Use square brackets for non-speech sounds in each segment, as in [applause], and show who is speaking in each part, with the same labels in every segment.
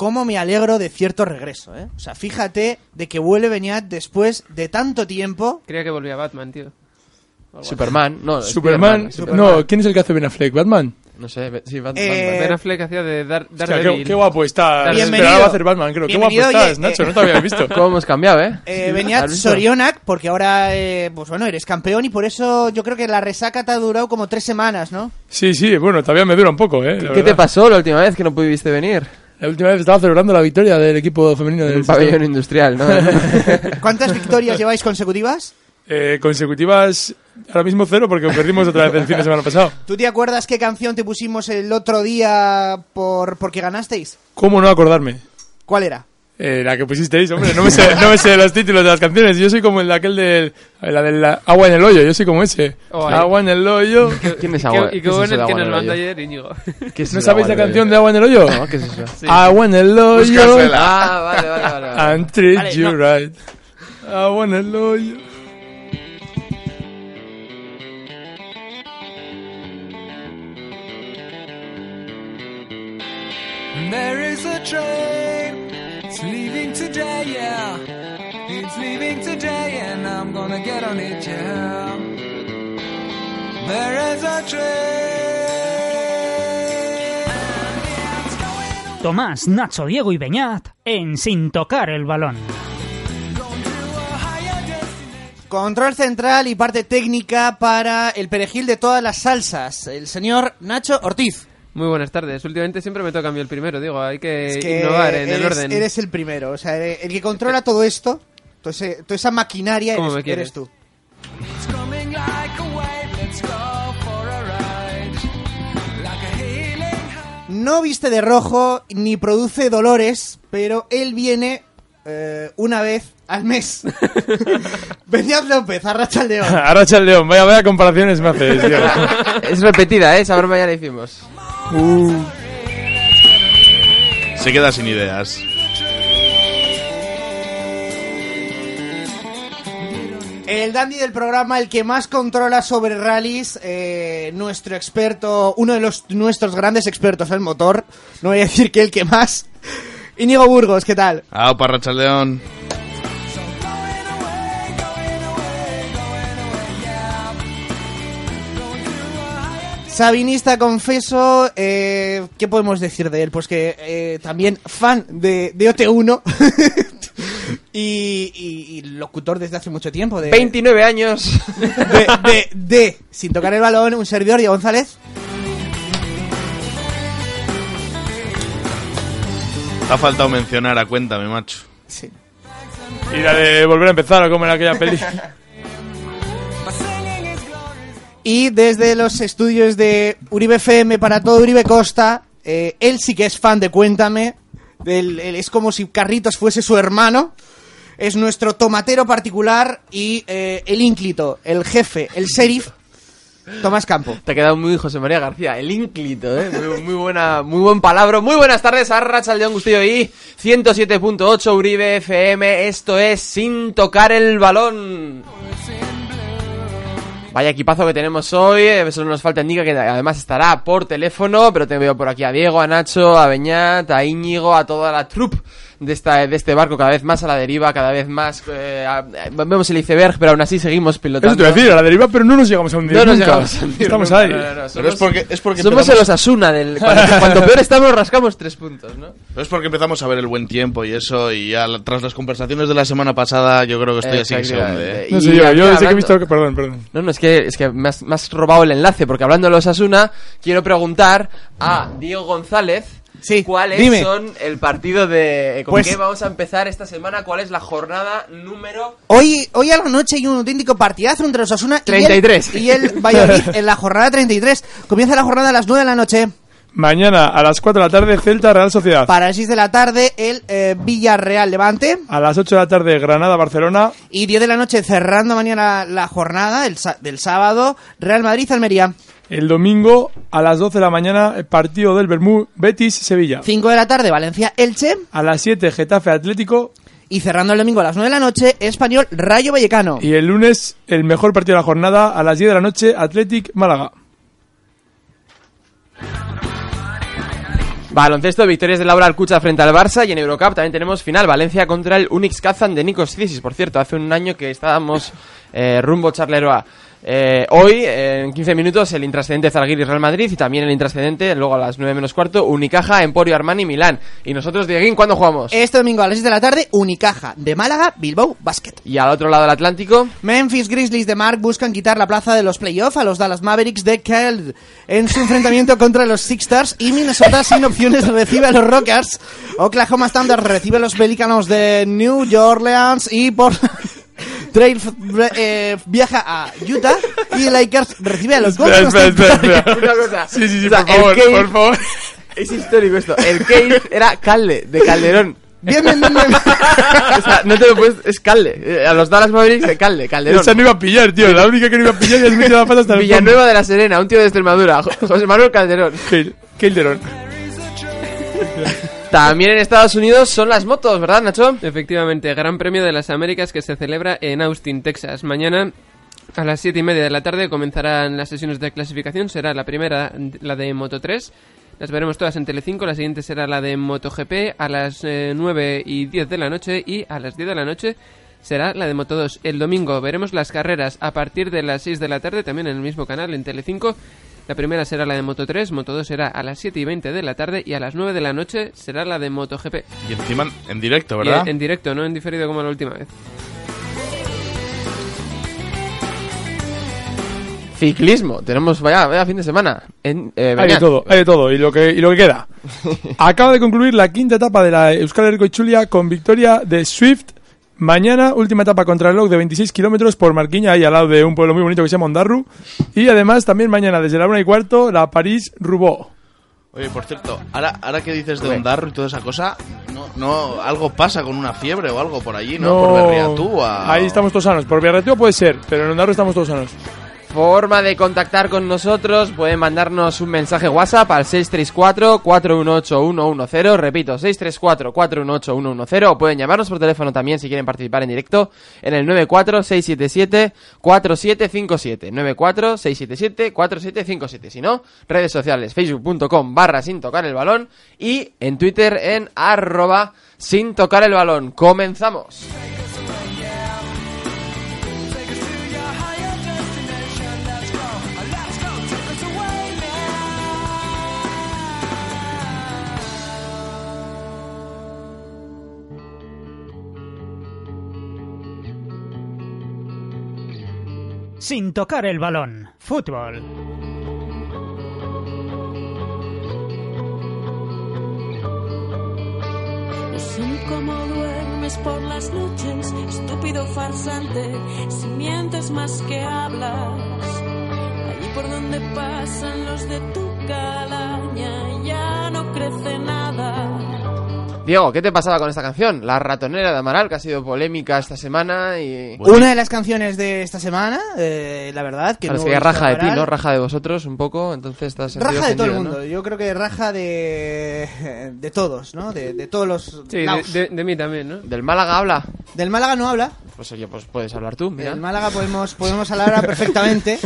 Speaker 1: cómo me alegro de cierto regreso, ¿eh? O sea, fíjate de que vuelve Beñat después de tanto tiempo.
Speaker 2: Creía que volvía Batman, tío. O algo así.
Speaker 3: Superman, no.
Speaker 4: Superman,
Speaker 3: Spiderman,
Speaker 4: No, ¿quién es el que hace Ben Affleck? ¿Batman?
Speaker 3: No sé, ve- sí, Bat-
Speaker 1: Eh,
Speaker 3: Batman.
Speaker 2: Ben Affleck hacía de Dar
Speaker 4: Hostia,
Speaker 2: Daredevil.
Speaker 4: qué, qué guapo estás.
Speaker 2: Bienvenido.
Speaker 4: Esperaba hacer pues Batman, creo. Qué guapo
Speaker 1: Bienvenido,
Speaker 4: estás,
Speaker 1: oye,
Speaker 4: Nacho.
Speaker 1: eh,
Speaker 4: No te había
Speaker 3: [laughs]
Speaker 4: visto.
Speaker 3: ¿Cómo hemos cambiado, eh?
Speaker 1: Eh,
Speaker 3: ¿Has
Speaker 1: Beñat
Speaker 3: visto?
Speaker 1: Sorionak, porque ahora, eh, pues bueno, eres campeón y por eso yo creo que la resaca te ha durado como tres semanas, ¿no?
Speaker 4: [laughs] Sí, sí, bueno, todavía me dura un poco, ¿eh? La
Speaker 3: ¿Qué te
Speaker 4: verdad.
Speaker 3: pasó la última vez que no pudiste venir?
Speaker 4: La última vez estaba celebrando la victoria del equipo femenino
Speaker 3: En
Speaker 4: del
Speaker 3: un pabellón industrial,
Speaker 4: [laughs]
Speaker 3: ¿no?
Speaker 1: ¿Cuántas victorias lleváis consecutivas?
Speaker 4: Eh, consecutivas, ahora mismo cero, porque perdimos otra vez el fin de semana pasado.
Speaker 1: ¿Tú te acuerdas qué canción te pusimos el otro día por porque ganasteis?
Speaker 4: ¿Cómo no acordarme?
Speaker 1: ¿Cuál era?
Speaker 4: Eh, la que pusisteis, hombre, no me, sé, no me sé los títulos de las canciones. Yo soy como el de aquel del. eh, La del agua en el hoyo, yo soy como ese.
Speaker 2: Oh, ahí.
Speaker 4: agua en el [laughs] hoyo.
Speaker 3: ¿Quién
Speaker 2: Y
Speaker 3: es
Speaker 2: qué-
Speaker 3: Agua?
Speaker 2: Y
Speaker 3: qué
Speaker 2: qué
Speaker 3: es eso
Speaker 2: bueno
Speaker 3: de
Speaker 2: que
Speaker 3: Agua
Speaker 2: nos
Speaker 3: en el
Speaker 2: mandó
Speaker 3: hoy?
Speaker 2: ayer Íñigo. [laughs]
Speaker 3: ¿Qué es eso
Speaker 4: ¿No
Speaker 3: de
Speaker 4: sabéis
Speaker 3: Agua
Speaker 4: la
Speaker 3: en el hoy?
Speaker 4: canción de agua en el hoyo?
Speaker 3: No, ¿qué es
Speaker 4: [laughs]
Speaker 3: eso?
Speaker 4: Agua en el hoyo.
Speaker 3: Ah, vale, vale, vale. vale.
Speaker 4: And treat
Speaker 1: Vale,
Speaker 4: you
Speaker 1: no.
Speaker 4: right. Agua en el hoyo.
Speaker 5: There is a train. It's leaving today, yeah. It's leaving today, and I'm gonna get on it, yeah. There is a train.
Speaker 6: Tomás, Nacho, Diego y Beñat en Sin Tocar el Balón.
Speaker 1: Control central y parte técnica para el perejil de todas las salsas, el señor Nacho Ortiz.
Speaker 2: Muy buenas tardes. Últimamente siempre me toca a mí el primero, digo, hay que,
Speaker 1: Es que
Speaker 2: eh, innovar en el
Speaker 1: eres-
Speaker 2: orden.
Speaker 1: Eres el primero, o sea, eres- el que controla todo esto, todo ese- toda esa maquinaria
Speaker 2: ¿Cómo
Speaker 1: eres,
Speaker 2: me quieres?
Speaker 1: eres tú.
Speaker 5: It's coming like a wave. Let's go for a ride. Like a healing high.
Speaker 1: No viste de rojo ni produce dolores, pero él viene eh, una vez al
Speaker 2: [laughs]
Speaker 1: mes. Beñat López, Arracha el León.
Speaker 4: Aracha el león, vaya, vaya comparaciones me haces, tío.
Speaker 3: Es repetida, ¿eh? Saber mañana la hicimos.
Speaker 7: Se queda sin ideas.
Speaker 1: El dandy del programa, el que más controla sobre rallies, eh, nuestro experto, uno de los nuestros grandes expertos el motor, no voy a decir que el que más. Íñigo Burgos, ¿qué tal?
Speaker 7: [laughs] Ah, para León.
Speaker 1: Sabinista, confeso, eh, ¿qué podemos decir de él? Pues que eh, también fan de, de OT1 [laughs] y, y- y locutor desde hace mucho tiempo de,
Speaker 3: 29 años.
Speaker 1: de, de- de, Sin Tocar el Balón, un servidor, Diego González.
Speaker 7: Te ha faltado mencionar a Cuéntame, macho.
Speaker 1: Sí.
Speaker 4: Y la de volver a empezar o como en aquella [laughs] peli.
Speaker 5: My singing is glorious.
Speaker 1: Y desde los estudios de Uribe FM para todo Uribe Costa, eh, él sí que es fan de Cuéntame. del- él es como si Carritos fuese su hermano. Es nuestro tomatero particular y eh, el ínclito, el jefe, el sheriff, Tomás Campo.
Speaker 3: Te ha quedado muy José María García, el ínclito, ¿eh? Muy, muy buena, muy buen palabra. Muy buenas tardes, Arracha León Gustillo y 107.8 Uribe FM. Esto es Sin Tocar el Balón. Vaya equipazo que tenemos hoy, eh, solo nos falta Nica que además estará por teléfono, pero te veo por aquí a Diego, a Nacho, a Beñat, a Íñigo, a toda la troupe de, esta, de este barco cada vez más a la deriva, cada vez más... eh, a- vemos el iceberg, pero aún así seguimos pilotando.
Speaker 4: Eso te iba a decir, a la deriva, pero no nos llegamos a hundir
Speaker 3: No nos
Speaker 4: nunca.
Speaker 3: llegamos a hundir
Speaker 4: Estamos
Speaker 3: nunca,
Speaker 4: ahí.
Speaker 3: no, no, no,
Speaker 7: Pero
Speaker 3: somos-
Speaker 7: es porque, es porque
Speaker 3: somos
Speaker 7: empezamos-
Speaker 3: el Osasuna del cuando,
Speaker 4: [laughs]
Speaker 3: cuando peor estamos rascamos tres puntos, ¿no?
Speaker 7: Pero es porque empezamos a ver el buen tiempo y eso, y ya la- tras las conversaciones de la semana pasada, yo creo que estoy así que se hunde, ¿eh?
Speaker 3: Efectivamente.
Speaker 4: No
Speaker 3: Y
Speaker 4: sé yo,
Speaker 3: aquí
Speaker 4: yo desde que he
Speaker 3: hablando-
Speaker 4: visto que... Perdón, perdón.
Speaker 3: No, no, es que, es que me, has, me has robado el enlace, porque hablando de los Asuna, quiero preguntar a Diego González
Speaker 1: Sí,
Speaker 3: cuáles
Speaker 1: dime.
Speaker 3: son el partido de... ¿Con
Speaker 1: Pues-
Speaker 3: qué vamos a empezar esta semana? ¿Cuál es la jornada número...?
Speaker 1: Hoy, hoy a la noche hay un auténtico partidazo entre los Asuna y el-
Speaker 3: 33.
Speaker 1: y el Valladolid en la jornada 33. Comienza la jornada a las 9 de la noche.
Speaker 4: Mañana a las 4 de la tarde, Celta Real Sociedad.
Speaker 1: Para las 6 de la tarde, el eh, Villarreal Levante.
Speaker 4: A las 8 de la tarde, Granada Barcelona.
Speaker 1: Y 10 de la noche, cerrando mañana la jornada el sa- del sábado, Real Madrid-Almería.
Speaker 4: El domingo a las 12 de la mañana, el partido del Bermú Betis Sevilla.
Speaker 1: 5 de la tarde, Valencia-Elche.
Speaker 4: A las 7, Getafe Atlético.
Speaker 1: Y cerrando el domingo a las 9 de la noche, Español-Rayo Vallecano.
Speaker 4: Y el lunes, el mejor partido de la jornada, a las 10 de la noche, Athletic Málaga.
Speaker 3: Baloncesto, victorias de Laura Alcucha frente al Barça y en Eurocup también tenemos final Valencia contra el Unix Kazan de Nikos Cisis. Por cierto, hace un año que estábamos eh, rumbo Charleroi. Eh, hoy, eh, en 15 minutos, el intrascendente Zalgiris Real Madrid y también el intrascendente, luego a las 9 menos cuarto, Unicaja, Emporio Armani, Milán. Y nosotros, Dieguín, ¿cuándo jugamos?
Speaker 4: Eh.
Speaker 1: Este domingo a las 6 de la tarde, Unicaja de Málaga, Bilbao, Basket.
Speaker 3: Y al otro lado del Atlántico,
Speaker 1: Memphis Grizzlies de Mark buscan quitar la plaza de los playoffs a los Dallas Mavericks de Kell en su enfrentamiento [laughs] contra los Sixers y Minnesota sin opciones recibe a los Rockers. Oklahoma Standard recibe a los Pelicanos de New Orleans y por [laughs] Trail eh, viaja a Utah y Lakers recibe a los
Speaker 4: Espera,
Speaker 1: Golden
Speaker 4: espera,
Speaker 1: State
Speaker 4: espera,
Speaker 3: [laughs]
Speaker 4: espera.
Speaker 3: Una cosa.
Speaker 4: [laughs] Sí, sí, sí,
Speaker 3: O sea,
Speaker 4: por favor,
Speaker 3: el Kane-
Speaker 4: por favor.
Speaker 3: es histórico esto. El Cave era Calde, de
Speaker 4: [laughs]
Speaker 3: Calderón.
Speaker 1: Bien, bien, bien,
Speaker 3: [laughs]
Speaker 1: bien.
Speaker 3: O sea, no te lo puedes. Es Calde. Eh, A los Dallas Mavericks de Calde, Calderón.
Speaker 4: Esa no iba a pillar, tío. La única que no iba a pillar y has metido la pata hasta el
Speaker 3: Villanueva de la Serena, un tío de Extremadura, Jo- José Manuel Calderón.
Speaker 4: fondo. Calderón.
Speaker 3: También en Estados Unidos son las motos, ¿verdad, Nacho?
Speaker 2: Efectivamente, Gran Premio de las Américas que se celebra en Austin, Texas. Mañana a las 7 y media de la tarde comenzarán las sesiones de clasificación. Será la primera, la de Moto 3. Las veremos todas en Telecinco. La siguiente será la de MotoGP a las eh, 9 y 10 de la noche. Y a las 10 de la noche será la de Moto 2. El domingo veremos las carreras a partir de las 6 de la tarde, también en el mismo canal, en Telecinco. La primera será la de Moto 3, Moto 2 será a las 7 y 20 de la tarde y a las 9 de la noche será la de MotoGP.
Speaker 7: Y encima en directo,
Speaker 2: Y
Speaker 7: ¿verdad?
Speaker 2: en- en directo, no en diferido como la última vez.
Speaker 3: Ciclismo, tenemos, vaya, vaya fin de semana. En, eh,
Speaker 4: Hay de
Speaker 3: Beñat.
Speaker 4: todo, hay de todo. Y lo que, y lo que queda. Acaba de concluir la quinta etapa de la Euskal Herriko Itzulia con victoria de Swift. Mañana, última etapa contra el log de 26 kilómetros por Marquiña, ahí al lado de un pueblo muy bonito que se llama Ondarru. Y además, también mañana, desde la una y cuarto, la París-Rubó.
Speaker 7: Oye, por cierto, ahora, ahora que dices de Ondarro y toda esa cosa, no, no, algo pasa con una fiebre o algo por allí, ¿no? Por Berriatúa.
Speaker 4: Ahí estamos todos sanos. Por Berriatúa puede ser, pero en Ondarru estamos todos sanos.
Speaker 3: Forma de contactar con nosotros, pueden mandarnos un mensaje WhatsApp al 634-418-110, repito, 634-418-110, o pueden llamarnos por teléfono también si quieren participar en directo en el 94677-4757, 94677-4757, si no, redes sociales, facebook.com barra sin tocar el balón y en Twitter en arroba sin tocar el balón. Comenzamos.
Speaker 6: Sin tocar el balón. Fútbol.
Speaker 8: No sé cómo duermes por las noches, estúpido farsante, si mientes más que hablas. Allí por donde pasan los de tu calaña ya no crece nada.
Speaker 3: Diego, ¿qué te pasaba con esta canción? La ratonera de Amaral, que ha sido polémica esta semana y...
Speaker 1: Una de las canciones de esta semana, eh, la verdad, que
Speaker 3: Claro,
Speaker 1: no
Speaker 3: es que
Speaker 1: he visto
Speaker 3: raja de ti,
Speaker 1: parar.
Speaker 3: ¿no? Raja de vosotros un poco, entonces estás...
Speaker 1: Raja de todo el mundo, yo creo que raja de, de todos, ¿no? De, de todos los...
Speaker 2: Sí, de,
Speaker 1: laos.
Speaker 2: de- de mí también, ¿no?
Speaker 3: ¿Del Málaga habla?
Speaker 1: Del Málaga no habla,
Speaker 3: Pues oye, pues puedes hablar tú, mira.
Speaker 1: Del Málaga podemos, podemos hablar ahora perfectamente.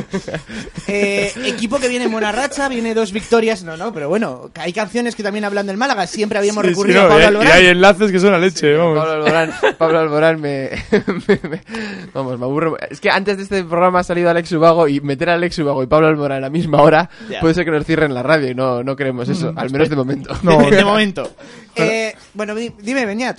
Speaker 1: Eh, equipo que viene en buena racha, viene dos victorias. No, no, pero bueno, hay canciones que también hablan del Málaga. Siempre habíamos
Speaker 4: Sí, sí,
Speaker 1: recurrido
Speaker 4: no,
Speaker 1: a Pablo
Speaker 4: y- y,
Speaker 1: Alborán.
Speaker 4: hay enlaces que son la leche, vamos.
Speaker 3: Pablo Alborán, Pablo Alborán me, [laughs] me- me- Vamos, me aburro. Es que antes de este programa ha salido Alex Ubago y meter a Alex Ubago y Pablo Alborán a la misma hora
Speaker 1: Ya. Mm.
Speaker 3: puede ser que nos cierren la radio y no, no queremos eso, al menos de momento. [laughs]
Speaker 4: No,
Speaker 1: De momento. Eh, bueno, di- dime, Beñat.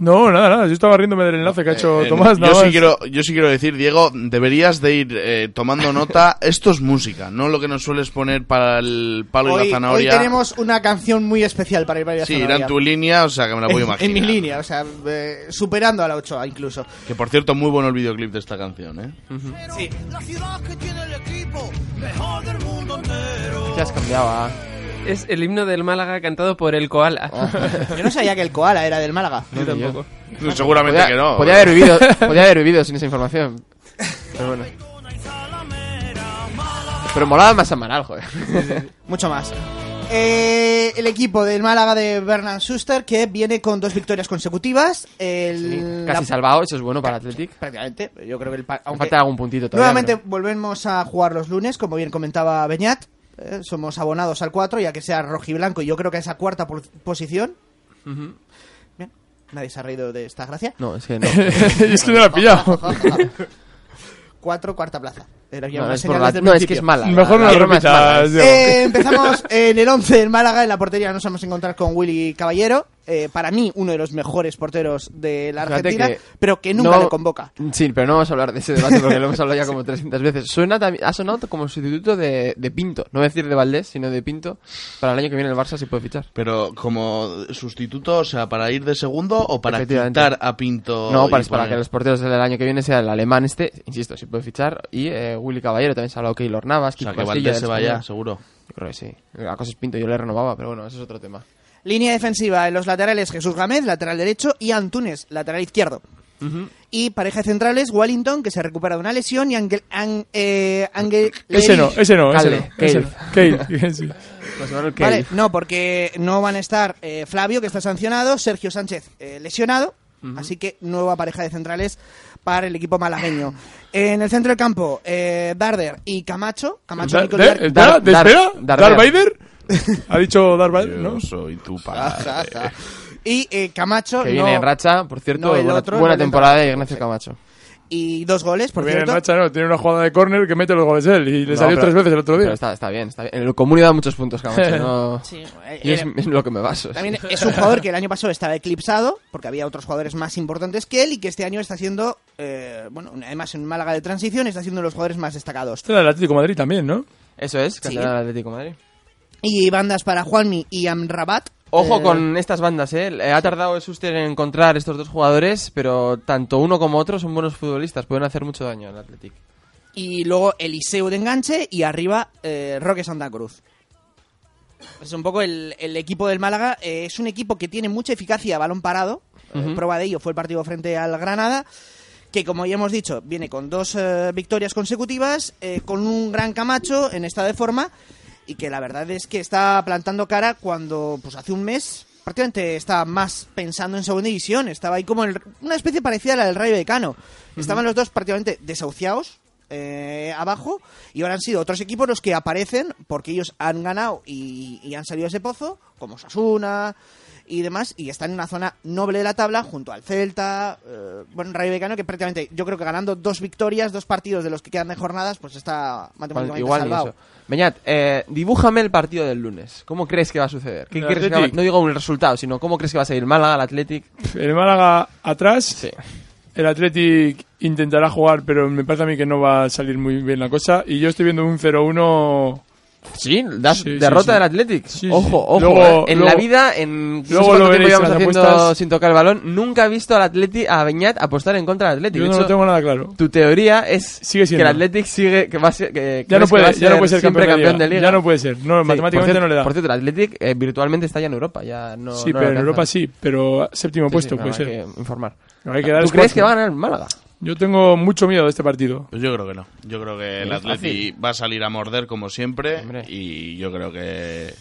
Speaker 4: no, nada, nada. Yo estaba riéndome del enlace que ha hecho
Speaker 7: Eh,
Speaker 4: Tomás. nada
Speaker 7: yo, sí
Speaker 4: más.
Speaker 7: quiero, yo sí quiero decir, Diego, deberías de ir eh, tomando nota. Esto es música, no lo que nos sueles poner para el palo y
Speaker 1: Hoy,
Speaker 7: la
Speaker 1: hoy
Speaker 7: zanahoria.
Speaker 1: tenemos una canción muy especial para ir para la
Speaker 7: sí,
Speaker 1: zanahoria.
Speaker 7: irá en tu línea, o sea que me la voy a
Speaker 1: En-
Speaker 7: imaginar.
Speaker 1: en mi línea, o sea, eh, superando a la 8 incluso.
Speaker 7: Que por cierto, muy bueno el videoclip de esta canción, ¿eh?
Speaker 3: Te has cambiado, ah.
Speaker 2: es el himno del Málaga cantado por el Koala.
Speaker 1: Yo no sabía que el koala era del Málaga.
Speaker 2: [laughs] Yo tampoco.
Speaker 7: [laughs] Seguramente
Speaker 3: Podía,
Speaker 7: que no.
Speaker 3: podía haber
Speaker 4: [laughs]
Speaker 3: vivido, podía haber vivido sin esa información. Pero bueno. Pero molaba más Amaral, joder.
Speaker 1: Mucho más. Eh, el equipo del Málaga de Bernard Schuster que viene con dos victorias consecutivas. El,
Speaker 3: Casi
Speaker 1: la-
Speaker 3: salvado, eso es bueno para Athletic.
Speaker 1: Prácticamente. Yo creo que el. pa-
Speaker 3: Aún
Speaker 1: aunque-
Speaker 3: falta algún puntito todavía.
Speaker 1: Nuevamente
Speaker 3: pero-
Speaker 1: volvemos a jugar los lunes, como bien comentaba Beñat. Eh, somos abonados al 4, ya que sea rojiblanco, yo creo que a esa cuarta por- posición. Bien. Nadie se ha reído de esta gracia.
Speaker 3: No, es que no.
Speaker 4: [laughs] es que no la he pillado.
Speaker 3: [laughs]
Speaker 1: 4, cuarta plaza. Era ya
Speaker 3: No,
Speaker 1: una
Speaker 3: es,
Speaker 1: señal
Speaker 3: por la-
Speaker 1: desde el
Speaker 3: no, es que
Speaker 1: principio.
Speaker 3: es mala.
Speaker 4: Mejor no
Speaker 3: La
Speaker 4: la
Speaker 3: broma es mala.
Speaker 4: repitas. Diego.
Speaker 1: Eh, empezamos en el 11 en Málaga, en la portería nos vamos a encontrar con Willy Caballero. Eh, para mí, uno de los mejores porteros de la
Speaker 3: Fíjate
Speaker 1: Argentina,
Speaker 3: que
Speaker 1: pero que nunca
Speaker 3: no-
Speaker 1: le convoca.
Speaker 3: Sí, pero no vamos a hablar de ese debate porque lo hemos
Speaker 1: [laughs]
Speaker 3: hablado ya como 300 veces. Suena también- ha sonado como sustituto de, de Pinto. No voy a decir de Valdés, sino de Pinto. Para el año que viene el Barça sí puede fichar.
Speaker 7: Pero como sustituto, o sea, para ir de segundo o para
Speaker 3: Efectivamente.
Speaker 7: quitar a Pinto.
Speaker 3: No,
Speaker 7: y
Speaker 3: para, para que
Speaker 7: poner-
Speaker 3: los porteros del año que viene sea el alemán este, insisto, si puede fichar. Y eh, Willy Caballero también se ha hablado Keylor Navas,
Speaker 7: O sea,
Speaker 3: Kiko
Speaker 7: que
Speaker 3: Castilla,
Speaker 7: Valdés se
Speaker 3: del
Speaker 7: vaya,
Speaker 3: Español.
Speaker 7: seguro.
Speaker 3: Yo creo que sí. La cosa es Pinto, yo le renovaba, pero bueno, ese es otro tema.
Speaker 1: Línea defensiva en los laterales Jesús Gámez, lateral derecho, y Antunes, lateral izquierdo. Y pareja de centrales Wellington, que se recupera de una lesión, y Ángel... Ángel- eh, Ángel
Speaker 4: Ese no,
Speaker 1: Leriz.
Speaker 4: ese no, ese no.
Speaker 3: Cale,
Speaker 4: ese no. Cale,
Speaker 3: [laughs]
Speaker 4: sí.
Speaker 3: Pues bueno, el
Speaker 1: Vale,
Speaker 3: Keylor.
Speaker 1: no, porque no van a estar eh, Flavio, que está sancionado, Sergio Sánchez eh, lesionado, así que nueva pareja de centrales para el equipo malagueño. En el centro del campo, eh, Darder y Camacho. Camacho
Speaker 4: Da-
Speaker 1: Nico
Speaker 4: de-
Speaker 1: Yark-
Speaker 4: espera,
Speaker 3: Dar-
Speaker 4: de-
Speaker 3: Dar-
Speaker 4: espera,
Speaker 3: Dar-
Speaker 4: Darth
Speaker 3: Dar-
Speaker 4: Vader.
Speaker 3: [laughs]
Speaker 4: Ha dicho Darth Vader, ¿no?
Speaker 7: soy tu
Speaker 1: y eh, Camacho
Speaker 3: que
Speaker 1: no-
Speaker 3: viene en racha, por cierto,
Speaker 1: no, el
Speaker 3: buena,
Speaker 1: otro,
Speaker 3: buena
Speaker 1: no, el
Speaker 3: temporada
Speaker 1: otro.
Speaker 3: de Ignacio Camacho.
Speaker 1: y dos goles, por
Speaker 4: Viene en
Speaker 1: cierto.
Speaker 4: racha, no. Tiene una jugada de córner que mete los goles él. Y le
Speaker 3: No,
Speaker 4: salió
Speaker 3: pero-
Speaker 4: tres veces el otro día.
Speaker 3: Pero está, está bien, está bien. En el común da muchos puntos, Camacho. No...
Speaker 1: Sí, eh,
Speaker 3: Yo es,
Speaker 1: eh,
Speaker 3: es lo que me baso. sí.
Speaker 1: También es un jugador que el año pasado estaba eclipsado, porque había otros jugadores más importantes que él, y que este año está siendo, eh, bueno, además en Málaga de transición, está siendo uno de los jugadores más destacados.
Speaker 4: Este era el Atlético de Madrid también, ¿no?
Speaker 3: Eso es,
Speaker 1: Sí.
Speaker 3: canterano del Atlético de Madrid.
Speaker 1: Y bandas para Juanmi y Amrabat.
Speaker 3: Ojo
Speaker 1: Eh,
Speaker 3: con estas bandas, ¿eh? Eh, Ha tardado Schuster en encontrar estos dos jugadores, pero tanto uno como otro son buenos futbolistas, pueden hacer mucho daño al Athletic.
Speaker 1: Y luego Eliseo de enganche y arriba eh, Roque Santa Cruz. Es un poco el, el equipo del Málaga. eh, es un equipo que tiene mucha eficacia a balón parado. eh, prueba de ello fue el partido frente al Granada. Que como ya hemos dicho, viene con dos eh, victorias consecutivas, eh, con un gran Camacho en estado de forma. Y que la verdad es que está plantando cara cuando, pues hace un mes, prácticamente estaba más pensando en segunda división. Estaba ahí como en una especie parecida a la del Rayo de Cano. Estaban los dos prácticamente desahuciados eh, abajo y ahora han sido otros equipos los que aparecen porque ellos han ganado y, y han salido de ese pozo, como Sasuna y demás, y están en una zona noble de la tabla junto al Celta, eh, bueno, Rayo Vallecano, que prácticamente yo creo que ganando dos victorias, dos partidos de los que quedan de jornadas, pues está matemáticamente
Speaker 3: Igual ni
Speaker 1: salvado.
Speaker 3: eso. Beñat, eh, dibújame el partido del lunes. ¿Cómo crees que va a suceder? ¿Qué
Speaker 4: ¿El
Speaker 3: crees que va-
Speaker 4: Athletic?
Speaker 3: no digo un resultado, sino cómo crees que va a seguir Málaga, el Athletic.
Speaker 4: El Málaga atrás.
Speaker 3: Sí.
Speaker 4: El Athletic intentará jugar, pero me parece a mí que no va a salir muy bien la cosa. Y yo estoy viendo un 0-1.
Speaker 3: Sí, das-
Speaker 4: Sí, sí,
Speaker 3: derrota
Speaker 4: sí.
Speaker 3: del Athletic.
Speaker 4: Sí, sí.
Speaker 3: ojo, ojo.
Speaker 4: Luego-
Speaker 3: eh. en
Speaker 4: luego-
Speaker 3: la vida, en no sé
Speaker 4: luego
Speaker 3: cuánto tiempo
Speaker 4: lo veréis en
Speaker 3: llevamos
Speaker 4: las
Speaker 3: haciendo
Speaker 4: apuestas.
Speaker 3: sin tocar el balón, nunca he visto al Athletic, a Beñat apostar en contra del Athletic.
Speaker 4: Yo
Speaker 3: De
Speaker 4: no
Speaker 3: hecho,
Speaker 4: lo tengo nada claro.
Speaker 3: Tu teoría es
Speaker 4: Sigue
Speaker 3: que
Speaker 4: siendo.
Speaker 3: el Athletic sigue, que va a ser, que,
Speaker 4: Ya no,
Speaker 3: crees que va
Speaker 4: puede,
Speaker 3: a
Speaker 4: ya no puede ser
Speaker 3: siempre
Speaker 4: campeón,
Speaker 3: campeón de liga.
Speaker 4: Ya no puede ser. No,
Speaker 3: Sí,
Speaker 4: matemáticamente
Speaker 3: por cierto-
Speaker 4: no le da.
Speaker 3: Por cierto, el Athletic eh, virtualmente está ya en Europa, ya no.
Speaker 4: sí,
Speaker 3: no le
Speaker 4: pero en Europa
Speaker 3: alcanza.
Speaker 4: sí, pero séptimo
Speaker 3: Sí,
Speaker 4: puesto
Speaker 3: sí, no,
Speaker 4: puede ser.
Speaker 3: Hay que informar.
Speaker 4: Hay que dar
Speaker 3: ¿Tú crees
Speaker 4: esfuerzo.
Speaker 3: que va a ganar el Málaga?
Speaker 4: Yo tengo mucho miedo de este partido.
Speaker 7: Pues yo creo que no. Yo creo que el
Speaker 3: Es
Speaker 7: Atleti va a salir a morder como siempre.
Speaker 3: Hombre.
Speaker 7: Y yo creo que.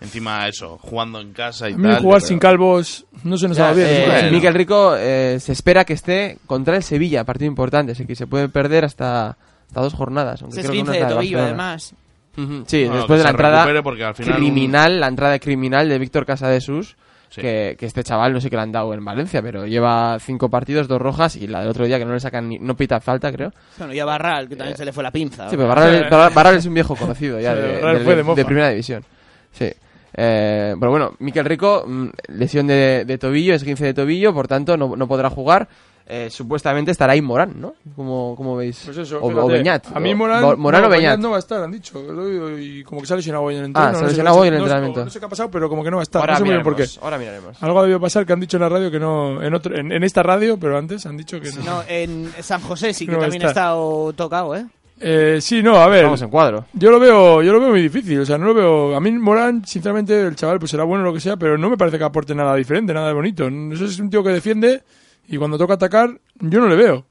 Speaker 7: Encima eso, jugando en casa y
Speaker 4: A mí
Speaker 7: tal.
Speaker 4: jugar
Speaker 7: yo
Speaker 4: sin
Speaker 7: creo-
Speaker 4: calvos no se nos ha dado bien.
Speaker 3: Eh,
Speaker 7: bueno.
Speaker 3: Miquel Rico eh, se espera que esté contra el Sevilla, partido importante, así que se puede perder hasta, hasta dos jornadas. Aunque
Speaker 1: Se
Speaker 3: creo que
Speaker 1: esguince
Speaker 3: una
Speaker 1: de
Speaker 3: es la
Speaker 1: tobillo,
Speaker 3: Barcelona.
Speaker 1: además.
Speaker 3: Ujú, Sí,
Speaker 7: Bueno,
Speaker 3: después de la
Speaker 7: que se recupere
Speaker 3: entrada
Speaker 7: porque al final un-
Speaker 3: criminal, la entrada criminal de Víctor Casadesús,
Speaker 7: Sí.
Speaker 3: que, que este chaval no sé qué le han dado en Valencia, pero lleva cinco partidos, dos rojas y la del otro día que no le sacan ni, no pita falta, creo.
Speaker 1: Bueno, y a Barral, que también se le fue la pinza.
Speaker 3: Eh, Sí, pero Barral, Barral- Barral es un viejo conocido ya
Speaker 4: Sí,
Speaker 3: de,
Speaker 4: Barral
Speaker 3: de-
Speaker 4: fue de mofa.
Speaker 3: de primera división. Sí. Eh, pero bueno, Miquel Rico, mm, lesión de, de tobillo, esguince de tobillo, por tanto no, no podrá jugar. Eh, supuestamente estará ahí Morán, ¿no? Como, como veis.
Speaker 4: Pues eso,
Speaker 3: o, o
Speaker 4: fíjate.
Speaker 3: Beñat.
Speaker 4: A mí
Speaker 3: O-
Speaker 4: Morán,
Speaker 3: Bo- Morán
Speaker 4: no,
Speaker 3: o Beñat.
Speaker 4: no va a estar, han dicho. Lo digo, Y como que se ha lesionado hoy en el
Speaker 3: Ah,
Speaker 4: entrenamiento.
Speaker 3: se ha
Speaker 4: no sé qué
Speaker 3: lesionado
Speaker 4: pasa.
Speaker 3: hoy en el
Speaker 4: No sé-
Speaker 3: entrenamiento.
Speaker 4: No sé qué ha pasado, pero como que no va a estar.
Speaker 3: Ahora
Speaker 4: no sé muy bien por qué.
Speaker 3: miraremos, ahora miraremos.
Speaker 4: Algo ha debido pasar que han dicho en la radio que no. En, otro, en, en esta radio, pero antes han dicho que no.
Speaker 1: No, en San José sí que
Speaker 4: No va a
Speaker 1: también ha
Speaker 4: estar.
Speaker 1: estado tocado, ¿eh?
Speaker 4: Eh, sí, no, a ver.
Speaker 3: Vamos en cuadro.
Speaker 4: Yo lo veo, yo lo veo muy difícil, o sea, no lo veo. A mí Morán, sinceramente, el chaval pues será bueno lo que sea, pero no me parece que aporte nada diferente, nada de bonito. No sé, es un tío que defiende y cuando toca atacar, yo no le veo.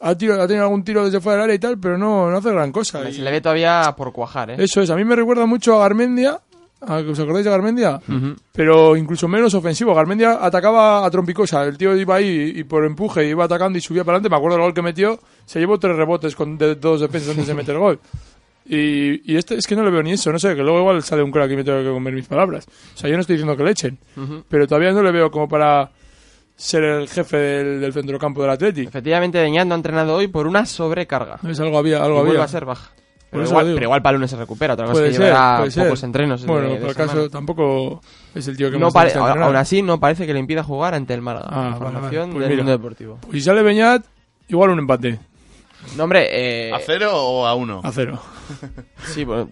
Speaker 4: Ha, tiro, ha tenido algún tiro desde fuera del área y tal, pero no, no hace gran cosa.
Speaker 3: Se
Speaker 4: Y
Speaker 3: le ve todavía por cuajar, ¿eh?
Speaker 4: Eso es, a mí me recuerda mucho a Garmendia. ¿A- ¿Os acordáis de Garmendia? Pero incluso menos ofensivo. Garmendia atacaba a trompicosa. El tío iba ahí y por empuje iba atacando y subía para adelante. Me acuerdo del gol que metió. Se llevó tres rebotes con de, dos defensas antes de meter gol. Y, y este es que no le veo ni eso. No sé, que luego igual sale un crack y me tengo que comer mis palabras. O sea, yo no estoy diciendo que le echen. Pero todavía no le veo como para ser el jefe del, del centrocampo del Atleti.
Speaker 3: Efectivamente, Deñán no ha entrenado hoy por una sobrecarga.
Speaker 4: Es algo había,
Speaker 3: Y
Speaker 4: algo
Speaker 3: vuelve
Speaker 4: había.
Speaker 3: a ser baja.
Speaker 4: Por
Speaker 3: Pero
Speaker 4: eso
Speaker 3: igual,
Speaker 4: lo digo.
Speaker 3: pero igual para el lunes se recupera. Otra cosa
Speaker 4: Puede
Speaker 3: es que
Speaker 4: ser,
Speaker 3: llevará
Speaker 4: puede ser.
Speaker 3: pocos entrenos. de-
Speaker 4: Bueno,
Speaker 3: de
Speaker 4: por
Speaker 3: semana.
Speaker 4: acaso tampoco es el tío que
Speaker 3: No
Speaker 4: más
Speaker 3: pare-
Speaker 4: gusta
Speaker 3: aún
Speaker 4: entrenar.
Speaker 3: aún así, no parece que le impida jugar ante el Málaga.
Speaker 4: Ah, vale, vale.
Speaker 3: Información
Speaker 4: Pues
Speaker 3: del
Speaker 4: mira.
Speaker 3: mundo deportivo.
Speaker 4: Pues si sale Beñat, igual un empate
Speaker 3: No, hombre, eh,
Speaker 7: ¿A cero o a uno?
Speaker 4: a cero.
Speaker 3: sí, bueno,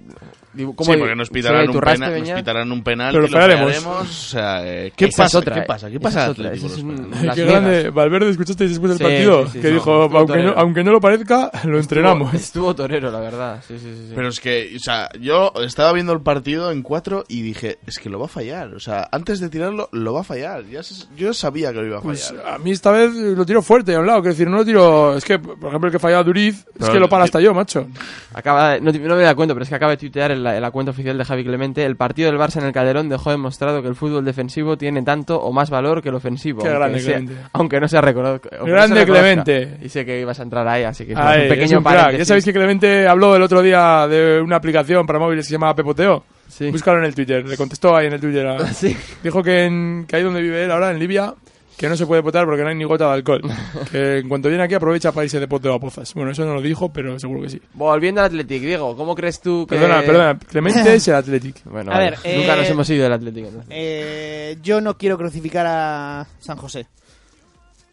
Speaker 3: digo, ¿cómo
Speaker 7: Sí,
Speaker 3: di-
Speaker 7: porque nos
Speaker 3: se
Speaker 7: pitarán, un,
Speaker 3: Iturraste,
Speaker 7: pena- nos
Speaker 3: Beñat?
Speaker 7: pitarán un penal
Speaker 4: Pero
Speaker 7: y
Speaker 4: lo
Speaker 7: lo
Speaker 4: fallaremos.
Speaker 7: fallaremos. O sea, eh, ¿qué,
Speaker 3: Esa es
Speaker 7: pasa?
Speaker 3: otra,
Speaker 7: ¿qué pasa? ¿Qué
Speaker 3: esa
Speaker 7: pasa?
Speaker 3: es
Speaker 7: al
Speaker 3: otra,
Speaker 7: Atlético
Speaker 3: ese es
Speaker 7: los
Speaker 3: un-
Speaker 7: penales?
Speaker 3: Las
Speaker 4: Qué
Speaker 3: Vegas.
Speaker 4: grande. Valverde, ¿escuchasteis después del
Speaker 3: Sí,
Speaker 4: partido?
Speaker 3: sí, sí,
Speaker 4: que
Speaker 3: no,
Speaker 4: dijo,
Speaker 3: estuvo
Speaker 4: aunque no,
Speaker 3: torero.
Speaker 4: aunque no lo parezca, lo entrenamos.
Speaker 3: Estuvo torero, la verdad. Sí, sí, sí. sí.
Speaker 7: Pero es que, o sea, yo estaba viendo el partido en cuatro y dije, es que lo va a fallar. O sea, antes de tirarlo, lo va a fallar. Ya se- yo sabía que lo iba a
Speaker 4: Pues
Speaker 7: fallar.
Speaker 4: a mí esta vez lo tiro fuerte a un lado. Quiero decir, no lo tiro... Es que, por ejemplo, el que fallaba Duriz, es
Speaker 7: Pero-
Speaker 4: que lo para hasta yo, macho.
Speaker 3: Acaba de- no, te- no me da cuenta, pero es que acaba de tuitear en la, en la cuenta oficial de Javi Clemente. El partido del Barça en el Calderón dejó demostrado que el fútbol defensivo tiene tanto o más valor que el ofensivo.
Speaker 4: Qué
Speaker 3: aunque
Speaker 4: grande,
Speaker 3: sea-
Speaker 4: Clemente.
Speaker 3: Aunque no sea recordado. aunque no se
Speaker 4: Grande
Speaker 3: reconozca.
Speaker 4: Clemente.
Speaker 3: Y sé que ibas a entrar ahí, así que
Speaker 4: Ay,
Speaker 3: un
Speaker 4: es
Speaker 3: pequeño
Speaker 4: un crack. Ya
Speaker 3: paréntesis.
Speaker 4: sabéis que Clemente habló el otro día de una aplicación para móviles que se llama Pepoteo.
Speaker 3: Sí.
Speaker 4: Búscalo en el Twitter. Le contestó ahí en el Twitter. a-
Speaker 3: [laughs] Sí.
Speaker 4: Dijo que, en, que ahí donde vive él ahora, en Libia, que no se puede potar porque no hay ni gota de
Speaker 3: [laughs]
Speaker 4: alcohol. que en cuanto viene aquí aprovecha para irse de poteo a pozas. Bueno, eso no lo dijo, pero seguro que sí.
Speaker 3: Volviendo al Athletic, Diego, ¿cómo crees tú que...?
Speaker 4: Perdona, perdona. Clemente es el
Speaker 3: [laughs]
Speaker 4: Athletic.
Speaker 3: Bueno,
Speaker 1: A
Speaker 3: vale,
Speaker 1: ver,
Speaker 3: nunca
Speaker 1: eh,
Speaker 3: nos hemos ido del Athletic. entonces.
Speaker 1: Eh, yo no quiero crucificar a San José.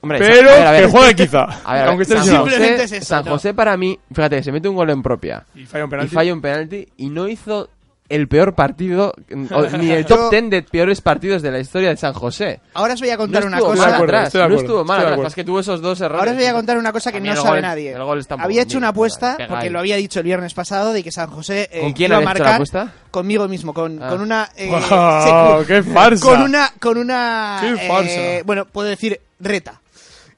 Speaker 3: Hombre,
Speaker 4: Pero
Speaker 3: a ver, a ver.
Speaker 4: que juegue quizá.
Speaker 3: A ver, a ver,
Speaker 4: aunque esté
Speaker 3: San
Speaker 4: lesionado.
Speaker 1: Simplemente
Speaker 3: José-
Speaker 1: es eso,
Speaker 3: San
Speaker 1: yo.
Speaker 3: José para mí, fíjate, se mete un gol en propia.
Speaker 4: Y falla un
Speaker 3: y
Speaker 4: penalti.
Speaker 3: falla un penalti y no hizo el peor partido, o-
Speaker 1: [laughs]
Speaker 3: ni el top 10 de peores partidos de la historia de San José.
Speaker 1: Ahora os voy a
Speaker 3: No
Speaker 1: contar una
Speaker 3: estuvo
Speaker 4: estoy de
Speaker 3: mal
Speaker 1: cosa.
Speaker 4: acuerdo,
Speaker 3: atrás,
Speaker 4: estoy de
Speaker 3: no
Speaker 4: acuerdo,
Speaker 3: estuvo mal
Speaker 4: estoy de
Speaker 3: atrás,
Speaker 4: acuerdo.
Speaker 3: más que tuvo esos dos errores.
Speaker 1: Ahora os voy a contar una cosa que
Speaker 3: A mí
Speaker 1: no
Speaker 3: el
Speaker 1: sabe
Speaker 3: gol-
Speaker 1: nadie.
Speaker 3: el gol está un
Speaker 1: había
Speaker 3: poco
Speaker 1: hecho una
Speaker 3: mierda,
Speaker 1: apuesta,
Speaker 3: pega
Speaker 1: porque
Speaker 3: ahí.
Speaker 1: lo había dicho el viernes pasado, de que San José eh,
Speaker 3: ¿Con quién
Speaker 1: iba a
Speaker 3: habías hecho la
Speaker 1: marcar
Speaker 3: apuesta? Ah.
Speaker 1: conmigo mismo, con, con una... eh,
Speaker 4: Guau,
Speaker 1: [laughs] se-
Speaker 4: ¡Qué farsa!
Speaker 1: con una... Con una
Speaker 4: Qué
Speaker 1: eh,
Speaker 4: farsa.
Speaker 1: bueno, puedo decir reta.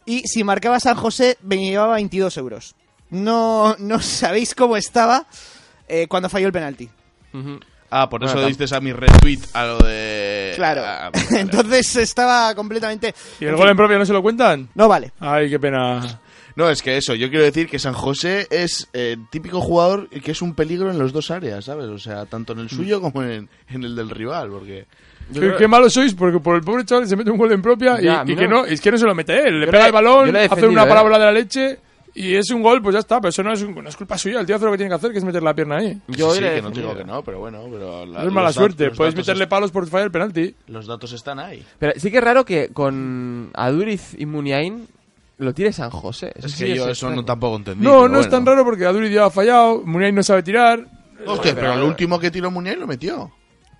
Speaker 1: Y si marcaba San José, me llevaba 22 euros. No, no sabéis cómo estaba eh, cuando falló el penalti.
Speaker 3: Ujú.
Speaker 7: Ah, por
Speaker 3: Bueno,
Speaker 7: eso
Speaker 3: tam-
Speaker 7: diste a mi retweet a lo
Speaker 4: Eh,
Speaker 7: de...
Speaker 1: Claro. [laughs]
Speaker 7: Ah, vale, vale.
Speaker 1: Entonces estaba completamente...
Speaker 4: ¿Y el gol en propia no se lo cuentan?
Speaker 1: No vale.
Speaker 4: Ay, qué pena.
Speaker 7: No, es que eso, yo quiero decir que San José es eh, típico jugador que es un peligro en las dos áreas, ¿sabes? O sea, tanto en
Speaker 3: Mm.
Speaker 7: el suyo como en, en el del rival, porque...
Speaker 4: Qué, qué malos sois porque por el pobre chaval se mete un gol en propia y,
Speaker 3: Ya, a mí
Speaker 4: y que
Speaker 3: no.
Speaker 4: no, es que no se lo mete él. Le
Speaker 3: Yo
Speaker 4: pega
Speaker 3: le-
Speaker 4: el balón,
Speaker 3: yo le he
Speaker 4: hace
Speaker 3: defendido,
Speaker 4: una
Speaker 3: eh.
Speaker 4: parábola de la leche y es un gol, pues ya está. Pero eso no es, un- no es culpa suya. El tío hace lo que tiene que hacer, que es meter la pierna ahí.
Speaker 3: Yo
Speaker 7: sí,
Speaker 3: hoy
Speaker 7: sí,
Speaker 3: le
Speaker 7: que no te digo
Speaker 3: defendí.
Speaker 7: que no, pero bueno, pero... la-
Speaker 4: No es mala
Speaker 7: los dat-
Speaker 4: suerte.
Speaker 7: los
Speaker 4: Puedes
Speaker 7: datos
Speaker 4: meterle
Speaker 7: es-
Speaker 4: palos por fallar el penalti.
Speaker 7: Los datos están ahí.
Speaker 3: Pero sí que es raro que con Aduriz y Muniain lo tire San José. Eso
Speaker 7: Es
Speaker 3: sí
Speaker 7: que yo
Speaker 3: es
Speaker 7: eso
Speaker 3: extraño.
Speaker 7: no tampoco entendí.
Speaker 4: No, no
Speaker 7: pero
Speaker 4: es tan
Speaker 7: bueno.
Speaker 4: raro porque Aduriz ya ha fallado, Muniain no sabe tirar.
Speaker 7: Hostia, pero el último que tiró Muniain lo metió.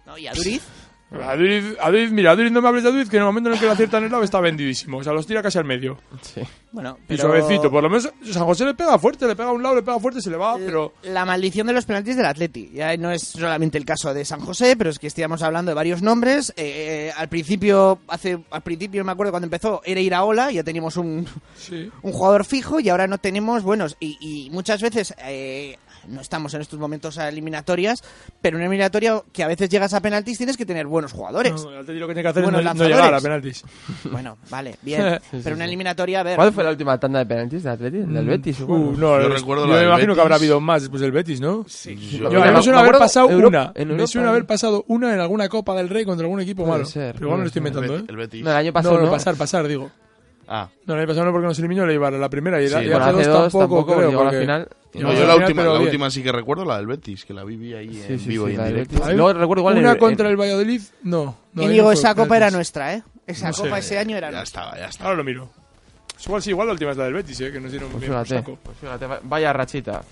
Speaker 1: No, y a Duriz...
Speaker 4: Aduriz, Aduriz, mira, Aduriz no me hables de Aduriz, que en el momento en el que lo acierta en el lado está vendidísimo. O sea, los tira casi al medio.
Speaker 3: Sí.
Speaker 1: Bueno,
Speaker 4: Y
Speaker 1: pero-
Speaker 4: suavecito. Por lo menos San José le pega fuerte, le pega a un lado, le pega fuerte, se le va,
Speaker 1: L-
Speaker 4: pero...
Speaker 1: La maldición de los penaltis del Atleti. Ya no es solamente el caso de San José, pero es que estábamos hablando de varios nombres. Eh, eh, al principio, hace, al principio me acuerdo cuando empezó, era Iraola, ya teníamos un,
Speaker 4: Sí.
Speaker 1: un jugador fijo y ahora no tenemos buenos. Y, y muchas veces eh, no estamos en estos momentos a eliminatorias, pero en una eliminatoria que a veces llegas a penaltis tienes que tener buenos jugadores.
Speaker 4: No, el Atleti lo que tiene que hacer
Speaker 1: Bueno,
Speaker 4: es no- no,
Speaker 1: lanzadores.
Speaker 4: llegar a penaltis.
Speaker 1: Bueno,
Speaker 3: [laughs]
Speaker 1: vale, bien.
Speaker 4: Sí,
Speaker 1: pero una eliminatoria, a ver.
Speaker 3: ¿Cuál fue la última tanda de penaltis del Athletic? ¿Del Betis? supongo?
Speaker 4: Uh, no,
Speaker 7: Yo
Speaker 4: es-
Speaker 7: recuerdo
Speaker 4: yo
Speaker 7: la
Speaker 4: me
Speaker 7: del
Speaker 4: imagino que
Speaker 7: Betis.
Speaker 4: habrá habido más después del Betis, ¿no?
Speaker 7: Yo-
Speaker 4: Yo, a mí
Speaker 3: me
Speaker 4: me suena haber
Speaker 3: acuerdo
Speaker 4: pasado
Speaker 3: Europa-
Speaker 4: una.
Speaker 3: en
Speaker 4: me
Speaker 3: Europa,
Speaker 4: suena haber
Speaker 3: ¿no?
Speaker 4: pasado una en alguna Copa del Rey contra algún equipo
Speaker 3: Puede
Speaker 4: malo.
Speaker 3: ser,
Speaker 4: Pero igual me lo estoy
Speaker 3: puede
Speaker 7: El,
Speaker 4: inventando, ¿eh?
Speaker 7: Bet- el Betis.
Speaker 3: No, el año pasado
Speaker 4: no,
Speaker 3: no.
Speaker 4: no, pasar, pasar, digo.
Speaker 7: Ah.
Speaker 4: No, el año pasado no porque nos eliminó le iba a la primera y, la,
Speaker 7: Sí,
Speaker 4: y
Speaker 7: bueno,
Speaker 4: hace dos tampoco, creo,
Speaker 3: llegó a la
Speaker 4: porque-
Speaker 3: final.
Speaker 4: No,
Speaker 7: No,
Speaker 4: al
Speaker 7: yo la
Speaker 4: final,
Speaker 7: última,
Speaker 4: pero
Speaker 7: la
Speaker 4: bien.
Speaker 7: última sí que recuerdo, la del Betis, que la viví ahí
Speaker 3: Sí,
Speaker 7: en
Speaker 3: sí,
Speaker 7: vivo
Speaker 3: sí,
Speaker 7: y
Speaker 3: la
Speaker 7: en
Speaker 3: del
Speaker 7: directo.
Speaker 3: Betis. Luego recuerdo igual en
Speaker 4: una
Speaker 3: el-
Speaker 4: contra
Speaker 3: en-
Speaker 4: el Valladolid, no. no ahí no
Speaker 1: Íñigo,
Speaker 4: fue
Speaker 1: esa copa era
Speaker 4: penaltis.
Speaker 1: nuestra, ¿eh? Esa
Speaker 4: No sé.
Speaker 1: copa ese año era
Speaker 7: Ya
Speaker 1: nuestra.
Speaker 7: estaba, ya estaba.
Speaker 4: Ahora lo miro. Es Igual sí, igual la última es la del Betis, ¿eh? Que nos dieron
Speaker 3: Pues
Speaker 4: bien por
Speaker 3: fíjate,
Speaker 4: saco.
Speaker 3: pues fíjate, va- vaya rachita.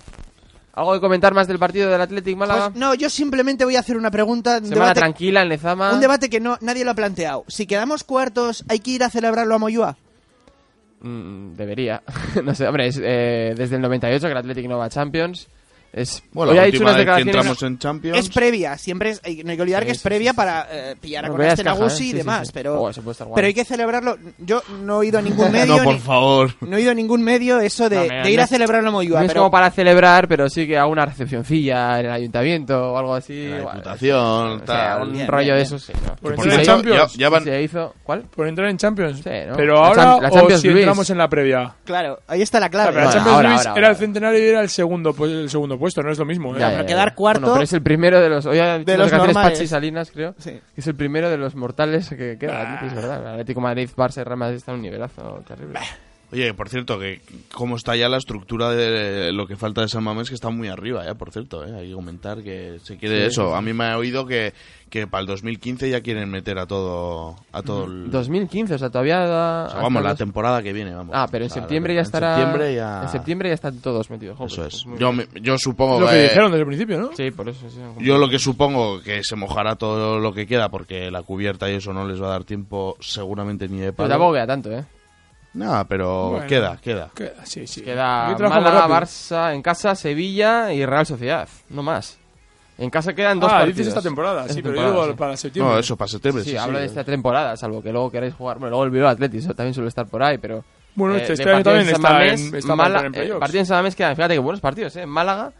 Speaker 3: ¿Algo de comentar más del partido del Athletic Málaga?
Speaker 1: Pues, no, yo simplemente voy a hacer una pregunta. un
Speaker 3: Semana
Speaker 1: debate-
Speaker 3: tranquila en Lezama.
Speaker 1: Un debate que no, nadie lo ha planteado. Si quedamos cuartos, ¿hay que ir a celebrarlo a Moyúa?
Speaker 3: Mm, debería. [laughs] no sé, hombre, es, eh, desde el 98 que el Athletic no va a Champions. Es,
Speaker 7: Bueno,
Speaker 3: hoy
Speaker 7: la
Speaker 3: ha hecho
Speaker 7: última
Speaker 3: unas
Speaker 7: vez que
Speaker 3: declaraciones...
Speaker 7: entramos en Champions.
Speaker 1: Es previa, siempre es, hay- no hay que olvidar
Speaker 3: Sí,
Speaker 1: que es
Speaker 3: sí,
Speaker 1: previa para eh, pillar a
Speaker 3: No,
Speaker 1: con
Speaker 3: veas
Speaker 1: este
Speaker 3: caja,
Speaker 1: Nagusi y
Speaker 3: ¿eh? Sí, sí,
Speaker 1: demás,
Speaker 3: sí.
Speaker 1: pero,
Speaker 3: Oh, eso puede estar guay.
Speaker 1: pero hay que celebrarlo. Yo no he ido a ningún medio,
Speaker 7: [laughs] no, por
Speaker 1: ni-
Speaker 7: favor.
Speaker 1: no he ido a ningún medio eso de,
Speaker 3: No, mira,
Speaker 1: de ir
Speaker 3: no
Speaker 1: a
Speaker 3: es-
Speaker 1: celebrar una
Speaker 3: No
Speaker 1: moyua,
Speaker 3: es
Speaker 1: pero
Speaker 3: como para celebrar, pero sí que a una recepcioncilla en el ayuntamiento o algo así.
Speaker 7: En la
Speaker 3: igual.
Speaker 7: Diputación,
Speaker 3: O sea,
Speaker 7: tal.
Speaker 3: un
Speaker 1: Bien,
Speaker 3: rollo
Speaker 1: bien,
Speaker 3: de
Speaker 1: bien.
Speaker 3: esos, sí. ¿no?
Speaker 4: Por
Speaker 7: Que
Speaker 3: Sí,
Speaker 7: por
Speaker 4: entrar en
Speaker 3: se hizo-
Speaker 7: cierto,
Speaker 4: Champions.
Speaker 7: ya- ya van-
Speaker 3: se hizo... ¿Cuál?
Speaker 4: Por entrar en Champions.
Speaker 3: Sí, ¿no?
Speaker 4: Pero
Speaker 3: La
Speaker 4: ahora,
Speaker 3: Cham- la
Speaker 4: o
Speaker 3: Champions
Speaker 4: si
Speaker 3: League.
Speaker 4: entramos en la previa. O
Speaker 1: claro, ahí está la
Speaker 4: sea,
Speaker 1: clave.
Speaker 4: pero la
Speaker 3: Bueno,
Speaker 4: Champions
Speaker 3: ahora,
Speaker 4: League
Speaker 3: ahora,
Speaker 4: era el
Speaker 3: ahora.
Speaker 4: centenario y era el segundo, pu- el segundo puesto, no es lo mismo. ¿eh?
Speaker 3: Ya,
Speaker 1: Pero
Speaker 3: ya, ya.
Speaker 1: quedar cuarto-
Speaker 3: Bueno, pero es el primero de los. Hoy ha dicho
Speaker 1: los
Speaker 3: que haces
Speaker 1: normales.
Speaker 3: Pachi Salinas, creo.
Speaker 1: Sí.
Speaker 3: que Es el primero de los mortales que queda.
Speaker 4: Ah.
Speaker 3: ¿no? Es verdad. El Atlético Madrid, Barça y Real Madrid están en un nivelazo terrible.
Speaker 7: Oye, por cierto, que cómo está ya la estructura de lo que falta de San Mamés, que está muy arriba, ya, por cierto, ¿eh? hay que comentar que se quiere eso. A mí me ha oído que, que para el 2015 ya quieren meter a todo, a todo el...
Speaker 3: 2015, o sea, todavía. Da,
Speaker 7: o sea,
Speaker 3: hasta
Speaker 7: vamos, la
Speaker 3: dos-
Speaker 7: temporada que viene, vamos.
Speaker 3: Ah, pero
Speaker 7: O
Speaker 3: en
Speaker 7: sea, la
Speaker 3: septiembre
Speaker 7: tem-
Speaker 3: ya estará.
Speaker 7: En septiembre ya...
Speaker 3: en septiembre ya están todos metidos. Joder,
Speaker 7: Eso
Speaker 3: pues
Speaker 7: es.
Speaker 3: muy
Speaker 7: Yo,
Speaker 3: bien.
Speaker 7: me- yo supongo
Speaker 4: Lo que
Speaker 7: eh,
Speaker 4: dijeron desde el principio, ¿no?
Speaker 3: Sí, por eso. sí, Pues como-
Speaker 7: Yo lo que supongo que se mojará todo lo que queda porque la cubierta y eso no les va a dar tiempo seguramente ni de
Speaker 3: Pero
Speaker 7: palo.
Speaker 3: tampoco queda tanto, ¿eh?
Speaker 7: Nada, pero
Speaker 4: Bueno.
Speaker 7: queda, queda.
Speaker 4: Que- sí, sí.
Speaker 3: Queda
Speaker 4: Aquí trabajamos
Speaker 3: Málaga,
Speaker 4: rápido.
Speaker 3: Barça en casa, Sevilla y Real Sociedad. No más. En casa quedan dos
Speaker 4: Ah,
Speaker 3: partidos.
Speaker 4: dices esta temporada,
Speaker 3: Esta
Speaker 4: sí, pero yo
Speaker 3: temporada,
Speaker 4: digo
Speaker 3: sí.
Speaker 4: para septiembre.
Speaker 7: No, eso para septiembre.
Speaker 3: Sí,
Speaker 7: Pues sí,
Speaker 3: hablo
Speaker 7: sí.
Speaker 3: de esta temporada, salvo que luego queráis jugar. Bueno, luego el Bilbao Atletis también suele estar por ahí, pero.
Speaker 4: Bueno,
Speaker 3: eh,
Speaker 4: este,
Speaker 3: de
Speaker 4: este año
Speaker 3: partido
Speaker 4: también
Speaker 3: en San
Speaker 4: está,
Speaker 3: Mamés,
Speaker 4: en, está
Speaker 3: Mala-
Speaker 4: en
Speaker 3: eh,
Speaker 4: playoffs.
Speaker 3: partido en San Mamés quedan, fíjate que buenos partidos, ¿eh? Málaga,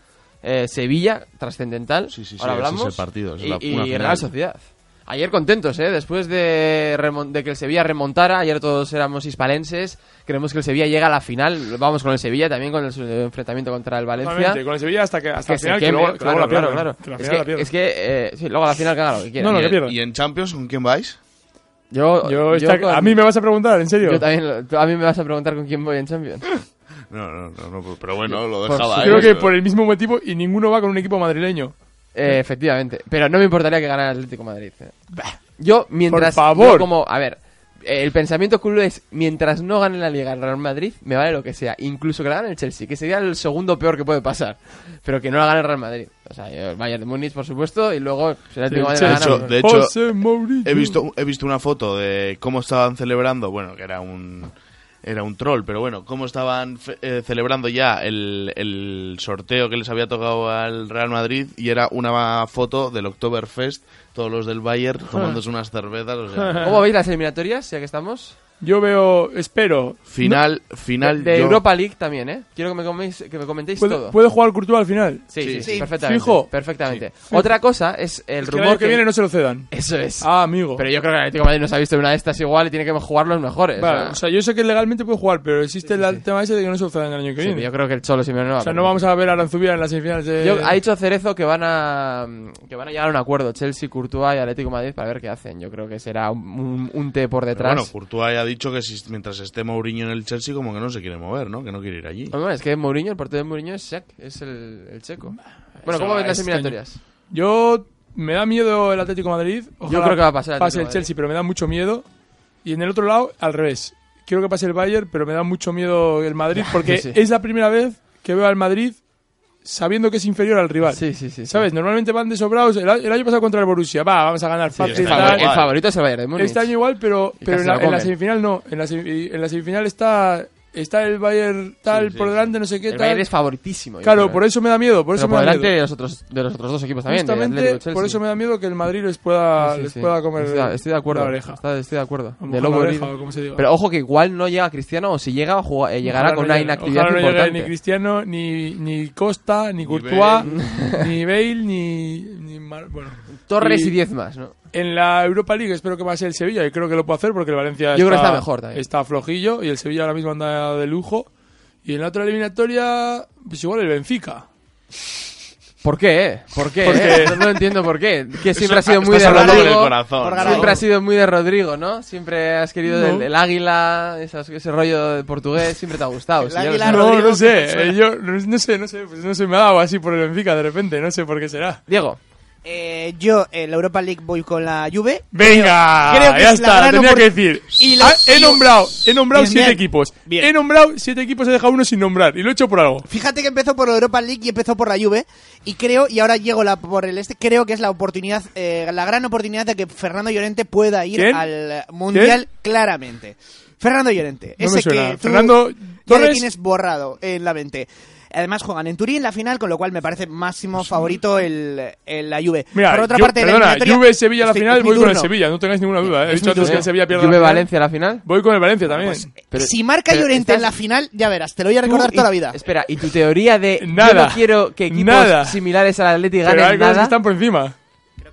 Speaker 3: eh, Sevilla, trascendental.
Speaker 7: Sí, sí, sí,
Speaker 3: ahora
Speaker 7: ese
Speaker 3: hablamos.
Speaker 7: es el partido, es
Speaker 3: y
Speaker 7: la-
Speaker 3: y
Speaker 7: una
Speaker 3: Real
Speaker 7: final.
Speaker 3: Sociedad. Ayer contentos, ¿eh? Después de, remon- de que el Sevilla remontara, ayer todos éramos hispalenses. Creemos que el Sevilla llega a la final. Vamos con el Sevilla, también con el su- eh, enfrentamiento contra el Valencia.
Speaker 4: Exactamente, con el Sevilla hasta que hasta
Speaker 3: Que
Speaker 4: el
Speaker 3: se
Speaker 4: final que
Speaker 3: queme,
Speaker 4: luego, que luego
Speaker 3: claro,
Speaker 4: la pierdan.
Speaker 3: claro,
Speaker 4: Que la
Speaker 3: claro.
Speaker 4: final la
Speaker 3: Es que,
Speaker 4: pierdan.
Speaker 3: es que, eh, sí, luego a la final que hagan lo que quieran.
Speaker 4: No, no,
Speaker 7: ¿Y
Speaker 4: que
Speaker 7: en-
Speaker 4: pierdan.
Speaker 7: ¿Y en Champions con quién vais?
Speaker 3: Yo,
Speaker 4: Yo
Speaker 3: yo
Speaker 4: esta-
Speaker 3: con-
Speaker 4: A mí me vas a preguntar, en serio.
Speaker 3: yo también, lo- tú a mí me vas a preguntar con quién voy en Champions.
Speaker 7: No, no, no, no, pero bueno, lo
Speaker 3: Por
Speaker 7: dejaba
Speaker 3: su-
Speaker 7: ahí.
Speaker 4: Creo que [laughs]
Speaker 7: pero-
Speaker 4: por el mismo motivo y ninguno va con un equipo madrileño. [laughs]
Speaker 3: Eh, efectivamente. Pero no me importaría que ganara el Atlético de Madrid. eh. Yo, mientras.
Speaker 4: Por favor.
Speaker 3: yo como, a ver, eh, el pensamiento culo es: mientras no gane la Liga el Real Madrid, me vale lo que sea. Incluso que la gane el Chelsea, que sería el segundo peor que puede pasar. Pero que no la gane el Real Madrid. O sea, yo, el Bayern de Múnich, por supuesto, y luego. si el Atlético de Madrid
Speaker 4: Sí,
Speaker 3: la
Speaker 7: de
Speaker 3: gana,
Speaker 7: hecho,
Speaker 3: pues-
Speaker 7: de hecho,
Speaker 4: José Mourinho.
Speaker 7: He visto, he visto una foto de cómo estaban celebrando, bueno, que era un era un troll, pero bueno, cómo estaban fe- eh, celebrando ya el, el sorteo que les había tocado al Real Madrid y era una foto del Oktoberfest, todos los del Bayern tomándose unas cervezas, o sea,
Speaker 3: ¿Cómo veis las eliminatorias? Ya que estamos.
Speaker 4: Yo veo, espero.
Speaker 7: final,
Speaker 3: De,
Speaker 7: final
Speaker 3: de
Speaker 7: yo-
Speaker 3: Europa League también, ¿eh? Quiero que me, coméis- que me comentéis todo.
Speaker 4: ¿Puede, puede jugar Courtois al final?
Speaker 3: Sí, sí,
Speaker 7: Sí,
Speaker 3: sí,
Speaker 1: sí.
Speaker 3: perfectamente.
Speaker 4: Fijo.
Speaker 3: Perfectamente. Otra cosa es el
Speaker 4: Es que el
Speaker 3: rumor
Speaker 4: año que viene no se lo cedan.
Speaker 3: Eso es.
Speaker 4: Ah, amigo.
Speaker 3: Pero yo creo que el Atlético de Madrid nos ha visto en una de estas igual y tiene que jugar los mejores.
Speaker 4: Vale,
Speaker 3: o
Speaker 4: o
Speaker 3: sea,
Speaker 4: sea, yo sé que legalmente puede jugar, pero existe el tema ese de que no se lo cedan el año que
Speaker 3: sí,
Speaker 4: viene.
Speaker 3: yo creo que el Cholo Simeone no va
Speaker 4: o sea,
Speaker 3: a
Speaker 4: no vamos a ver a Aranzubia en las semifinales de...
Speaker 3: Yo- ha dicho Cerezo que van a que van a llegar a un acuerdo Chelsea, Courtois y Atlético de Madrid para ver qué hacen. Yo creo que será un, un- un té por
Speaker 7: pero
Speaker 3: detrás.
Speaker 7: Bueno, Courtois ya ha dicho que si, mientras esté Mourinho en el Chelsea como que no se quiere mover, ¿no? Que no quiere ir allí.
Speaker 3: Hombre, es que Mourinho, el partido de Mourinho es Shaq, es el, el checo. Bueno, ¿cómo ves las
Speaker 4: este
Speaker 3: eliminatorias?
Speaker 4: Yo me da miedo el Atlético de Madrid. Ojalá
Speaker 3: creo que va a pasar el
Speaker 4: Pase
Speaker 3: Atlético
Speaker 4: el
Speaker 3: de
Speaker 4: Chelsea, pero me da mucho miedo. Y en el otro lado, al revés. Quiero que pase el Bayern, pero me da mucho miedo
Speaker 3: [laughs]
Speaker 4: el Madrid porque
Speaker 3: Sí, sí.
Speaker 4: es la primera vez que veo al Madrid sabiendo que es inferior al rival.
Speaker 3: Sí, sí, sí. sí.
Speaker 4: ¿Sabes? Normalmente van de sobrados. El, a- el año pasado contra el Borussia, va, vamos a ganar fácil.
Speaker 7: este
Speaker 3: El,
Speaker 7: año
Speaker 4: tal.
Speaker 3: favor- el
Speaker 7: igual.
Speaker 3: favorito es el Bayern de Múnich.
Speaker 4: Este año igual, pero,
Speaker 3: Y
Speaker 4: pero
Speaker 3: casi
Speaker 4: en,
Speaker 3: lo
Speaker 4: la, en la
Speaker 3: comen.
Speaker 4: semifinal no. En la, semi- en la semifinal está, está el Bayern tal
Speaker 7: sí,
Speaker 4: por
Speaker 7: sí.
Speaker 4: delante, no sé qué
Speaker 3: el
Speaker 4: tal.
Speaker 3: Bayern es favoritísimo. yo
Speaker 4: Claro,
Speaker 3: creo.
Speaker 4: por eso me da miedo.
Speaker 3: Pero
Speaker 4: Por eso
Speaker 3: por
Speaker 4: me da
Speaker 3: delante
Speaker 4: miedo.
Speaker 3: de los, otros, de los otros dos equipos también. de
Speaker 4: Justamente,
Speaker 3: Atlético y Chelsea.
Speaker 4: por eso me da miedo que el Madrid les pueda,
Speaker 3: Sí,
Speaker 4: Ah, les
Speaker 3: sí.
Speaker 4: pueda comer
Speaker 3: Estoy, estoy de acuerdo.
Speaker 4: la oreja.
Speaker 3: Está- estoy de acuerdo. De
Speaker 4: O mojar la
Speaker 3: lobo
Speaker 4: oreja,
Speaker 3: herido.
Speaker 4: o como se diga.
Speaker 3: Pero ojo que igual no llega Cristiano o si llega juega- eh, llegará
Speaker 4: Ojalá
Speaker 3: con
Speaker 4: no
Speaker 3: una
Speaker 4: llegue-
Speaker 3: inactividad
Speaker 4: ojalá no llegue
Speaker 3: importante.
Speaker 4: ni Cristiano, ni, ni Costa, ni Courtois, ni Bale, ni... ni Mar- bueno.
Speaker 3: Torres y
Speaker 4: Y
Speaker 3: 10 más, ¿no?
Speaker 4: En la Europa League espero que pase el Sevilla y creo que lo puedo hacer porque el Valencia
Speaker 3: Yo creo que está mejor también.
Speaker 4: está flojillo y el Sevilla ahora mismo anda de lujo. Y en la otra eliminatoria, pues igual el Benfica.
Speaker 3: ¿Por qué? eh? ¿Por qué?
Speaker 4: Porque-
Speaker 3: eh? No, no entiendo por qué. Que siempre ha
Speaker 7: Eso-
Speaker 3: sido muy
Speaker 7: estás
Speaker 3: de
Speaker 7: hablando
Speaker 3: Rodrigo.
Speaker 7: del corazón.
Speaker 1: por
Speaker 7: ¿no?
Speaker 1: ganar.
Speaker 3: Siempre ha sido muy de Rodrigo, ¿no? Siempre has querido
Speaker 4: No.
Speaker 3: el, el águila, esas- ese rollo de portugués, siempre te ha gustado.
Speaker 1: El
Speaker 3: sí, ya lo
Speaker 1: águila
Speaker 3: sé.
Speaker 1: Claro,
Speaker 4: no,
Speaker 1: Ah, Rodrigo,
Speaker 4: no
Speaker 1: que
Speaker 4: sé,
Speaker 1: suena.
Speaker 4: eh, yo no, no sé, no sé, pues no sé, me ha dado así por el Benfica de repente, no sé por qué será.
Speaker 3: Diego,
Speaker 1: Eh, yo en la Europa League voy con la Juve.
Speaker 4: Venga,
Speaker 1: Creo que
Speaker 4: ya
Speaker 1: es la
Speaker 4: está,
Speaker 1: gran
Speaker 4: tenía
Speaker 1: opor-
Speaker 4: que decir.
Speaker 1: Y la-
Speaker 4: Ah, he
Speaker 1: y-
Speaker 4: nombrado, he nombrado
Speaker 1: Bien,
Speaker 4: siete
Speaker 1: bien.
Speaker 4: equipos.
Speaker 1: Bien.
Speaker 4: He nombrado siete equipos, he dejado uno sin nombrar y lo he hecho por algo.
Speaker 1: Fíjate que empezó por la Europa League y empezó por la Juve y creo y ahora llego la, por el este creo que es la oportunidad eh, la gran oportunidad de que Fernando Llorente pueda ir
Speaker 4: ¿Quién?
Speaker 1: al mundial claramente. Fernando Llorente.
Speaker 4: me
Speaker 1: ese
Speaker 4: suena.
Speaker 1: que tú
Speaker 4: Fernando
Speaker 1: ya le
Speaker 4: Torres.
Speaker 1: tienes borrado en la mente. Además juegan en Turín la final, con lo cual me parece máximo favorito el, el- la Juve.
Speaker 4: Mira,
Speaker 1: Por otra
Speaker 4: yo-
Speaker 1: parte, la
Speaker 4: perdona,
Speaker 1: eliminatoria-
Speaker 4: Juve Sevilla a la
Speaker 1: Estoy-
Speaker 4: final,
Speaker 1: es mi
Speaker 4: voy con el
Speaker 1: turno.
Speaker 4: Sevilla, no tengáis ninguna duda. ¿eh? He
Speaker 1: Es
Speaker 4: dicho
Speaker 1: mi
Speaker 4: antes que
Speaker 1: turno.
Speaker 4: el Sevilla pierde la
Speaker 3: Juve
Speaker 4: final.
Speaker 3: Valencia a la final.
Speaker 4: Voy con el Valencia también.
Speaker 3: Pero-
Speaker 1: si marca
Speaker 3: pero
Speaker 1: Llorente en
Speaker 3: estás-
Speaker 1: la final, ya verás, te lo voy a
Speaker 3: Tú
Speaker 1: recordar
Speaker 3: y-
Speaker 1: toda la vida.
Speaker 3: Espera, y tu teoría de yo
Speaker 4: Nada.
Speaker 3: no quiero que equipos
Speaker 4: Nada.
Speaker 3: similares al Atlético
Speaker 4: Pero hay
Speaker 3: ganen
Speaker 4: cosas que
Speaker 3: nada.
Speaker 4: están por encima.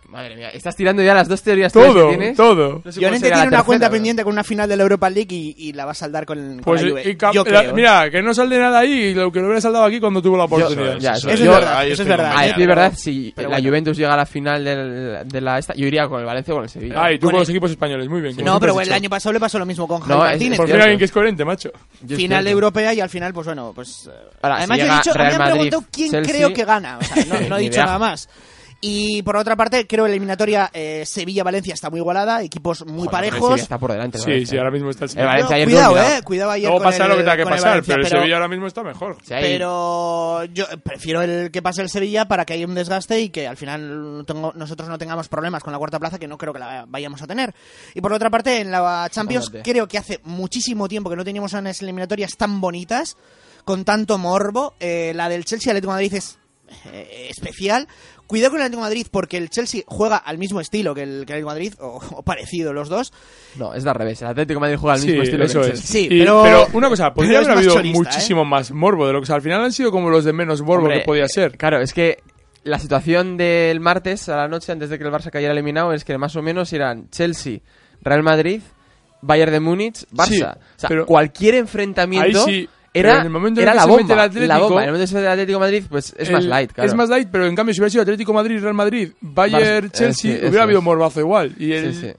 Speaker 3: Madre mía, estás tirando ya las dos teorías tuyas que
Speaker 4: Todo,
Speaker 3: tienes.
Speaker 4: todo.
Speaker 3: No sé
Speaker 1: Llorente
Speaker 3: cuál será
Speaker 1: este tiene
Speaker 3: la
Speaker 1: una
Speaker 3: tercera,
Speaker 1: cuenta
Speaker 3: pero-
Speaker 1: pendiente con una final de la Europa League y, y la va a saldar con, con
Speaker 4: Pues
Speaker 1: la Juve.
Speaker 4: y cap-
Speaker 1: Yo
Speaker 4: la-
Speaker 1: creo.
Speaker 4: mira, que no sale nada ahí y lo que lo hubiera saldado aquí cuando tuvo la oportunidad.
Speaker 3: ya,
Speaker 7: Eso
Speaker 1: Eso es
Speaker 3: Yo-
Speaker 1: verdad,
Speaker 7: ahí
Speaker 1: eso es
Speaker 7: estoy
Speaker 1: verdad.
Speaker 3: Ah,
Speaker 7: con
Speaker 1: ¿eh?
Speaker 3: es
Speaker 7: Mañana.
Speaker 3: verdad, si
Speaker 1: pero
Speaker 3: la
Speaker 1: bueno.
Speaker 3: Juventus llega a la final del- de la esta, yo iría con el Valencia o con el Sevilla.
Speaker 4: Ah, y tú
Speaker 1: Con
Speaker 4: con
Speaker 1: el-
Speaker 4: los equipos españoles, muy bien. como
Speaker 1: No,
Speaker 4: siempre
Speaker 1: pero
Speaker 4: has
Speaker 1: bueno, el
Speaker 4: dicho.
Speaker 1: año pasado le pasó lo mismo con Javi
Speaker 3: No, es-
Speaker 1: Martínez.
Speaker 3: es
Speaker 4: Por
Speaker 1: tío.
Speaker 4: fin alguien que es coherente, macho.
Speaker 3: Yo estoy
Speaker 1: final
Speaker 3: de
Speaker 1: de
Speaker 3: acuerdo.
Speaker 1: europea y al final, pues bueno, pues... eh,
Speaker 3: Ahora, si
Speaker 1: además, yo he
Speaker 3: llega
Speaker 1: dicho, a mí
Speaker 3: Ah, Real
Speaker 1: me han
Speaker 3: Madrid,
Speaker 1: preguntado quién
Speaker 3: Chelsea-
Speaker 1: creo que gana. O sea, no,
Speaker 3: [laughs]
Speaker 1: no he
Speaker 3: Ni
Speaker 1: dicho
Speaker 3: idea.
Speaker 1: nada más. Y por otra parte, creo que la eliminatoria eh, Sevilla-Valencia está muy igualada, equipos muy
Speaker 3: Joder, el Sevilla
Speaker 1: parejos.
Speaker 3: está por delante. el
Speaker 4: Sí,
Speaker 3: Valencia.
Speaker 4: sí, ahora mismo está el
Speaker 3: El
Speaker 4: Sevilla.
Speaker 1: No,
Speaker 3: Valencia ayer
Speaker 1: cuidado,
Speaker 3: dominado.
Speaker 1: eh, cuidado ayer
Speaker 4: Luego
Speaker 1: con
Speaker 4: pasa
Speaker 1: el-
Speaker 4: lo que tenga que
Speaker 1: con el
Speaker 4: pasar,
Speaker 1: Valencia,
Speaker 4: pero el Sevilla ahora mismo está mejor.
Speaker 3: Sí, ahí-
Speaker 1: Pero yo prefiero el que pase el Sevilla para que haya un desgaste y que al final no tengo- nosotros no tengamos problemas con la cuarta plaza, que no creo que la vayamos a tener. Y por otra parte, en la Champions
Speaker 3: Totalmente.
Speaker 1: creo que hace muchísimo tiempo que no teníamos unas eliminatorias tan bonitas, con tanto morbo. Eh, la del Chelsea Atlético de Madrid es eh, especial. Cuidado con el Atlético de Madrid porque el Chelsea juega al mismo estilo que el, que el Atlético de Madrid, o, o parecido los dos.
Speaker 3: No, es de al revés. El Atlético de Madrid juega al
Speaker 4: Sí,
Speaker 3: mismo estilo
Speaker 4: eso
Speaker 3: que el
Speaker 4: es.
Speaker 3: Chelsea.
Speaker 1: Sí,
Speaker 4: Y-
Speaker 1: pero-
Speaker 4: una cosa, podría
Speaker 1: pero es
Speaker 4: haber
Speaker 1: más
Speaker 4: habido
Speaker 1: chorista,
Speaker 4: muchísimo más morbo de lo que o sea, al final han sido como los de menos morbo
Speaker 3: Hombre,
Speaker 4: que podía ser.
Speaker 3: Claro, es que la situación del martes a la noche, antes de que el Barça cayera eliminado, es que más o menos eran Chelsea, Real Madrid, Bayern de Múnich, Barça.
Speaker 4: Sí,
Speaker 3: o sea,
Speaker 4: pero-
Speaker 3: cualquier enfrentamiento
Speaker 4: Ahí sí, pero
Speaker 3: era,
Speaker 4: en el momento en
Speaker 3: era
Speaker 4: el que
Speaker 3: la,
Speaker 4: se
Speaker 3: bomba,
Speaker 4: mete el
Speaker 3: la
Speaker 4: Atlético-
Speaker 3: bomba. En el momento en que se mete el Atlético de Madrid, pues es más
Speaker 4: El-
Speaker 3: light, claro.
Speaker 4: Es más light, pero en cambio, si hubiera sido Atlético Madrid, Real Madrid, Bayern,
Speaker 3: Barça-
Speaker 4: Chelsea,
Speaker 3: eh, sí, eso
Speaker 4: hubiera habido
Speaker 3: es.
Speaker 4: morbazo igual. Y
Speaker 3: Sí,
Speaker 4: el-
Speaker 3: sí.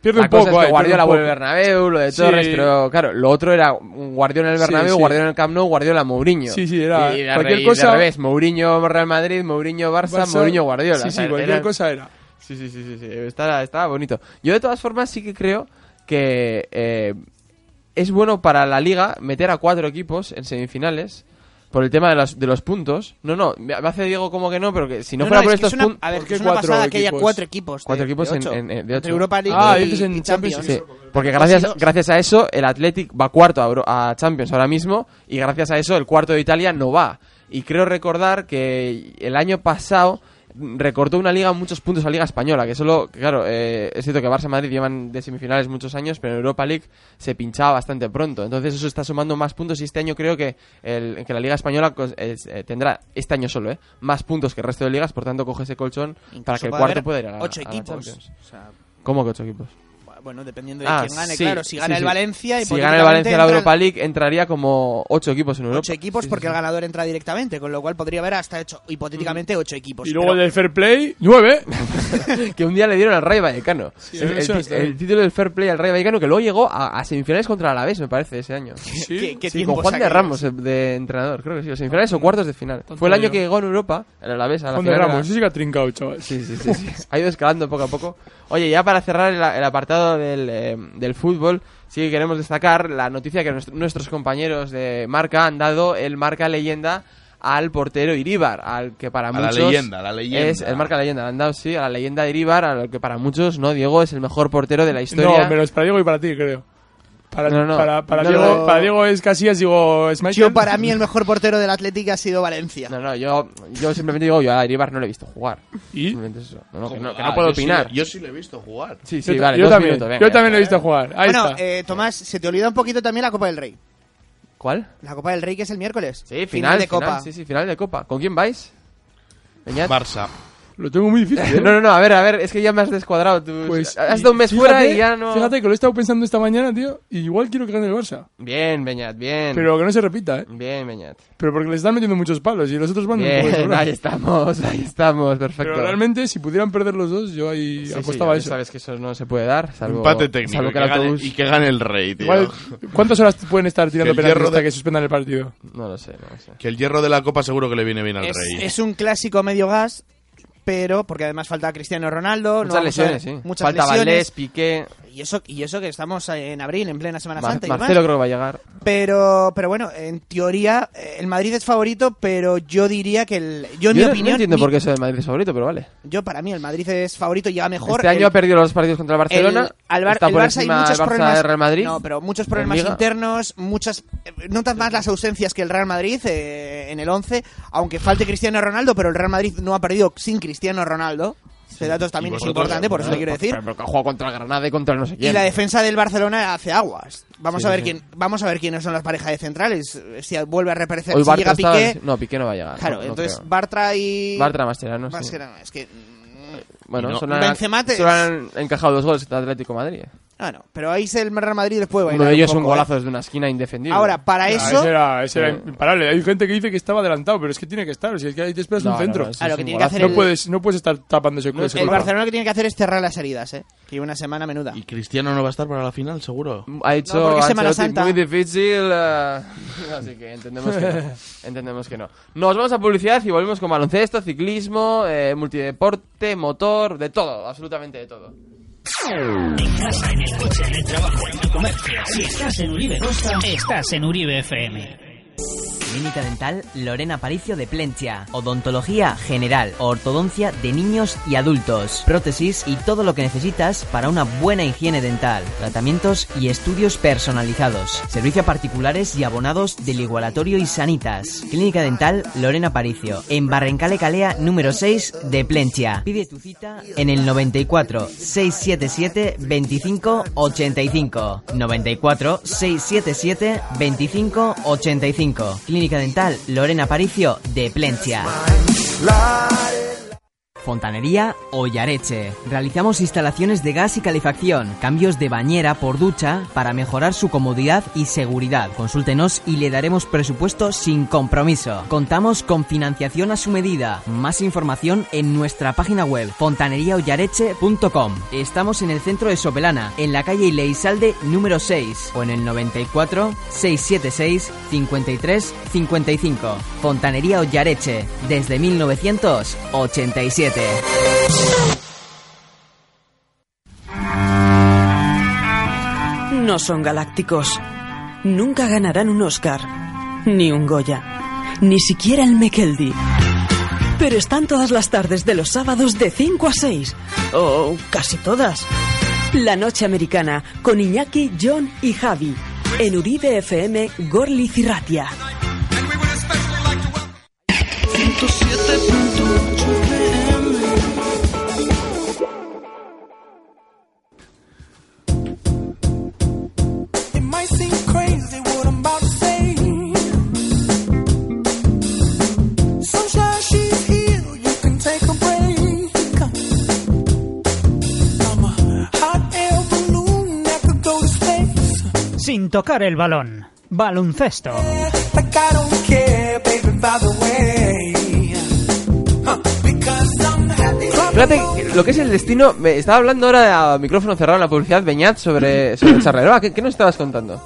Speaker 4: pierde
Speaker 3: La
Speaker 4: un
Speaker 3: cosa
Speaker 4: poco.
Speaker 3: es que
Speaker 4: ahí,
Speaker 3: Guardiola
Speaker 4: pierde
Speaker 3: vuelve
Speaker 4: un
Speaker 3: al
Speaker 4: poco.
Speaker 3: Bernabéu, lo de
Speaker 4: Sí.
Speaker 3: Torres, pero claro, lo otro era un Guardiola en el
Speaker 4: Sí,
Speaker 3: Bernabéu,
Speaker 4: sí.
Speaker 3: Guardiola en el Camp Nou, Guardiola Mourinho.
Speaker 4: Sí, sí, era
Speaker 3: Y de,
Speaker 4: cualquier
Speaker 3: y de
Speaker 4: cosa-
Speaker 3: revés, Mourinho Real Madrid, Mourinho Barça,
Speaker 4: Barça-
Speaker 3: Mourinho Guardiola.
Speaker 4: Sí,
Speaker 3: O sea,
Speaker 4: sí, cualquier
Speaker 3: era-
Speaker 4: cosa era.
Speaker 3: Sí, sí, sí, sí, sí. Estaba, estaba bonito. Yo de todas formas sí que creo que eh, es bueno para la liga meter a cuatro equipos en semifinales por el tema de los, de los puntos. No, no, me hace Diego como que no, pero que si no, fuera por
Speaker 1: es que
Speaker 3: estos
Speaker 1: es una,
Speaker 3: puntos...
Speaker 1: a ver,
Speaker 4: ¿Por
Speaker 1: que
Speaker 4: qué
Speaker 1: es una
Speaker 4: cuatro
Speaker 1: pasada que haya
Speaker 4: equipos?
Speaker 1: cuatro equipos. de-
Speaker 3: Cuatro equipos
Speaker 1: de
Speaker 3: en-
Speaker 1: ocho.
Speaker 3: en- en- de
Speaker 1: Entre
Speaker 3: ocho.
Speaker 1: Europa League
Speaker 4: Ah,
Speaker 1: y,
Speaker 4: dices en
Speaker 1: y
Speaker 4: Champions,
Speaker 1: Champions.
Speaker 3: Sí, porque
Speaker 1: Pues
Speaker 3: gracias, gracias a eso el Athletic va cuarto a, Euro- a Champions ahora mismo y gracias a eso el cuarto de Italia no va. Y creo recordar que el año pasado recortó una liga muchos puntos a la Liga Española, que solo, claro, eh, es cierto que Barça y Madrid llevan de semifinales muchos años, pero en Europa League se pinchaba bastante pronto. Entonces eso está sumando más puntos y este año creo que, el- que la Liga Española cos- es- eh, tendrá, este año solo, eh, más puntos que el resto de ligas, por tanto coge ese colchón para
Speaker 1: Incluso
Speaker 3: que el
Speaker 1: puede
Speaker 3: cuarto
Speaker 1: haber
Speaker 3: pueda ir a la,
Speaker 1: ocho
Speaker 3: a la
Speaker 1: equipos.
Speaker 3: Champions.
Speaker 1: O sea,
Speaker 3: ¿Cómo que ocho equipos?
Speaker 1: bueno, dependiendo de
Speaker 3: Ah,
Speaker 1: quién gane,
Speaker 3: sí,
Speaker 1: claro. Si gana
Speaker 3: sí,
Speaker 1: el
Speaker 3: sí.
Speaker 1: Valencia y
Speaker 3: Si gana el Valencia la
Speaker 1: entran
Speaker 3: Europa League, entraría como ocho equipos en Europa.
Speaker 1: ocho equipos
Speaker 3: Sí, sí,
Speaker 1: porque
Speaker 3: sí.
Speaker 1: el ganador entra directamente, con lo cual podría haber hasta hecho hipotéticamente ocho
Speaker 3: Pues
Speaker 1: equipos.
Speaker 4: Y luego el
Speaker 1: pero-
Speaker 4: del Fair Play,
Speaker 3: [laughs]
Speaker 4: nueve.
Speaker 3: Que un día le dieron al Rayo Vallecano. el,
Speaker 4: eso
Speaker 3: el-
Speaker 4: está
Speaker 3: el
Speaker 4: bien.
Speaker 3: título del Fair Play al Rayo Vallecano que luego llegó a, a semifinales contra el Alavés, me parece, ese año.
Speaker 1: [laughs]
Speaker 4: Sí.
Speaker 1: [laughs] ¿Qué- qué
Speaker 3: Sí, con
Speaker 1: tiempos
Speaker 3: Juan de
Speaker 1: aquellos?
Speaker 3: Ramos eh, de entrenador, creo que sí. o Semifinales o cuartos de final. Fue el año que llegó en Europa, el Alavés, a la
Speaker 4: Juan de
Speaker 3: final era-
Speaker 4: Ramos, sí que ha trincado, chaval.
Speaker 3: Sí, sí, sí, sí. Ha ido escalando poco a poco. Oye, ya para cerrar el, el apartado del, eh, del fútbol, sí que queremos destacar la noticia que nuestro- nuestros compañeros de marca han dado el marca leyenda al portero Iríbar, al que para
Speaker 7: A la
Speaker 3: muchos
Speaker 7: leyenda, a la leyenda.
Speaker 3: es el marca leyenda, le han dado sí a la leyenda de Iríbar, al que para muchos no Diego es el mejor portero de la historia.
Speaker 4: No, menos para Diego y para ti, creo. Para,
Speaker 3: No, no.
Speaker 4: para, para
Speaker 3: No,
Speaker 4: Diego,
Speaker 3: no.
Speaker 4: para Diego es Casillas, digo, es Michael.
Speaker 1: Yo, para mí, el mejor portero del Atlético ha sido Valencia.
Speaker 3: No, no, yo, yo simplemente digo, yo a Iríbar no le he visto jugar.
Speaker 4: ¿Y?
Speaker 3: Simplemente eso. No, no, que no, que
Speaker 7: Ah,
Speaker 3: no puedo
Speaker 7: yo sí
Speaker 3: opinar.
Speaker 7: le- yo sí le he visto jugar.
Speaker 3: Sí,
Speaker 4: Yo
Speaker 3: sí,
Speaker 4: ta-
Speaker 3: vale,
Speaker 4: yo
Speaker 3: dos
Speaker 4: también,
Speaker 3: minutos, venga,
Speaker 4: yo
Speaker 3: ya.
Speaker 4: también lo he visto jugar. Ahí
Speaker 1: bueno,
Speaker 4: está.
Speaker 1: eh, Tomás, se te olvida un poquito también la Copa del Rey.
Speaker 3: ¿Cuál?
Speaker 1: La Copa del Rey que es el miércoles.
Speaker 3: Sí, final,
Speaker 1: de Copa.
Speaker 3: sí, sí, final de Copa. ¿Con quién vais? Beñat.
Speaker 7: Barça.
Speaker 4: Lo tengo muy difícil. ¿eh?
Speaker 3: [laughs] No, no, no, a ver, a ver, es que ya me has descuadrado. tú.
Speaker 4: Pues,
Speaker 3: has
Speaker 4: y-
Speaker 3: dado un mes
Speaker 4: fíjate-
Speaker 3: fuera y ya no.
Speaker 4: Fíjate que lo he estado pensando esta mañana, tío. Y igual quiero que gane el Barça.
Speaker 3: Bien, Beñat, bien.
Speaker 4: Pero que no se repita, ¿eh?
Speaker 3: Bien, Beñat.
Speaker 4: Pero porque le están metiendo muchos palos y los otros van un
Speaker 3: [laughs]
Speaker 4: poco
Speaker 3: Bien,
Speaker 4: sobrados.
Speaker 3: ahí estamos, ahí estamos, perfecto.
Speaker 4: Pero realmente, si pudieran perder los dos, yo ahí
Speaker 3: Sí, sí,
Speaker 4: apostaba
Speaker 3: ya
Speaker 4: eso.
Speaker 3: Sabes que eso no se puede dar, salvo.
Speaker 7: Empate técnico.
Speaker 3: Salvo
Speaker 7: y,
Speaker 3: que
Speaker 7: que
Speaker 3: el
Speaker 7: gane,
Speaker 3: autobús.
Speaker 7: y que gane el rey, tío.
Speaker 4: Igual, ¿Cuántas horas pueden estar tirando
Speaker 7: Que el
Speaker 4: penaltis
Speaker 7: hierro
Speaker 4: hasta
Speaker 7: de-
Speaker 4: que suspendan el partido?
Speaker 3: No lo sé, no lo sé.
Speaker 7: Que el hierro de la copa seguro que le viene bien al
Speaker 1: Es,
Speaker 7: rey.
Speaker 1: es un clásico a medio gas, pero porque además falta Cristiano Ronaldo. no
Speaker 3: Muchas
Speaker 1: vamos a-
Speaker 3: lesiones, sí.
Speaker 1: Muchas
Speaker 3: Falta
Speaker 1: lesiones.
Speaker 3: Valdés, Piqué.
Speaker 1: Y y eso, y eso que estamos en abril, en plena Semana
Speaker 3: Mar-
Speaker 1: Santa. y demás.
Speaker 3: Marcelo creo que va a llegar.
Speaker 1: Pero, pero bueno, en teoría, eh, el Madrid es favorito, pero yo diría que el. Yo, en mi
Speaker 3: no-
Speaker 1: opinión.
Speaker 3: no entiendo
Speaker 1: mi-
Speaker 3: por qué eso de Madrid es favorito, pero vale.
Speaker 1: Yo, para mí, el Madrid es favorito, llega mejor.
Speaker 3: Este año
Speaker 1: el-
Speaker 3: ha perdido los partidos contra el Barcelona.
Speaker 1: el, al Bar-
Speaker 3: está
Speaker 1: el
Speaker 3: por
Speaker 1: Barça hay
Speaker 3: encima
Speaker 1: muchos
Speaker 3: del Barça
Speaker 1: problemas.
Speaker 3: de Real Madrid.
Speaker 1: No, pero muchos
Speaker 3: en
Speaker 1: problemas
Speaker 3: Liga.
Speaker 1: internos, muchas. eh, No tan más las ausencias que el Real Madrid eh, en el 11, aunque falte Cristiano Ronaldo, pero el Real Madrid no ha perdido sin Cristiano Ronaldo. Ese dato también es
Speaker 7: vosotros,
Speaker 1: importante, por eso lo quiero decir.
Speaker 3: Pero, pero que ha jugado contra el Granada y contra el no sé
Speaker 1: Y
Speaker 3: quién.
Speaker 1: la defensa del Barcelona hace aguas. Vamos
Speaker 3: Sí,
Speaker 1: a ver
Speaker 3: sí.
Speaker 1: quién, vamos a ver quiénes son las parejas de centrales. Si vuelve a reaparecer,
Speaker 3: Hoy
Speaker 1: si llega
Speaker 3: Bartra estaba-
Speaker 1: Piqué.
Speaker 3: No, Piqué no va a llegar.
Speaker 1: Claro,
Speaker 3: no- no
Speaker 1: entonces
Speaker 3: creo.
Speaker 1: Bartra y
Speaker 3: Bartra Mascherano, sí.
Speaker 1: Mascherano, es que mm,
Speaker 3: Bueno,
Speaker 7: Y no-
Speaker 3: solo, han,
Speaker 1: Benzema te-
Speaker 3: solo han encajado dos goles contra Atlético de Madrid. eh.
Speaker 1: ah, no, pero ahí se el Real Madrid les puede bailar
Speaker 3: Uno de ellos
Speaker 1: un
Speaker 3: un
Speaker 1: poco, ¿eh?
Speaker 3: golazo desde una esquina indefendible.
Speaker 1: Ahora, para
Speaker 4: Ah,
Speaker 1: eso
Speaker 4: ese era, ese era imparable. Hay gente que dice que estaba adelantado, pero es que tiene que estar. Si es que ahí te esperas
Speaker 3: No,
Speaker 4: un
Speaker 3: no,
Speaker 4: centro.
Speaker 3: no,
Speaker 4: No,
Speaker 3: eso
Speaker 1: Claro,
Speaker 3: es
Speaker 1: Ah, que
Speaker 3: un
Speaker 1: tiene que
Speaker 3: golazo.
Speaker 1: hacer el-
Speaker 4: puedes, no puedes estar tapando ese, ese
Speaker 1: el
Speaker 4: golazo.
Speaker 1: Barcelona lo que tiene que hacer es cerrar las heridas, ¿eh? Que lleva una semana menuda.
Speaker 7: Y Cristiano no va a estar para la final, seguro.
Speaker 3: Ha hecho
Speaker 1: No, porque es Semana
Speaker 3: Ancelotti
Speaker 1: Santa.
Speaker 3: muy difícil, eh, [laughs] así que entendemos que
Speaker 1: [laughs]
Speaker 3: no. Entendemos que no. Nos vamos a publicidad y volvemos con baloncesto, ciclismo, eh, multideporte, motor, de todo, absolutamente de todo.
Speaker 6: Si estás en Uribe Costa, estás en Uribe FM.
Speaker 9: Clínica Dental Lorena Paricio de Plentia. Odontología general. Ortodoncia de niños y adultos. Prótesis y todo lo que necesitas para una buena higiene dental. Tratamientos y estudios personalizados. Servicio a particulares y abonados del igualatorio y sanitas. Clínica Dental Lorena Paricio. En Barrencale Calea número 6 de Plentia. Pide tu cita en el 94 677 25 85. 94 677 25 85. Clínica Dental Lorena Paricio de Plencia. Fontanería Ollareche. Realizamos instalaciones de gas y calefacción, cambios de bañera por ducha para mejorar su comodidad y seguridad. Consúltenos y le daremos presupuesto sin compromiso. Contamos con financiación a su medida. Más información en nuestra página web fontaneriaollareche.com. Estamos en el centro de Sopelana, en la calle Leisalde número 6 o en el 94 676 53 55. Fontanería Ollareche, desde 1987.
Speaker 10: No son galácticos. Nunca ganarán un Oscar, ni un Goya, ni siquiera el Mekeldi. Pero están todas las tardes de los sábados de 5 a 6, o casi todas. La Noche Americana, con Iñaki, John y Javi, en Uribe FM, Gorli Cirratia.
Speaker 5: 107.8 FM. It might seem crazy what I'm about to say. Sunshine, she's here. You can take a break. I'm a hot air balloon that could go to space.
Speaker 6: Sin tocar el balón. Baloncesto.
Speaker 5: Like I don't care, baby, by the way. Huh, Because I'm happy.
Speaker 3: Fíjate, lo que es el destino, me estaba hablando ahora a micrófono cerrado en la publicidad, Beñat, sobre, sobre Charleroi. ¿Qué, qué nos estabas contando?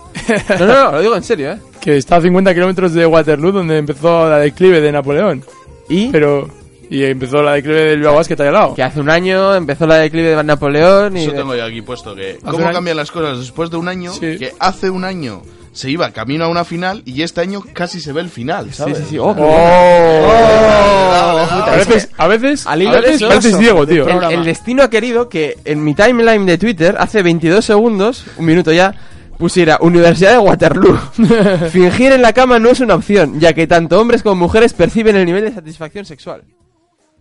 Speaker 3: No, no, no, lo digo en serio, ¿eh?
Speaker 4: Que está a 50 kilómetros de Waterloo, donde empezó la declive de Napoleón.
Speaker 3: Y
Speaker 4: Pero. Y empezó la declive del Bilbao Basket ahí al lado.
Speaker 3: que hace un año empezó la declive de Napoleón y...
Speaker 7: Eso tengo yo aquí puesto que
Speaker 4: un
Speaker 7: cómo
Speaker 4: año-
Speaker 7: cambian las cosas después de un año
Speaker 4: Sí.
Speaker 7: que hace un año se iba camino a una final y este año casi se ve el final,
Speaker 3: Sí,
Speaker 7: ¿sabes? Ah,
Speaker 3: sí, sí. Oh, qué bueno.
Speaker 4: ¡Oh!
Speaker 3: Puta,
Speaker 4: A
Speaker 3: es que-
Speaker 4: veces, a veces,
Speaker 3: Al hilo
Speaker 4: a veces
Speaker 3: de eso-
Speaker 4: pareces Diego, tío.
Speaker 3: El, el destino ha querido que en mi timeline de Twitter, hace 22 segundos, un minuto ya, pusiera Universidad de Waterloo. Fingir en la cama no es una opción, ya que tanto hombres como mujeres perciben el nivel de satisfacción sexual.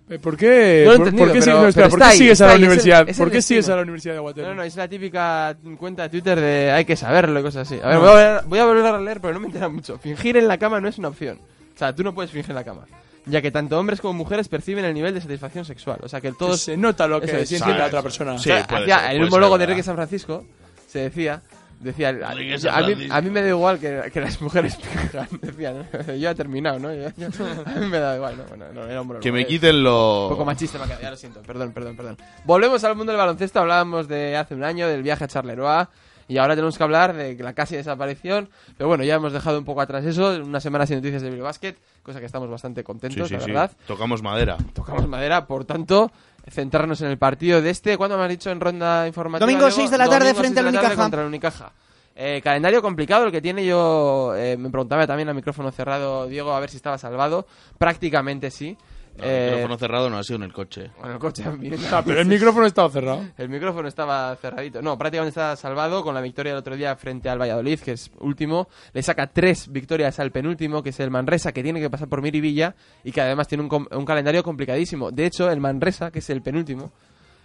Speaker 4: Eh, ¿Por qué?
Speaker 3: No lo he
Speaker 4: por-
Speaker 3: entendido,
Speaker 4: ¿Por qué,
Speaker 3: pero-
Speaker 4: sigues- no, espera,
Speaker 3: pero
Speaker 4: ¿por
Speaker 3: está
Speaker 4: qué
Speaker 3: ahí,
Speaker 4: sigues
Speaker 3: está
Speaker 4: a la
Speaker 3: ahí, es el-
Speaker 4: universidad?
Speaker 3: es el
Speaker 4: ¿Por qué sigues
Speaker 3: destino.
Speaker 4: a la universidad de Waterloo?
Speaker 3: No, no, es la típica cuenta de Twitter de hay que saberlo y cosas así. A ver, voy, a, volver- voy a volver a leer, pero no me entera mucho. Fingir en la cama no es una opción. O sea, tú no puedes fingir en la cama. Ya que tanto hombres como mujeres perciben el nivel de satisfacción sexual. O sea, que
Speaker 4: Que
Speaker 3: todos
Speaker 4: se nota lo
Speaker 3: Eso
Speaker 4: que
Speaker 3: es,
Speaker 4: siente
Speaker 7: ¿sabes?
Speaker 4: la otra persona.
Speaker 7: Sí.
Speaker 3: O sea,
Speaker 7: puede
Speaker 3: hacía
Speaker 7: ser,
Speaker 3: el
Speaker 7: puede
Speaker 3: homólogo
Speaker 7: ser,
Speaker 3: de
Speaker 7: ¿verdad?
Speaker 3: Enrique San Francisco se decía, decía, a,
Speaker 7: Enrique
Speaker 3: yo-
Speaker 7: San
Speaker 3: a mí,
Speaker 7: Francisco.
Speaker 3: a mí me da igual que, que las mujeres [laughs] pinjan, decía, ¿no? [laughs] yo he terminado, ¿no? Yo- yo- a mí me da igual, no, bueno, no, era un monólogo,
Speaker 7: Que me
Speaker 3: eh,
Speaker 7: quiten
Speaker 3: Un
Speaker 7: lo
Speaker 3: poco machista me ha quedado, ya lo siento, perdón, perdón, perdón. Volvemos al mundo del baloncesto, hablábamos de hace un año del viaje a Charleroi y ahora tenemos que hablar de la casi desaparición, pero bueno, ya hemos dejado un poco atrás eso, una semana sin noticias de Bilbao Basket, cosa que estamos bastante
Speaker 7: Sí,
Speaker 3: contentos,
Speaker 7: sí,
Speaker 3: la
Speaker 7: sí.
Speaker 3: verdad
Speaker 7: Tocamos madera.
Speaker 3: tocamos madera, por tanto, centrarnos en el partido de este. ¿Cuándo me has dicho en ronda informativa?
Speaker 1: Domingo
Speaker 3: Diego?
Speaker 1: 6 de la tarde
Speaker 3: Domingo
Speaker 1: frente
Speaker 3: 6 de
Speaker 1: al
Speaker 3: la tarde
Speaker 1: Unicaja.
Speaker 3: contra el Unicaja. Eh, calendario complicado el que tiene yo. eh, me preguntaba también a micrófono cerrado, Diego, a ver si estaba salvado. Prácticamente sí. Eh,
Speaker 7: el micrófono cerrado no ha sido en el coche.
Speaker 3: bueno, el coche también.
Speaker 4: Ah, pero el micrófono estaba cerrado.
Speaker 3: [laughs] El micrófono estaba cerradito. No, prácticamente estaba salvado con la victoria del otro día frente al Valladolid, que es último. Le saca tres victorias al penúltimo, que es el Manresa, que tiene que pasar por Mirivilla y que además tiene un, com- un calendario complicadísimo. De hecho, el Manresa, que es el penúltimo,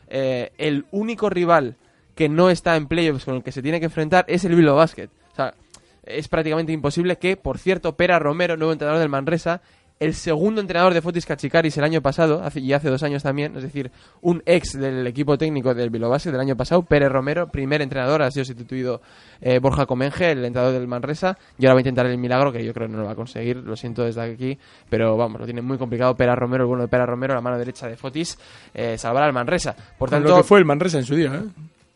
Speaker 3: eh, el único rival que no está en playoffs con el que se tiene que enfrentar es el Bilbao Basket. O sea, es prácticamente imposible que, por cierto, Pera Romero, nuevo entrenador del Manresa, el segundo entrenador de Fotis Katsikaris el año pasado, hace- y hace dos años también, es decir, un ex del equipo técnico del Bilbao Basket del año pasado, Pérez Romero, primer entrenador, ha sido sustituido eh, Borja Comenge, el entrenador del Manresa, y ahora va a intentar el milagro, que yo creo que no lo va a conseguir, lo siento desde aquí, pero vamos, lo tiene muy complicado Pera Romero, el bueno de Pera Romero, la mano derecha de Fotis, eh, salvar al Manresa. Por
Speaker 4: Con
Speaker 3: tanto,
Speaker 4: lo que fue el Manresa en su día, ¿eh?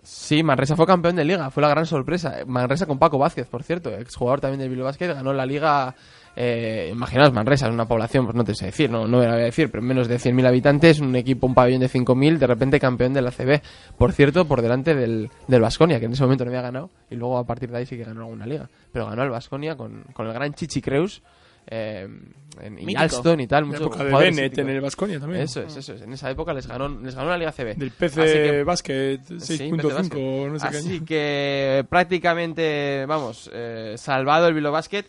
Speaker 3: Sí, Manresa fue campeón de liga, fue la gran sorpresa. Manresa con Paco Vázquez, por cierto, exjugador también del Bilbao Basket, ganó la liga. Eh, imaginaos, Manresa es una población, pues no te sé decir, no, no me la voy a decir, pero menos de 100.000 habitantes, un equipo, un pabellón de 5.000, de repente campeón de la CB, por cierto, por delante del, del Vasconia, que en ese momento no había ganado, y luego a partir de ahí sí que ganó alguna liga. Pero ganó el Vasconia con, con el gran Chichi Creus, eh, en, y
Speaker 4: Mítico.
Speaker 3: Alston y tal,
Speaker 4: La
Speaker 3: muchos
Speaker 4: época de
Speaker 3: jugadores
Speaker 4: Bennett
Speaker 3: míticos.
Speaker 4: en el Vasconia también.
Speaker 3: Eso es, eso es. En esa época les ganó, les ganó la Liga CB. Así
Speaker 4: Del
Speaker 3: que-
Speaker 4: PC Basket
Speaker 3: Sí,
Speaker 4: 6.5
Speaker 3: Bete
Speaker 4: o no sé qué
Speaker 3: Basket. Así
Speaker 4: año.
Speaker 3: que prácticamente, vamos, eh, salvado el Bilbao Basket.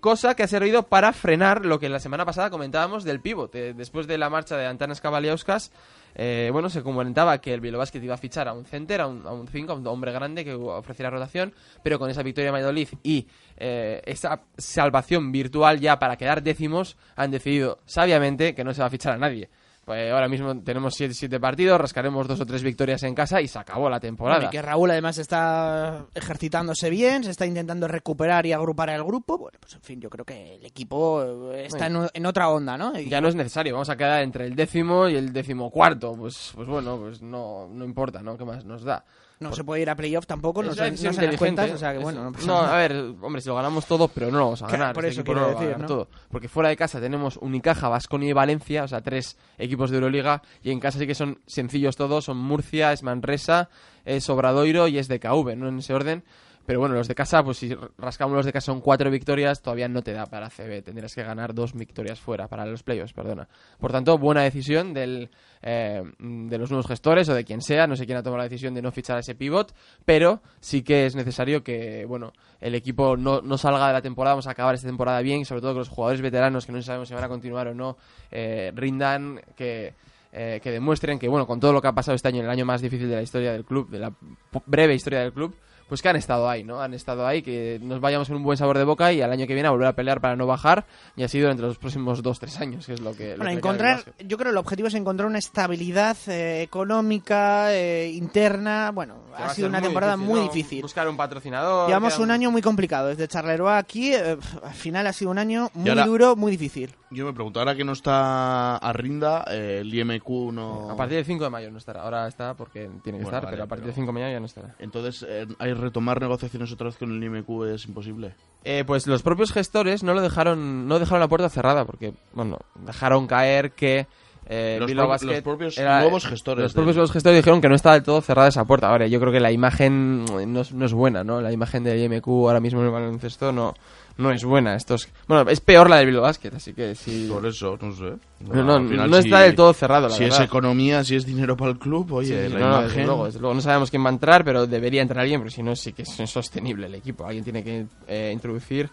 Speaker 3: Cosa que ha servido para frenar lo que la semana pasada comentábamos del pívot. Eh, después de la marcha de Antanas Cavaliauskas, eh, bueno, se comentaba que el Bilbao Basket iba a fichar a un center, a un 5, a un, cinco, a un hombre grande que ofreciera rotación, pero con esa victoria de Valladolid y eh, esa salvación virtual ya para quedar décimos, han decidido sabiamente que no se va a fichar a nadie. Pues ahora mismo tenemos 7 siete partidos, rascaremos dos o tres victorias en casa y se acabó la temporada.
Speaker 1: Bueno, y que Raúl además está ejercitándose bien, se está intentando recuperar y agrupar al grupo. Bueno, pues en fin, yo creo que el equipo eh, está en, o- en otra onda, ¿no? Y-
Speaker 3: ya no es necesario, vamos a quedar entre el décimo y el décimo cuarto. Pues, pues bueno, pues no, no importa, ¿no? ¿Qué más nos da?
Speaker 1: no se puede ir a playoff tampoco, no
Speaker 3: Es
Speaker 1: se,
Speaker 3: una
Speaker 1: no
Speaker 3: decisión
Speaker 1: se dan
Speaker 3: inteligente,
Speaker 1: cuentas, o sea que
Speaker 3: es-
Speaker 1: bueno, no pasa
Speaker 3: no,
Speaker 1: nada.
Speaker 3: a ver, hombre, si lo ganamos todo, pero no lo vamos a
Speaker 1: Claro,
Speaker 3: ganar.
Speaker 1: por eso
Speaker 3: equipo
Speaker 1: quiero
Speaker 3: no lo va a
Speaker 1: decir,
Speaker 3: ganar
Speaker 1: ¿no?
Speaker 3: todo. Porque fuera de casa tenemos Unicaja, Vasconia y Valencia, o sea, tres equipos de Euroliga, y en casa sí que son sencillos todos, son Murcia, es Manresa, es Obradoiro y es DKV, ¿no? En ese orden. Pero bueno, los de casa, pues si rascamos los de casa son cuatro victorias, todavía no te da para CB. Tendrías que ganar dos victorias fuera para los playoffs, perdona. Por tanto, buena decisión del, eh, de los nuevos gestores o de quien sea. No sé quién ha tomado la decisión de no fichar a ese pivot, pero sí que es necesario que, bueno, el equipo no, no salga de la temporada. Vamos a acabar esta temporada bien y sobre todo que los jugadores veteranos que no sabemos si van a continuar o no eh, rindan, que, eh, que demuestren que, bueno, con todo lo que ha pasado este año, el año más difícil de la historia del club, de la po- breve historia del club, pues que han estado ahí, ¿no? Han estado ahí, que nos vayamos con un buen sabor de boca y al año que viene a volver a pelear para no bajar y así durante los próximos 2-3 años, que es lo
Speaker 1: Bueno,
Speaker 3: que... lo que le queda al
Speaker 1: encontrar,
Speaker 3: básquet.
Speaker 1: yo creo que el objetivo es encontrar una estabilidad eh, económica, eh, interna. Bueno,
Speaker 3: Que va
Speaker 1: ha
Speaker 3: a
Speaker 1: sido
Speaker 3: ser
Speaker 1: una temporada muy
Speaker 3: ¿no?
Speaker 1: difícil.
Speaker 3: Buscar un patrocinador.
Speaker 1: Llevamos
Speaker 3: quedan-
Speaker 1: un año muy complicado. Desde Charleroi aquí, eh, pf, al final ha sido un año muy
Speaker 7: ahora-
Speaker 1: duro, muy difícil.
Speaker 7: Yo me pregunto, ahora que no está a Rinda, eh, el IMQ no...
Speaker 3: A partir del 5 de mayo no estará. Ahora está porque tiene que
Speaker 7: Bueno,
Speaker 3: estar,
Speaker 7: vale,
Speaker 3: pero a partir del
Speaker 7: pero-
Speaker 3: 5 de mayo ya no estará.
Speaker 7: Entonces, eh, ¿hay retomar negociaciones otra vez con el IMQ es imposible?
Speaker 3: Eh, pues los propios gestores no lo dejaron, no dejaron la puerta cerrada porque, bueno, dejaron caer que eh,
Speaker 7: Los
Speaker 3: Bilbao
Speaker 7: pro-
Speaker 3: Basket
Speaker 7: los propios
Speaker 3: era-
Speaker 7: nuevos gestores
Speaker 3: Los
Speaker 7: del-
Speaker 3: propios nuevos gestores dijeron que no estaba del todo cerrada esa puerta. Ahora, yo creo que la imagen eh, no es, no es buena, ¿no? La imagen del IMQ ahora mismo en el baloncesto no, no es buena. Esto es- bueno, es peor la del Bilbao Basket, así que sí.
Speaker 7: Por eso, no sé.
Speaker 3: No, no, no está del todo cerrado, la
Speaker 7: Si
Speaker 3: verdad.
Speaker 7: es economía, si es dinero para el club, oye,
Speaker 3: Sí,
Speaker 7: la
Speaker 3: no, no, desde
Speaker 7: imagen...
Speaker 3: luego, desde luego. no sabemos quién va a entrar, pero debería entrar alguien, porque si no, sí que es insostenible el equipo. Alguien tiene que eh, introducir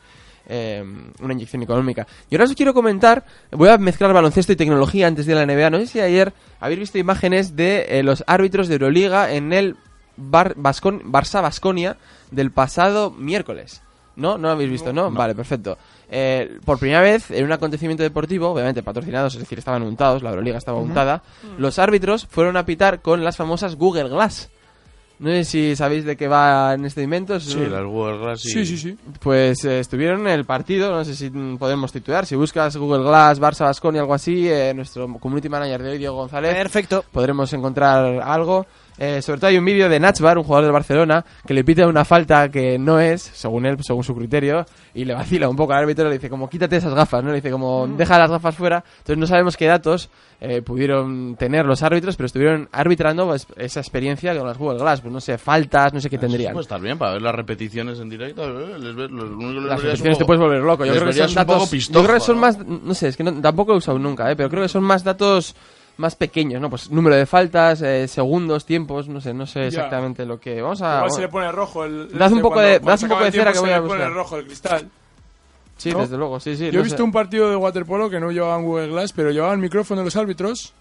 Speaker 3: eh, una inyección económica. Y ahora os quiero comentar, voy a mezclar baloncesto y tecnología antes de la NBA. No sé si ayer habéis visto imágenes de eh, los árbitros de Euroliga en el Bar Bascon- Barça Basconia del pasado miércoles. ¿No? ¿No lo habéis visto, no? Vale, perfecto. Eh, por primera vez, en un acontecimiento deportivo, obviamente patrocinados, es decir, estaban untados, la Euroliga estaba untada, los árbitros fueron a pitar con las famosas Google Glass. No sé si sabéis de qué va en este invento. es
Speaker 7: Sí,
Speaker 3: un-
Speaker 7: las guerras y...
Speaker 4: Sí, sí, sí.
Speaker 3: pues eh, estuvieron en el partido, no sé si mm, podemos titular. Si buscas Google Glass, Barça, Basconi, algo así, eh, nuestro community manager de hoy, Diego González,
Speaker 1: Perfecto.
Speaker 3: podremos encontrar algo. Eh, sobre todo hay un vídeo de Nachbar, un jugador del Barcelona, que le pita una falta que no es, según él, según su criterio, y le vacila un poco al árbitro, le dice como quítate esas gafas, ¿no? Le dice como deja las gafas fuera. Entonces no sabemos qué datos eh, pudieron tener los árbitros, pero estuvieron arbitrando pues, esa experiencia con las Google Glass, pues no sé, faltas, no sé qué tendrían.
Speaker 7: Pues estar bien para ver las repeticiones en directo. eh, les ve- lo único que les
Speaker 3: Las
Speaker 7: verías un
Speaker 3: repeticiones te
Speaker 7: poco-
Speaker 3: puedes volver loco. Yo
Speaker 7: les
Speaker 3: creo que
Speaker 7: verías
Speaker 3: son
Speaker 7: un poco
Speaker 3: datos.
Speaker 7: pistofa,
Speaker 3: yo creo que son
Speaker 7: ¿no?
Speaker 3: más. No sé, es que no- tampoco he usado nunca, ¿eh? Pero creo que son más datos más pequeños, ¿no? Pues número de faltas, eh, segundos, tiempos, no sé, no sé
Speaker 4: Ya.
Speaker 3: exactamente lo que. Vamos a.
Speaker 4: Igual
Speaker 3: Ah, bueno,
Speaker 4: se le pone rojo el.
Speaker 3: Dad un
Speaker 4: este,
Speaker 3: poco
Speaker 4: cuando-
Speaker 3: de-
Speaker 4: cuando
Speaker 3: dad
Speaker 4: se
Speaker 3: un poco
Speaker 4: acaba
Speaker 3: de
Speaker 4: el
Speaker 3: cera
Speaker 4: tiempo
Speaker 3: que voy
Speaker 4: se
Speaker 3: a
Speaker 4: le pone
Speaker 3: buscar.
Speaker 4: rojo el cristal.
Speaker 3: sí,
Speaker 4: ¿no?
Speaker 3: desde luego, sí, sí.
Speaker 4: Yo he
Speaker 3: no
Speaker 4: visto
Speaker 3: sé.
Speaker 4: un partido de waterpolo que no llevaban Google Glass, pero llevaban micrófono los árbitros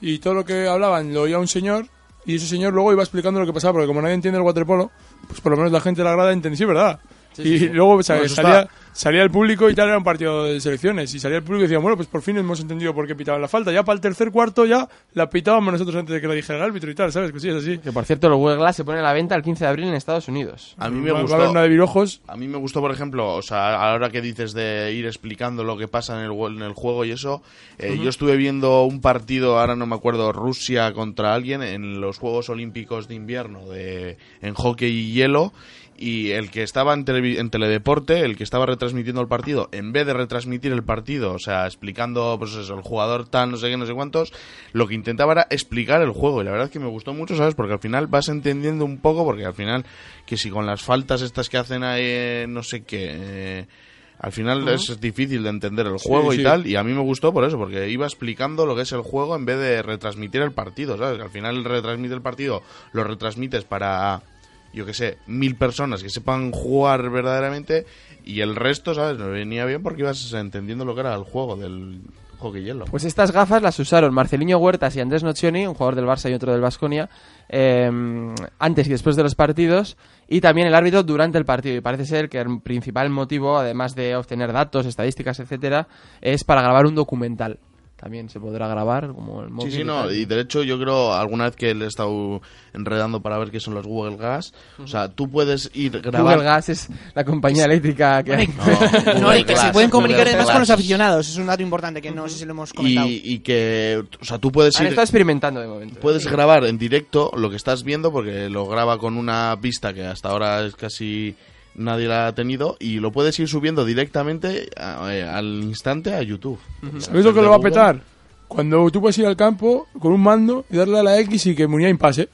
Speaker 4: y todo lo que hablaban lo oía un señor y ese señor luego iba explicando lo que pasaba, porque como nadie entiende el waterpolo, pues por lo menos la gente de la grada entendía, sí, ¿verdad?
Speaker 3: Sí, sí,
Speaker 4: y
Speaker 3: sí.
Speaker 4: luego o sea,
Speaker 7: Bueno, eso
Speaker 4: salía,
Speaker 7: está.
Speaker 4: salía el público y tal, era un partido de selecciones. Y salía el público y decía, bueno, pues por fin hemos entendido por qué pitaban la falta. Ya para el tercer cuarto ya la pitábamos nosotros antes de que la dijera el árbitro y tal, ¿sabes? Que sí, es así.
Speaker 3: Que por cierto, los Google Glass se ponen a la venta el 15 de abril en Estados Unidos.
Speaker 7: A mí me
Speaker 4: Va- va a
Speaker 7: gustó.
Speaker 4: haber una de virojos.
Speaker 7: A mí me gustó, por ejemplo, o sea, a la hora que dices de ir explicando lo que pasa en el, jue- en el juego y eso, eh, yo estuve viendo un partido, ahora no me acuerdo, Rusia contra alguien en los Juegos Olímpicos de Invierno de, en hockey y hielo. Y el que estaba en, televi- en teledeporte, el que estaba retransmitiendo el partido, en vez de retransmitir el partido, o sea, explicando, pues eso, el jugador tal, no sé qué, no sé cuántos, lo que intentaba era explicar el juego. Y la verdad es que me gustó mucho, ¿sabes? Porque al final vas entendiendo un poco, porque al final, que si con las faltas estas que hacen ahí, eh, no sé qué, eh, al final es difícil de entender el juego
Speaker 4: sí.
Speaker 7: y tal. Y a mí me gustó por eso, porque iba explicando lo que es el juego en vez de retransmitir el partido, ¿sabes? Que al final retransmite el partido, lo retransmites para yo que sé, mil personas que sepan jugar verdaderamente y el resto, ¿sabes? No venía bien porque ibas entendiendo lo que era el juego del hockey hielo.
Speaker 3: Pues estas gafas las usaron Marcelinho Huertas y Andrés Nocioni, un jugador del Barça y otro del Vasconia, antes y después de los partidos, y también el árbitro durante el partido. Y parece ser que el principal motivo, además de obtener datos, estadísticas, etcétera, es para grabar un documental. También se podrá grabar como el móvil.
Speaker 7: Sí, sí,
Speaker 3: y
Speaker 7: no.
Speaker 3: tal.
Speaker 7: Y de hecho, yo creo alguna vez que le he estado enredando para ver qué son los Google Gas. O sea, tú puedes ir grabar.
Speaker 3: Google Gas es la compañía eléctrica que hay.
Speaker 1: [laughs]
Speaker 7: No,
Speaker 1: No, y
Speaker 7: Google
Speaker 1: que se
Speaker 7: Glass,
Speaker 1: pueden comunicar
Speaker 7: Google
Speaker 1: además con los
Speaker 7: Glass.
Speaker 1: aficionados. Es un dato importante que no sé si lo hemos comentado.
Speaker 7: Y, y que, o sea, tú puedes
Speaker 3: Han
Speaker 7: ir.
Speaker 3: estado experimentando de momento.
Speaker 7: Puedes grabar en directo lo que estás viendo porque lo graba con una pista que hasta ahora es casi nadie la ha tenido y lo puedes ir subiendo directamente a- eh, al instante a YouTube.
Speaker 4: ¿Sabéis lo que lo va a petar? Cuando tú puedes ir al campo con un mando y darle a la X y que Munía impase.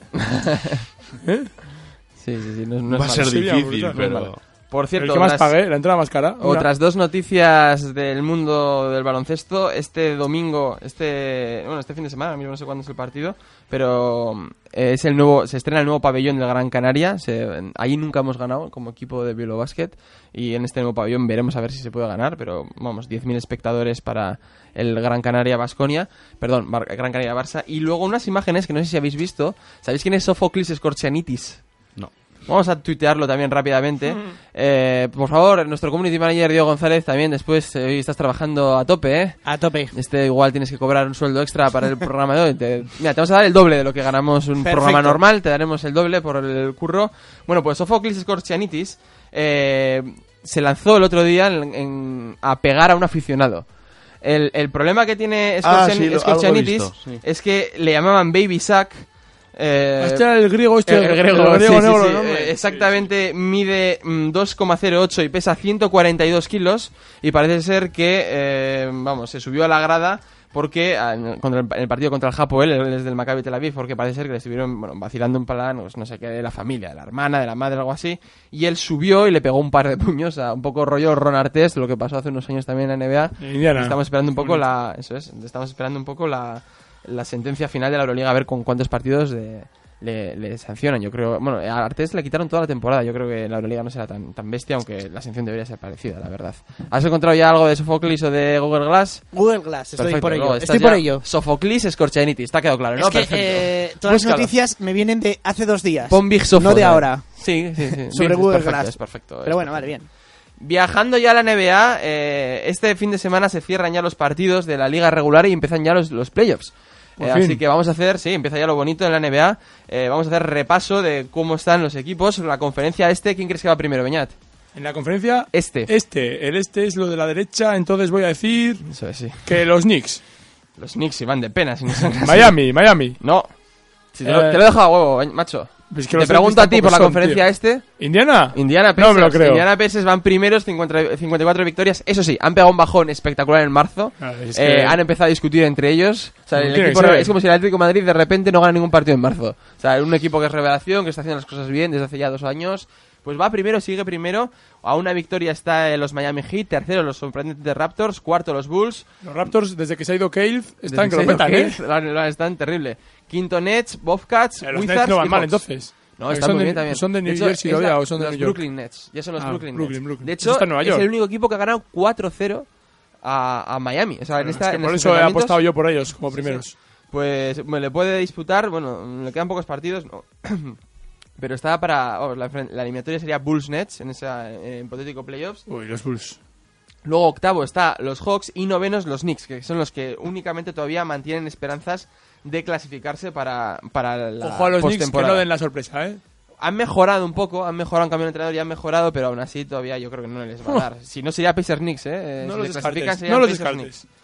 Speaker 3: Sí, sí, sí. No, no es
Speaker 7: Va a
Speaker 3: malo.
Speaker 7: ser
Speaker 4: Sería
Speaker 7: difícil,
Speaker 4: brutal.
Speaker 7: pero...
Speaker 3: Por
Speaker 4: El
Speaker 3: cierto,
Speaker 4: que más
Speaker 3: las-
Speaker 4: pague, la entrada más cara. una.
Speaker 3: Otras dos noticias del mundo del baloncesto. Este domingo, este bueno, este fin de semana, ahora mismo no sé cuándo es el partido, pero eh, es el nuevo, se estrena el nuevo pabellón del Gran Canaria. Se- en- ahí nunca hemos ganado como equipo de Biolo Basket y en este nuevo pabellón veremos a ver si se puede ganar, pero vamos, 10.000 espectadores para el Gran Canaria Basconia, perdón, Bar- Gran Canaria Barça. Y luego unas imágenes que no sé si habéis visto. ¿Sabéis quién es Sofocles Scorchianitis?
Speaker 7: No.
Speaker 3: Vamos a tuitearlo
Speaker 1: [laughs]
Speaker 3: también rápidamente. Eh, por favor, nuestro community manager Diego González también después eh, hoy estás trabajando a tope, ¿eh?
Speaker 1: A tope.
Speaker 3: Este igual tienes que cobrar un sueldo extra para el programa de hoy. Te, mira, te vamos a dar el doble de lo que ganamos un
Speaker 1: Perfecto.
Speaker 3: programa normal, te daremos el doble por el curro. Bueno, pues Sofocles Scorchianitis eh, se lanzó el otro día en- en- a pegar a un aficionado. El, el problema que tiene
Speaker 7: Ah,
Speaker 3: Scorchian-
Speaker 7: sí, lo- algo he
Speaker 3: Scorchianitis
Speaker 7: visto, sí.
Speaker 3: es que le llamaban Baby Sack. eh,
Speaker 4: Hostia, el griego Ah, este.
Speaker 3: el, el griego, sí, sí,
Speaker 4: negro,
Speaker 3: sí,
Speaker 4: ¿no?
Speaker 3: eh, exactamente, mide mm, 2,08 y pesa 142 kilos. Y parece ser que, eh, vamos, se subió a la grada porque ah, en contra el, en el partido contra el Japo, él, él es del Maccabi Tel Aviv, porque parece ser que le estuvieron bueno, vacilando un plan, pues, no sé qué, de la familia, de la hermana, de la madre, algo así. Y él subió y le pegó un par de puños, a un poco rollo Ron Artest, lo que pasó hace unos años también en la NBA.
Speaker 4: En Indiana.
Speaker 3: Estamos esperando un poco la. Eso es, estamos esperando un poco la, la sentencia final de la Euroliga, a ver con cuántos partidos de- le, le sancionan. Yo creo. Bueno, a Artes le quitaron toda la temporada. Yo creo que la Euroliga no será tan, tan bestia, aunque la sanción debería ser parecida, la verdad. ¿Has encontrado ya algo de Sofocles o de Google Glass?
Speaker 1: Google Glass, estoy
Speaker 3: Perfecto,
Speaker 1: por ello.
Speaker 3: luego estás
Speaker 1: Estoy por
Speaker 3: ya.
Speaker 1: ello.
Speaker 3: Sofocles, Scorchianitis, está quedado claro, ¿no?
Speaker 1: es que
Speaker 3: Perfecto.
Speaker 1: eh, todas las
Speaker 3: Búscalo.
Speaker 1: noticias me vienen de hace dos días.
Speaker 3: Pon Big Sofo,
Speaker 1: No de
Speaker 3: ¿no?
Speaker 1: ahora.
Speaker 3: Sí, sí, sí.
Speaker 1: Sobre
Speaker 3: Bien, es
Speaker 1: Google
Speaker 3: perfecto,
Speaker 1: Glass.
Speaker 3: es perfecto. es
Speaker 1: Pero bueno, vale, bien.
Speaker 3: Viajando ya a la NBA, eh, este fin de semana se cierran ya los partidos de la liga regular y empiezan ya los, los playoffs.
Speaker 4: Por
Speaker 3: Eh,
Speaker 4: fin.
Speaker 3: así que vamos a hacer, sí, empieza ya lo bonito en la NBA. Eh, vamos a hacer repaso de cómo están los equipos. La conferencia este, ¿quién crees que va primero, Beñat?
Speaker 4: En la conferencia.
Speaker 3: Este.
Speaker 4: Este. El este es lo de la derecha, entonces voy a decir
Speaker 3: Eso es, sí.
Speaker 4: que los Knicks. [laughs]
Speaker 3: Los Knicks y van de pena. si no son así.
Speaker 4: Miami, Miami.
Speaker 3: No. Si te, lo, te lo he dejado a huevo, eh, macho.
Speaker 4: Es que
Speaker 3: te
Speaker 4: los
Speaker 3: pregunto
Speaker 4: Celtics
Speaker 3: a ti por la
Speaker 4: tampoco son,
Speaker 3: conferencia
Speaker 4: tío.
Speaker 3: este.
Speaker 4: ¿Indiana?
Speaker 3: Indiana
Speaker 4: No
Speaker 3: Pacers.
Speaker 4: me lo creo.
Speaker 3: Indiana Pacers van primeros, 50 54 victorias. Eso sí, han pegado un bajón espectacular en marzo.
Speaker 4: Ah, es
Speaker 3: Eh,
Speaker 4: que-
Speaker 3: han empezado a discutir entre ellos. O sea,
Speaker 4: Como
Speaker 3: el
Speaker 4: tiene que
Speaker 3: equipo-
Speaker 4: ser.
Speaker 3: es como si el Atlético de Madrid de repente no gana ningún partido en marzo. O sea, un equipo que es revelación, que está haciendo las cosas bien desde hace ya dos años. Pues va primero, sigue primero. A una victoria está eh, los Miami Heat. Tercero, los sorprendentes Raptors. Cuarto, los Bulls.
Speaker 4: Los Raptors, desde que se ha ido Cale, están que
Speaker 3: Desde
Speaker 4: lo petan,
Speaker 3: que-
Speaker 4: ¿eh?
Speaker 3: lo- lo- Están terrible. Quinto, Nets, Bobcats,
Speaker 4: Eh, Los
Speaker 3: Wizards.
Speaker 4: Nets no
Speaker 3: y
Speaker 4: van mal,
Speaker 3: Hawks.
Speaker 4: entonces.
Speaker 3: No, están
Speaker 4: Porque Eh, son
Speaker 3: muy
Speaker 4: de-
Speaker 3: bien también.
Speaker 4: Son de New
Speaker 3: hecho,
Speaker 4: Jersey
Speaker 3: es la-
Speaker 4: todavía o son de
Speaker 3: los
Speaker 4: New York.
Speaker 3: Brooklyn Nets. Ya son los
Speaker 4: Ah,
Speaker 3: Brooklyn,
Speaker 4: Brooklyn,
Speaker 3: Nets.
Speaker 4: Brooklyn.
Speaker 3: De
Speaker 4: Eso
Speaker 3: hecho,
Speaker 4: está en Nueva
Speaker 3: es
Speaker 4: York.
Speaker 3: el único equipo que ha ganado 4-0 a, a Miami. O sea, en
Speaker 4: Bueno, es
Speaker 3: esta,
Speaker 4: que
Speaker 3: en
Speaker 4: por
Speaker 3: los
Speaker 4: eso he
Speaker 3: enfrentamientos,
Speaker 4: apostado yo por ellos como primeros.
Speaker 3: Pues me le puede disputar. Bueno, le quedan pocos partidos. No. [clears throat] Pero está para. vamos, la, enfren- la eliminatoria sería Bulls-Nets en ese hipotético playoffs.
Speaker 4: Uy, los Bulls.
Speaker 3: Luego octavo está los Hawks y novenos los Knicks, que son los que únicamente todavía mantienen esperanzas de clasificarse para, para la
Speaker 4: Ojo a los Knicks que
Speaker 3: postemporada.
Speaker 4: no den la sorpresa, ¿eh?
Speaker 3: Han mejorado un poco, han mejorado, han cambiado de entrenador y han mejorado, pero aún así todavía yo creo que no les
Speaker 4: [laughs]
Speaker 3: va a dar. Si no sería Pacers Knicks, ¿eh? Eh,
Speaker 4: No
Speaker 3: si
Speaker 4: los
Speaker 3: se clasifican,
Speaker 4: descartes,
Speaker 3: serían
Speaker 4: no los
Speaker 3: Pacers
Speaker 4: descartes.
Speaker 3: Knicks.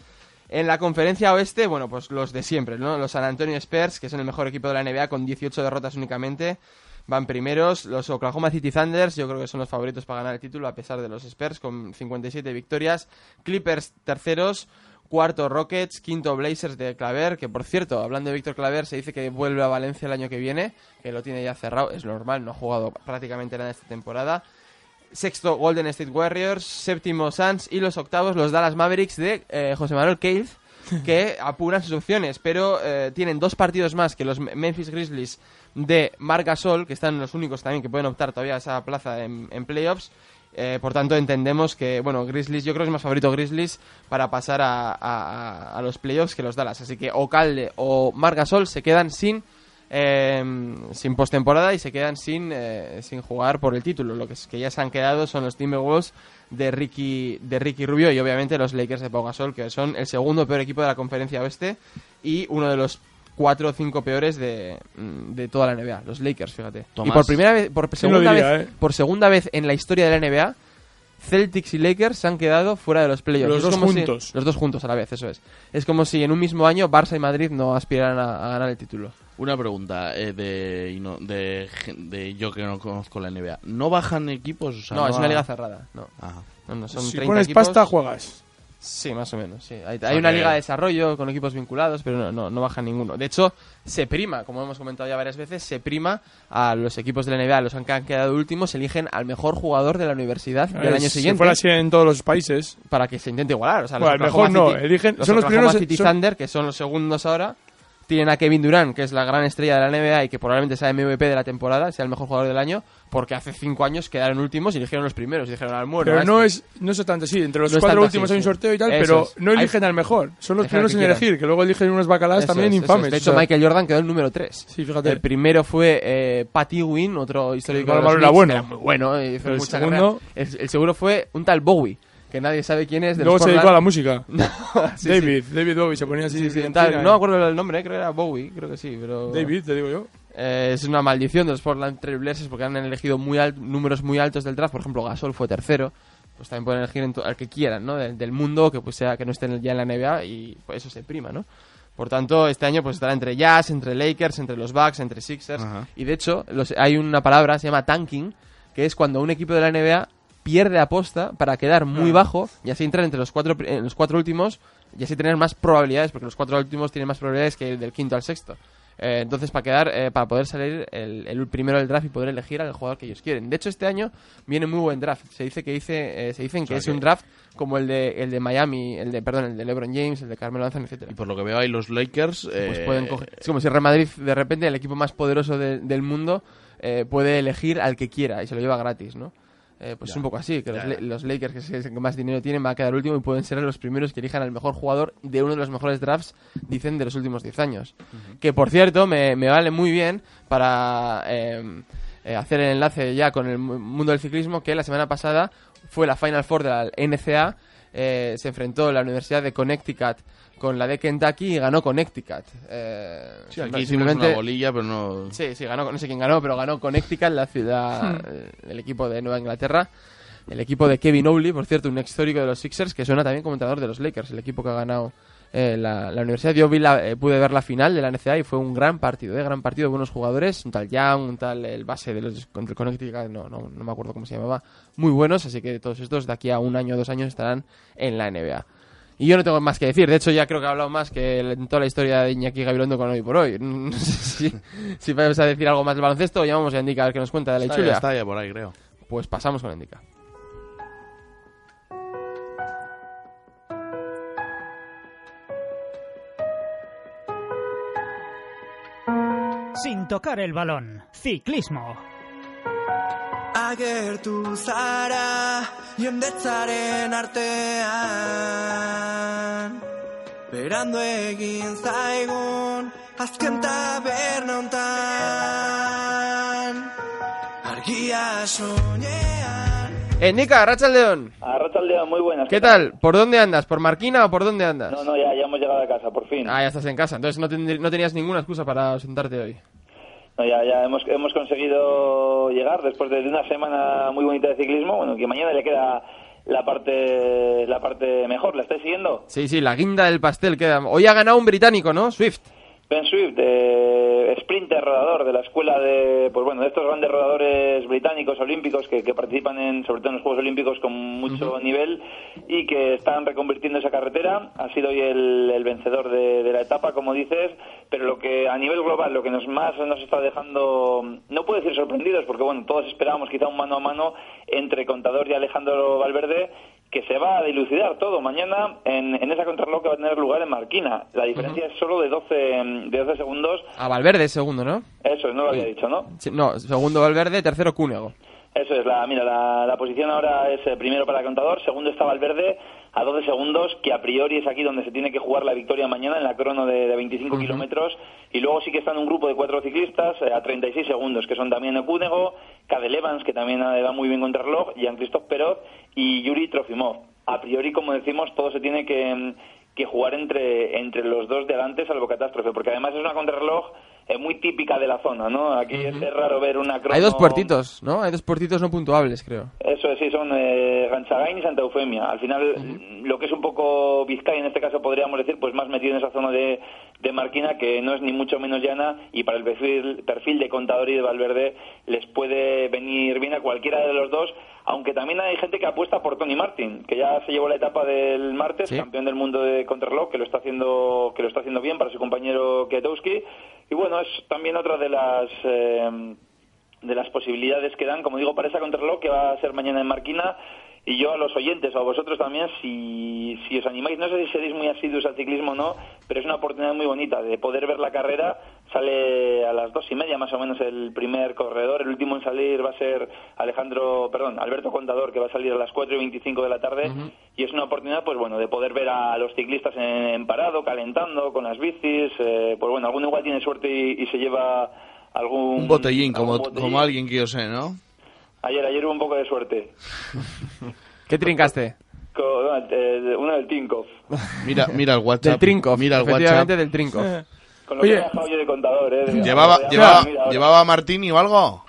Speaker 3: En la conferencia oeste, bueno, pues los de siempre, ¿no? Los San Antonio Spurs, que son el mejor equipo de la NBA con 18 derrotas únicamente, van primeros. Los Oklahoma City Thunders, yo creo que son los favoritos para ganar el título, a pesar de los Spurs, con 57 victorias. Clippers terceros. Cuarto Rockets, quinto Blazers de Claver, que por cierto, hablando de Víctor Claver, se dice que vuelve a Valencia el año que viene, que lo tiene ya cerrado, es normal, no ha jugado prácticamente nada esta temporada. Sexto, Golden State Warriors. Séptimo, Suns. Y los octavos, los Dallas Mavericks de eh, José Manuel Cave, que apuran sus opciones. Pero eh, tienen dos partidos más que los Me- Memphis Grizzlies de Marc Gasol, que están los únicos también que pueden optar todavía a esa plaza en, en playoffs. Eh, por tanto, entendemos que, bueno, Grizzlies, yo creo que es más favorito Grizzlies para pasar a, a- a los playoffs que los Dallas. Así que o Calde o Marc Gasol se quedan sin eh, sin postemporada y se quedan sin, eh, sin jugar por el título. Lo que, es- que ya se han quedado son los Timberwolves de Ricky, de Ricky Rubio y obviamente los Lakers de Pau Gasol, que son el segundo peor equipo de la conferencia oeste y uno de los cuatro o cinco peores de, mm, de toda la NBA, los Lakers, fíjate. Y
Speaker 7: Tomás.
Speaker 3: por primera vez, por
Speaker 4: ¿Quién lo
Speaker 3: segunda
Speaker 4: diría,
Speaker 3: vez,
Speaker 4: eh?
Speaker 3: por segunda vez en la historia de la NBA, Celtics y Lakers se han quedado fuera de los playoffs.
Speaker 4: Los
Speaker 3: Es
Speaker 4: dos
Speaker 3: como si-
Speaker 4: juntos.
Speaker 3: los dos juntos a la vez, eso es. Es como si en un mismo año Barça y Madrid no aspiraran a- a ganar el título.
Speaker 7: Una pregunta eh, de, y no- de, gen- de yo que no conozco la NBA. ¿No bajan equipos? O sea,
Speaker 3: no, es una
Speaker 7: ha-
Speaker 3: liga cerrada. No,
Speaker 7: Ah.
Speaker 3: no, no, son
Speaker 4: Si
Speaker 3: 30
Speaker 4: pones
Speaker 3: equipos.
Speaker 4: pasta, juegas.
Speaker 3: Sí, más o menos. sí. Hay, hay
Speaker 7: sea
Speaker 3: una
Speaker 7: que-
Speaker 3: liga de desarrollo con equipos vinculados, pero no, no, no baja ninguno. De hecho, se prima, como hemos comentado ya varias veces, se prima a los equipos de la NBA, los que han quedado últimos, eligen al mejor jugador de la universidad del
Speaker 4: Eh,
Speaker 3: año
Speaker 4: si
Speaker 3: siguiente
Speaker 4: fuera así en todos los países.
Speaker 3: para que se intente igualar. O sea, los
Speaker 4: Bueno, el
Speaker 3: Oklahoma
Speaker 4: mejor no,
Speaker 3: City-
Speaker 4: eligen-
Speaker 3: los
Speaker 4: son los
Speaker 3: Oklahoma
Speaker 4: primeros-
Speaker 3: City
Speaker 4: son-
Speaker 3: Thunder, que son los segundos ahora. Tienen a Kevin Durant, que es la gran estrella de la NBA y que probablemente sea MVP de la temporada, sea el mejor jugador del año, porque hace cinco años quedaron últimos y eligieron los primeros, y dijeron al muero.
Speaker 4: pero
Speaker 3: a
Speaker 4: no
Speaker 3: este.
Speaker 4: es, no es tanto así. Entre los
Speaker 3: No es
Speaker 4: cuatro
Speaker 3: tanto
Speaker 4: últimos
Speaker 3: así,
Speaker 4: hay un
Speaker 3: sí.
Speaker 4: sorteo y tal,
Speaker 3: Eso
Speaker 4: pero
Speaker 3: es.
Speaker 4: no
Speaker 3: Hay-
Speaker 4: eligen al mejor. Son los
Speaker 3: Dejan
Speaker 4: primeros
Speaker 3: que
Speaker 4: en
Speaker 3: quieran.
Speaker 4: elegir, que luego eligen unos bacaladas
Speaker 3: Eso
Speaker 4: Ah, también
Speaker 3: es, eso
Speaker 4: infames.
Speaker 3: es. De hecho,
Speaker 4: o sea,
Speaker 3: Michael Jordan quedó el número 3.
Speaker 4: Sí, fíjate.
Speaker 3: El primero fue eh, Patty Wynn, otro histórico
Speaker 4: Bárbaro
Speaker 3: de los
Speaker 4: era
Speaker 3: Knicks,
Speaker 4: bueno.
Speaker 3: que era muy bueno. eh, hizo
Speaker 4: El
Speaker 3: mucha
Speaker 4: segundo-
Speaker 3: carrera. el, el segundo fue un tal Bowie, que nadie sabe quién es. De
Speaker 4: luego
Speaker 3: los
Speaker 4: se dedicó a la
Speaker 3: Portland. [laughs]
Speaker 4: música.
Speaker 3: Sí, sí.
Speaker 4: David, David Bowie se ponía así.
Speaker 3: Sí, sí,
Speaker 4: en
Speaker 3: tal,
Speaker 4: fila,
Speaker 3: no me
Speaker 4: ¿eh?
Speaker 3: acuerdo el nombre, creo que era Bowie, creo que sí, pero...
Speaker 4: David, te digo yo.
Speaker 3: Eh, es una maldición de los Portland Trailblazers porque han elegido muy al- números muy altos del draft. Por ejemplo, Gasol fue tercero. Pues también pueden elegir en to- al que quieran, ¿no? Del, del mundo que pues sea que no estén ya en la NBA y pues, eso se prima, ¿no? Por tanto, este año pues estará entre Jazz, entre Lakers, entre los Bucks, entre Sixers.
Speaker 7: Ajá.
Speaker 3: Y de hecho, los- hay una palabra, se llama tanking, que es cuando un equipo de la NBA pierde aposta para quedar muy bajo y así entrar entre los cuatro, pri- en los cuatro últimos y así tener más probabilidades, porque los cuatro últimos tienen más probabilidades que el del quinto al sexto. Eh, entonces, para quedar, eh, para poder salir el, el primero del draft y poder elegir al jugador que ellos quieren. De hecho, este año viene muy buen draft. Se dice que dice, eh, se dicen que es un draft como el de el de Miami, el de perdón, el de LeBron James, el de Carmelo Anthony, etcétera.
Speaker 7: Y por lo que veo ahí los Lakers...
Speaker 3: Pues
Speaker 7: eh,
Speaker 3: pueden coger. Es como si Real Madrid, de repente, el equipo más poderoso de- del mundo, eh, puede elegir al que quiera y se lo lleva gratis, ¿no? Eh, pues es un poco así, que los,
Speaker 7: Ya, ya.
Speaker 3: Le- los Lakers, que es el que más dinero tienen, van a quedar último y pueden ser los primeros que elijan al mejor jugador de uno de los mejores drafts, dicen, de los últimos 10 años. Que, por cierto, me, me vale muy bien para eh, eh, hacer el enlace ya con el mu- mundo del ciclismo, que la semana pasada fue la Final Four de la NCA, eh, se enfrentó la Universidad de Connecticut con la de Kentucky y ganó Connecticut. Eh,
Speaker 7: Sí,
Speaker 3: simple-
Speaker 7: aquí hicimos una bolilla, pero no...
Speaker 3: Sí, sí, ganó, no sé quién ganó, pero ganó Connecticut, la ciudad, eh, el equipo de Nueva Inglaterra. El equipo de Kevin Owley, por cierto, un ex histórico de los Sixers, que suena también como entrenador de los Lakers, el equipo que ha ganado eh, la, la universidad. Yo vi la- eh, pude ver la final de la NCA y fue un gran partido, eh, gran partido, buenos jugadores, un tal Young, un tal el base de los contra el Connecticut, no, no, no me acuerdo cómo se llamaba, muy buenos, así que todos estos de aquí a un año o dos años estarán en la NBA. Y yo no tengo más que decir, de hecho ya creo que he hablado más que en toda la historia de Iñaki Gabilondo con hoy por hoy. [laughs] No sé si, si vamos a decir algo más del baloncesto o llamamos a Indica a ver qué nos cuenta de la
Speaker 7: Está
Speaker 3: Ichulia.
Speaker 7: ya, está ya por ahí, creo.
Speaker 3: Pues pasamos con Indica.
Speaker 6: Sin tocar el balón. Ciclismo.
Speaker 5: Agertu zara jendetzaren artean Berandu egin zaigun azken taberna hontan Argia soñean
Speaker 3: Eh, Nika, León.
Speaker 11: Arrachaldeón, muy buenas.
Speaker 3: ¿Qué tal? ¿Por dónde andas? ¿Por Marquina o por dónde andas?
Speaker 11: No, no, ya, ya hemos llegado a casa, por fin.
Speaker 3: Ah, ya estás en casa, entonces no, tendr- no tenías ninguna excusa para sentarte hoy.
Speaker 11: No, ya, ya hemos, hemos conseguido llegar después de una semana muy bonita de ciclismo. Bueno, que mañana ya queda la parte, la parte mejor. ¿La estáis siguiendo?
Speaker 3: Sí, sí, la guinda del pastel queda. Hoy ha ganado un británico, ¿no? Swift.
Speaker 11: Ben Swift, eh, sprinter rodador de la escuela de, pues bueno, de estos grandes rodadores británicos olímpicos que, que participan en, sobre todo en los Juegos Olímpicos con mucho nivel y que están reconvirtiendo esa carretera. Ha sido hoy el, el vencedor de, de la etapa, como dices, pero lo que a nivel global, lo que nos más nos está dejando, no puedo decir sorprendidos, porque bueno, todos esperábamos quizá un mano a mano entre Contador y Alejandro Valverde que se va a dilucidar todo mañana en, en esa contrarreloj que va a tener lugar en Marquina. La diferencia es solo de 12, mm, de 12 segundos.
Speaker 3: A Valverde, segundo, ¿no?
Speaker 11: Eso es, no lo había dicho, ¿no?
Speaker 3: Sí, no, segundo Valverde, tercero Cúnego.
Speaker 11: Eso es, la, mira, la, la posición ahora es eh, primero para el contador, segundo está Valverde a 12 segundos, que a priori es aquí donde se tiene que jugar la victoria mañana en la crono de, de 25 kilómetros, y luego sí que están un grupo de cuatro ciclistas eh, a 36 segundos, que son también Cúnego, Cadel Evans, que también eh, va muy bien contra el reloj, Jean-Christophe Perot y Yuri Trofimov. A priori, como decimos, todo se tiene que, mm, que jugar entre, entre los dos de delante, salvo catástrofe, porque además es una contrarreloj eh, muy típica de la zona, ¿no? Aquí es- es raro ver una crono...
Speaker 3: Hay dos puertitos, ¿no? Hay dos puertitos no puntuables, creo.
Speaker 11: Eso es, sí, son eh, Ganchagain y Santa Eufemia. Al final, mm, lo que es un poco Vizcaya, en este caso podríamos decir, pues más metido en esa zona de, de Marquina, que no es ni mucho menos llana, y para el perfil, perfil de Contador y de Valverde les puede venir bien a cualquiera de los dos, aunque también hay gente que apuesta por Tony Martin, que ya se llevó la etapa del martes, campeón del mundo de contrarreloj, que lo está haciendo que lo está haciendo bien para su compañero Kietowski, y bueno, es también otra de las... eh, de las posibilidades que dan, como digo, para esa contrarreloj que va a ser mañana en Marquina. Y yo a los oyentes, o a vosotros también, si, si os animáis, no sé si seréis muy asiduos al ciclismo o no, pero es una oportunidad muy bonita de poder ver la carrera. Sale a las dos y media más o menos el primer corredor, el último en salir va a ser Alejandro, perdón, Alberto Contador, que va a salir a las cuatro y veinticinco de la tarde. Y es una oportunidad, pues bueno, de poder ver a los ciclistas en, en parado, calentando, con las bicis. eh, pues bueno, alguno igual tiene suerte y, y se lleva algún...
Speaker 7: Un botellín, como,
Speaker 11: algún botellín.
Speaker 7: como alguien que yo sé, ¿no?
Speaker 11: Ayer, ayer hubo un poco de suerte.
Speaker 3: ¿Qué trincaste?
Speaker 11: Co- eh, Uno del Tinkoff.
Speaker 3: [laughs]
Speaker 7: Mira, mira el WhatsApp.
Speaker 3: Del Trinkoff,
Speaker 7: Mira el
Speaker 3: efectivamente,
Speaker 7: WhatsApp.
Speaker 3: del Trinkoff.
Speaker 11: Con lo que he dejado yo de contador, ¿eh? De-
Speaker 7: ¿Llevaba,
Speaker 11: de-
Speaker 7: llevaba,
Speaker 11: mira, ahora.
Speaker 7: ¿Llevaba Martini o algo?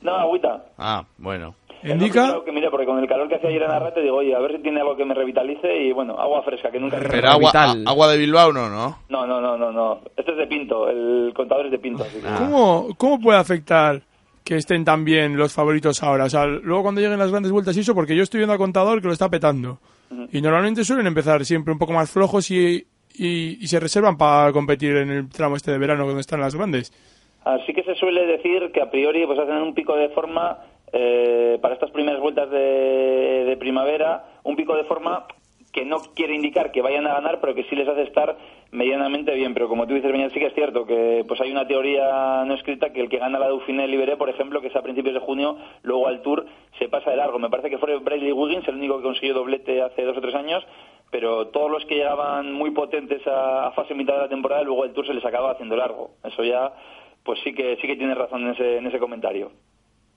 Speaker 11: No, agüita.
Speaker 7: Ah, bueno.
Speaker 11: Indica. Que mira, porque con el calor que hacía ayer en Arrate, digo, oye, a ver si tiene algo que me revitalice y bueno, agua fresca, que nunca.
Speaker 7: Pero agua, a- agua de Bilbao no, ¿no?
Speaker 11: No, no, no, no, no. Este es de Pinto, el contador es de Pinto. Así que...
Speaker 4: ¿Cómo, ¿Cómo puede afectar que estén tan bien los favoritos ahora? O sea, luego cuando lleguen las grandes vueltas y eso, porque yo estoy viendo a Contador que lo está petando. Y normalmente suelen empezar siempre un poco más flojos y, y- y se reservan para competir en el tramo este de verano donde están las grandes.
Speaker 11: Así que se suele decir que a priori pues hacen un pico de forma eh, para estas primeras vueltas de, de primavera, un pico de forma que no quiere indicar que vayan a ganar, pero que sí les hace estar medianamente bien. Pero como tú dices, Beñat, sí que es cierto que pues hay una teoría no escrita que el que gana la Dauphiné Liberé, por ejemplo, que es a principios de junio, luego al Tour se pasa de largo. Me parece que fue Bradley Wiggins el único que consiguió doblete hace dos o tres años, pero todos los que llegaban muy potentes a, a fase mitad de la temporada, luego el Tour se les acaba haciendo largo. Eso ya pues sí que sí que tienes razón en ese, en ese comentario.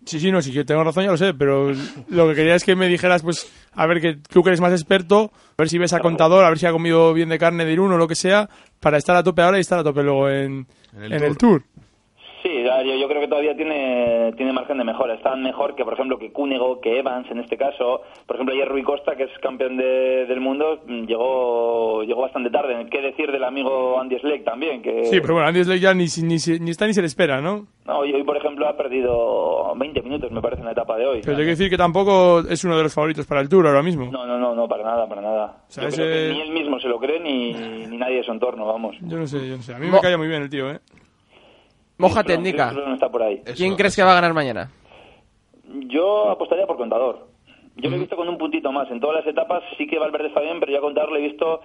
Speaker 4: Sí, sí, no, sí que tengo razón, ya lo sé, pero lo que quería es que me dijeras, pues, a ver, que tú que eres más experto, a ver si ves a Contador, a ver si ha comido bien de carne de Irún o lo que sea, para estar a tope ahora y estar a tope luego en, en el, tour.
Speaker 11: Sí, a ver, yo, yo creo que todavía tiene eh, tiene margen de mejora. Están mejor que, por ejemplo, que Cúnego, que Evans en este caso. Por ejemplo, ayer Rui Costa, que es campeón de- del mundo, mm, llegó, llegó bastante tarde. ¿Qué decir del amigo Andy Schleck también? Que,
Speaker 4: Sí, pero bueno, Andy Slade ya ni, si- ni, si- ni está ni se le espera, ¿no?
Speaker 11: No, y hoy, por ejemplo, ha perdido 20 minutos, me parece, en la etapa de hoy.
Speaker 4: Pero te que decir que tampoco es uno de los favoritos para el Tour ahora mismo.
Speaker 11: No, no, no, no, para nada, para nada.
Speaker 4: sea,
Speaker 11: Yo creo que
Speaker 4: ese-
Speaker 11: ni él mismo se lo cree ni, ni nadie de su entorno, vamos.
Speaker 4: Yo no sé, yo no sé. A mí me
Speaker 11: Mo-
Speaker 4: cae muy bien el tío, ¿eh?
Speaker 3: Moja
Speaker 11: Chris Froome,
Speaker 3: técnica.
Speaker 11: Chris Froome está por ahí.
Speaker 3: ¿Quién crees que va a ganar mañana?
Speaker 11: Yo apostaría por contador. Yo lo he visto con un puntito más. En todas las etapas sí que Valverde está bien, pero yo a contador le he visto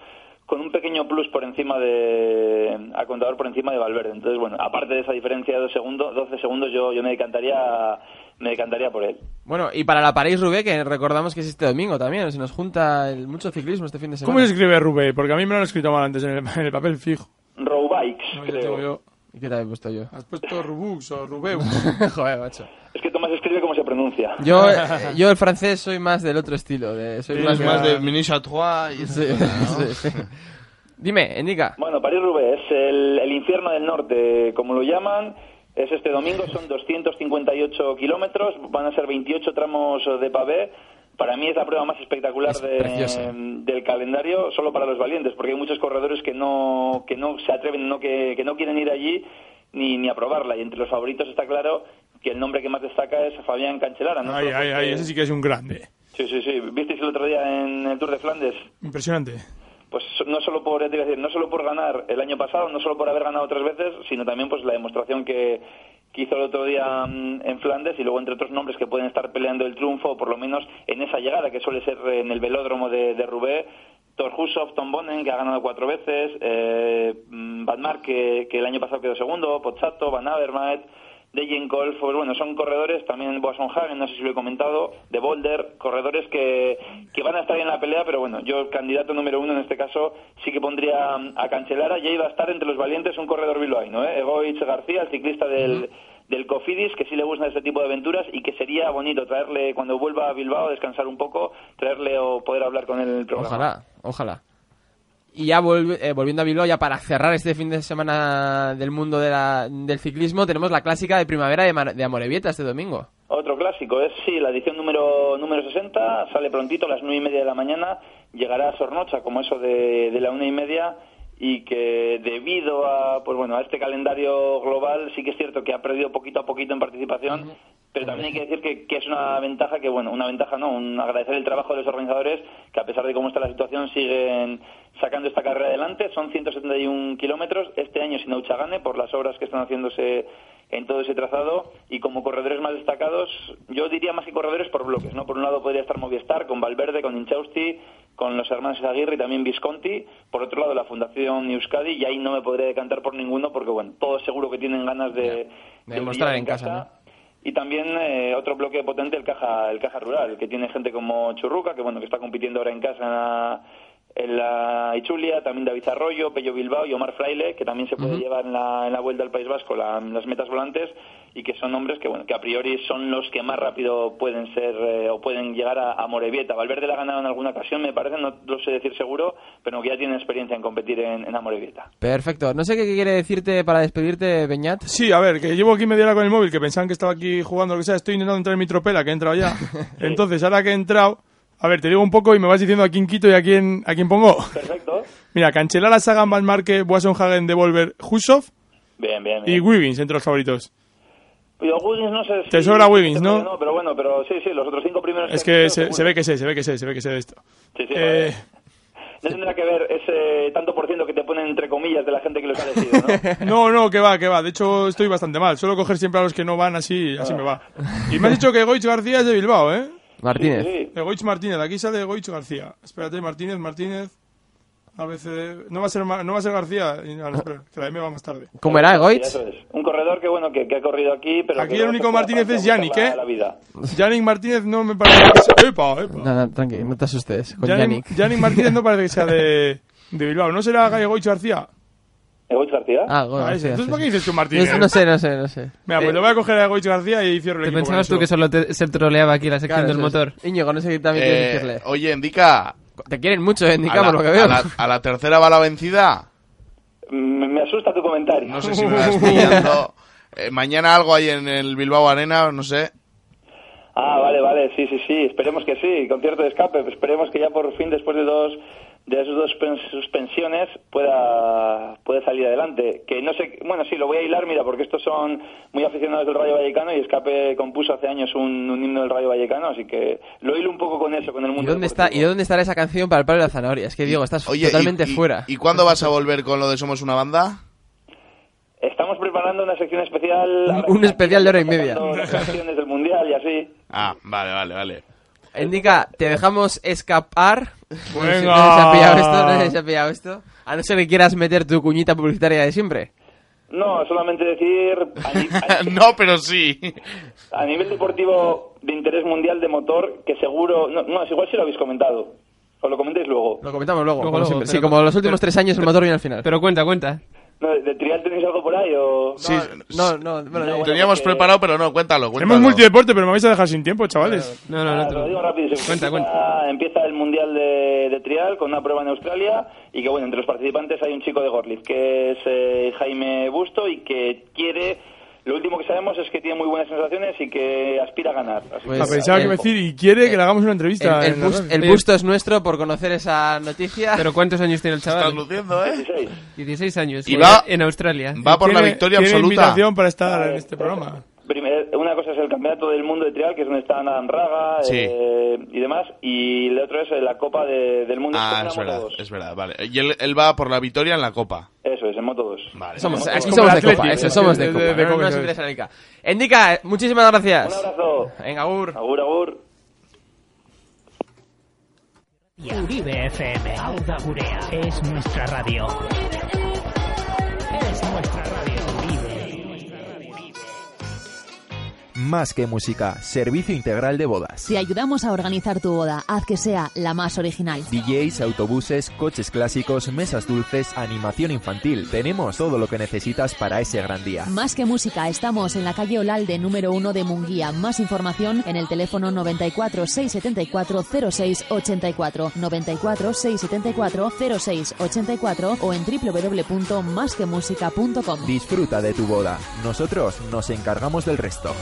Speaker 11: con un pequeño plus por encima de a contador por encima de Valverde. Entonces, bueno, aparte de esa diferencia de dos segundos, 12 segundos, yo, yo me decantaría me decantaría por él.
Speaker 3: Bueno, y para la París-Roubaix, que recordamos que es este domingo también, se nos junta el- mucho ciclismo este fin de semana.
Speaker 4: ¿Cómo se escribe Rubé? Porque a mí me lo han escrito mal antes en el, [laughs] en el papel fijo.
Speaker 11: Roubikes,
Speaker 4: creo.
Speaker 3: ¿Y qué tal he puesto yo?
Speaker 4: Has puesto Rubux o [laughs] Rubeu.
Speaker 3: Joder, macho.
Speaker 11: Es que Tomás escribe como se pronuncia.
Speaker 7: [laughs]
Speaker 3: Yo, eh, yo el francés soy más del otro estilo. De, soy
Speaker 7: Eres más de Minis
Speaker 3: Minisha
Speaker 7: à Trois y esas
Speaker 3: Sí,
Speaker 7: cosas, ¿no?
Speaker 3: [laughs] sí, sí. Dime, Enrica.
Speaker 11: Bueno, París-Roubaix es el, el infierno del norte, como lo llaman. Es este domingo, son 258 kilómetros, van a ser 28 tramos de pavé. Para mí es la prueba más espectacular de-
Speaker 3: preciosa.
Speaker 11: del calendario, solo para los valientes, porque hay muchos corredores que no, que no se atreven, no, que, que no quieren ir allí ni, ni a probarla. Y entre los favoritos está claro que el nombre que más destaca es Fabián Cancelara. ¿no?
Speaker 4: Ay, ay, ay, ese sí que es un grande.
Speaker 11: Sí, sí, sí. ¿Visteis el otro día en el Tour de Flandes?
Speaker 4: Impresionante.
Speaker 11: pues no solo por ya te iba a decir, no solo por ganar el año pasado no solo por haber ganado tres veces sino también pues la demostración que, que hizo el otro día mm, en Flandes y luego entre otros nombres que pueden estar peleando el triunfo o por lo menos en esa llegada que suele ser en el velódromo de, de Roubaix Torjusov, Tom Bonnen, que ha ganado cuatro veces, eh, mm, Van Mark, que, que el año pasado quedó segundo, Pozzato, Van Avermaet, Dejen Golf, pues bueno, son corredores, también Boasson Hagen, no sé si lo he comentado, de Boulder, corredores que, que van a estar en la pelea, pero bueno, yo candidato número uno en este caso sí que pondría mm, a Cancelara, ya iba a estar entre los valientes un corredor bilbaíno, ¿eh? Egoitz García, el ciclista del, del Cofidis, que sí le gustan este tipo de aventuras y que sería bonito traerle, cuando vuelva a Bilbao, descansar un poco, traerle o poder hablar con él en el programa.
Speaker 3: Ojalá, ojalá. Y ya volv- eh, volviendo a Bilbao, ya para cerrar este fin de semana del mundo de la- del ciclismo, tenemos la clásica de primavera de, Mar- de Amorebieta este domingo.
Speaker 11: Otro clásico, es sí, la edición número número 60, sale prontito a las nueve y media de la mañana, llegará a Sornocha como eso de, de la una y media y que debido a pues bueno a este calendario global sí que es cierto que ha perdido poquito a poquito en participación pero también hay que decir que, que es una ventaja que bueno una ventaja no un agradecer el trabajo de los organizadores que a pesar de cómo está la situación siguen sacando esta carrera adelante son 171 kilómetros este año sin Auchagane por las obras que están haciéndose en todo ese trazado y como corredores más destacados, yo diría más que corredores por bloques, ¿no? Por un lado podría estar Movistar con Valverde, con Inchausti, con los hermanos Aguirre y también Visconti, por otro lado la Fundación Euskadi y ahí no me podría decantar por ninguno porque bueno, todos seguro que tienen ganas de, de
Speaker 3: demostrar
Speaker 11: brillar
Speaker 3: en casa,
Speaker 11: Y también eh, otro bloque potente, el caja, el caja rural, que tiene gente como Churruca, que bueno, que está compitiendo ahora en casa en la, en la Ichulia, también David Arroyo, Pello Bilbao y Omar Fraile, que también se puede llevar en la, en la vuelta al País Vasco la- las metas volantes y que son hombres que bueno que a priori son los que más rápido pueden ser eh, o pueden llegar a, a Morevieta. Valverde la ha ganado en alguna ocasión, me parece, no lo sé decir seguro, pero que ya tiene experiencia en competir en, en Amorebieta.
Speaker 3: Perfecto. No sé qué quiere decirte para despedirte, Beñat.
Speaker 4: Sí, a ver, que llevo aquí media hora con el móvil, que pensaban que estaba aquí jugando o lo que sea. Estoy intentando entrar en mi tropela, que he entrado [laughs] ya. Entonces, ahora que he entrado, a ver, te digo un poco y me vas diciendo a quién quito y a quién, a quién pongo. [laughs]
Speaker 11: Perfecto.
Speaker 4: Mira, Cancelara, Sagan, Van Marke, Boasson Hagen, Devolver, Husov
Speaker 11: Bien, bien, bien.
Speaker 4: y Wiggins entre los favoritos.
Speaker 11: Yo Wiggins no sé si-
Speaker 4: Te sobra Wiggins, ¿no?
Speaker 11: No, pero bueno, pero sí, sí, los otros cinco primeros...
Speaker 4: Es
Speaker 11: han
Speaker 4: que
Speaker 11: sido
Speaker 4: se, se ve que sé, se ve que sé, se ve que sé de esto.
Speaker 11: Sí, sí,
Speaker 4: Eh,
Speaker 11: No tendrá que ver ese tanto por ciento que te ponen entre comillas de la gente que los ha elegido,
Speaker 4: [laughs] No,
Speaker 11: ¿no?
Speaker 4: no, que va, que va. De hecho, estoy bastante mal. Suelo coger siempre a los que no van así, así me va. Y me has dicho que Goich García es de Bilbao, ¿eh?
Speaker 3: Martínez.
Speaker 4: De Goich Martínez, aquí sale Goich García. Espérate, Martínez, Martínez. A veces. No va a ser, Ma- no va a ser García. Y no, no, espera, que la M va más tarde.
Speaker 3: ¿Cómo era, Goitz?
Speaker 11: Eso es. Un corredor que bueno que, que ha corrido aquí, pero
Speaker 4: Aquí
Speaker 11: que
Speaker 4: el
Speaker 11: luego
Speaker 4: único
Speaker 11: se fue a
Speaker 4: Martínez
Speaker 11: Francia
Speaker 4: es
Speaker 11: a
Speaker 4: Yannick,
Speaker 11: buscar la-
Speaker 4: ¿eh?
Speaker 11: la vida.
Speaker 4: Yannick Martínez no me parece que sea. ¡Epa, epa!
Speaker 3: No, no, tranqui, no te asustes. Con
Speaker 4: Yannick,
Speaker 3: Yannick.
Speaker 4: Yannick Martínez no parece que sea de, de Bilbao. ¿No será Gallo Goich García?
Speaker 11: ¿Egoitz García?
Speaker 3: Ah, Goitz,
Speaker 4: Ah, ese.
Speaker 3: sí,
Speaker 4: Entonces,
Speaker 3: sí,
Speaker 4: ¿por qué
Speaker 3: sí.
Speaker 4: dices tú Martínez?
Speaker 3: No, no sé, no sé, no sé.
Speaker 4: Mira, pues
Speaker 3: Eh,
Speaker 4: lo voy a coger a Goich García y cierro el
Speaker 2: ¿Te
Speaker 4: equipo. con
Speaker 2: pensabas tú
Speaker 4: eso.
Speaker 2: que solo te- se troleaba aquí la sección
Speaker 3: Claro,
Speaker 2: del
Speaker 3: eso
Speaker 2: motor?
Speaker 3: es. Iñigo, no sé qué también
Speaker 7: Eh,
Speaker 3: quieres decirle.
Speaker 7: Oye, Endica.
Speaker 3: Te quieren mucho, eh, Endica,
Speaker 7: a la-
Speaker 3: por lo que veo.
Speaker 7: A la, a la tercera va la vencida.
Speaker 11: Me, me asusta tu comentario.
Speaker 3: [laughs]
Speaker 7: No sé si me vas pillando. Eh, mañana algo hay en el Bilbao Arena, no sé.
Speaker 11: Ah, vale, vale, sí, sí, sí, esperemos que sí, concierto de escape, esperemos que ya por fin después de dos de esas dos pen- suspensiones pueda, pueda salir adelante. Que no sé, bueno, sí, lo voy a hilar, mira, porque estos son muy aficionados del Rayo Vallecano y Escape compuso hace años un, un himno del Rayo Vallecano, así que lo hilo un poco con eso, con el
Speaker 3: ¿Y
Speaker 11: mundo.
Speaker 3: dónde, está, ¿Y dónde estará esa canción para el palo de la zanahoria? Es que, Diego, estás
Speaker 7: Oye,
Speaker 3: totalmente
Speaker 7: y- y-
Speaker 3: fuera.
Speaker 7: ¿Y cuándo vas a volver con lo de Somos una banda?
Speaker 11: Estamos preparando una sección especial. ahora
Speaker 3: Un especial de hora y media.
Speaker 11: sacando las canciones del Mundial y así.
Speaker 7: Ah, vale, vale, vale.
Speaker 3: [laughs]
Speaker 7: [laughs]
Speaker 3: Indica, te dejamos escapar. No sé,
Speaker 7: Venga.
Speaker 3: nadie se ha pillado esto, nadie se ha pillado esto. A no ser que quieras meter tu cuñita publicitaria de siempre.
Speaker 11: No,
Speaker 3: [laughs]
Speaker 11: solamente decir. a ni- a ni-
Speaker 7: No, pero sí.
Speaker 11: A nivel deportivo de interés mundial de motor, que seguro. No, no, es igual si lo habéis comentado. Os lo comentéis luego.
Speaker 3: Lo comentamos luego.
Speaker 11: Luego,
Speaker 3: como
Speaker 11: luego,
Speaker 3: siempre. sí,
Speaker 11: pero-
Speaker 3: como los últimos tres años el motor viene al final.
Speaker 2: Pero cuenta, cuenta.
Speaker 11: No, ¿De, de trial tenéis algo por ahí o.?
Speaker 7: Sí,
Speaker 3: No, no, bueno,
Speaker 7: lo teníamos preparado, pero no, cuéntalo,
Speaker 4: Tenemos
Speaker 7: cuéntalo.
Speaker 4: multideporte, pero me vais a dejar sin tiempo, chavales.
Speaker 2: No, no,
Speaker 11: Ah, lo digo rapidísimo. empieza, empieza el mundial de, de trial con una prueba en Australia y que bueno, entre los participantes hay un chico de Gorliz que es eh, Jaime Busto y que quiere, lo último que sabemos es que tiene muy buenas sensaciones y que aspira a ganar. Así
Speaker 2: Pues,
Speaker 4: Ah, pensaba
Speaker 2: eh,
Speaker 4: que iba a decir, y quiere que le hagamos una entrevista.
Speaker 3: Pues, El,
Speaker 4: en la
Speaker 3: bus-
Speaker 4: radio.
Speaker 3: el busto es nuestro por conocer esa noticia.
Speaker 2: [laughs] Pero ¿cuántos años tiene el chaval?
Speaker 7: Estás luciendo, ¿eh?
Speaker 11: 16.
Speaker 2: 16 años.
Speaker 7: Y
Speaker 2: eh,
Speaker 7: va-
Speaker 2: en Australia.
Speaker 7: va por la Tiene- victoria
Speaker 4: Tiene invitación para estar en este programa.
Speaker 11: Primer- una cosa es el campeonato del mundo de trial, que es donde están Adam Raga
Speaker 7: Sí.
Speaker 11: eh, y demás, y el otro es eh, la Copa de- del Mundo
Speaker 7: Ah,
Speaker 11: en
Speaker 7: es
Speaker 11: Moto
Speaker 7: verdad,
Speaker 11: 2.
Speaker 7: es verdad, vale. Y él, él va por la victoria en la Copa.
Speaker 11: Eso es, en Moto 2.
Speaker 7: Vale.
Speaker 3: Somos,
Speaker 11: Es
Speaker 3: aquí
Speaker 11: como
Speaker 3: somos
Speaker 11: el
Speaker 3: de
Speaker 11: Atleti,
Speaker 3: copa,
Speaker 11: ¿no?
Speaker 3: eso, somos de
Speaker 11: De-
Speaker 3: copa.
Speaker 11: de- de
Speaker 3: no,
Speaker 11: copa,
Speaker 3: no, no,
Speaker 11: eso
Speaker 3: siempre
Speaker 11: es.
Speaker 3: sale Indica. Indica, muchísimas gracias.
Speaker 11: Un abrazo.
Speaker 3: Venga, Agur.
Speaker 11: Agur, agur.
Speaker 6: Uribe FM, Audagurea, es nuestra radio. Es nuestra radio,
Speaker 12: Más que música, servicio integral de bodas.
Speaker 13: Te ayudamos a organizar tu boda, haz que sea la más original.
Speaker 12: DJs, autobuses, coches clásicos, mesas dulces, animación infantil. Tenemos todo lo que necesitas para ese gran día.
Speaker 13: Más que música, estamos en la calle Olalde número 1 de Munguía. Más información en el teléfono 94 674 0684, 94 674 0684 o en www.masquemusica.com.
Speaker 12: Disfruta de tu boda. Nosotros nos encargamos del resto.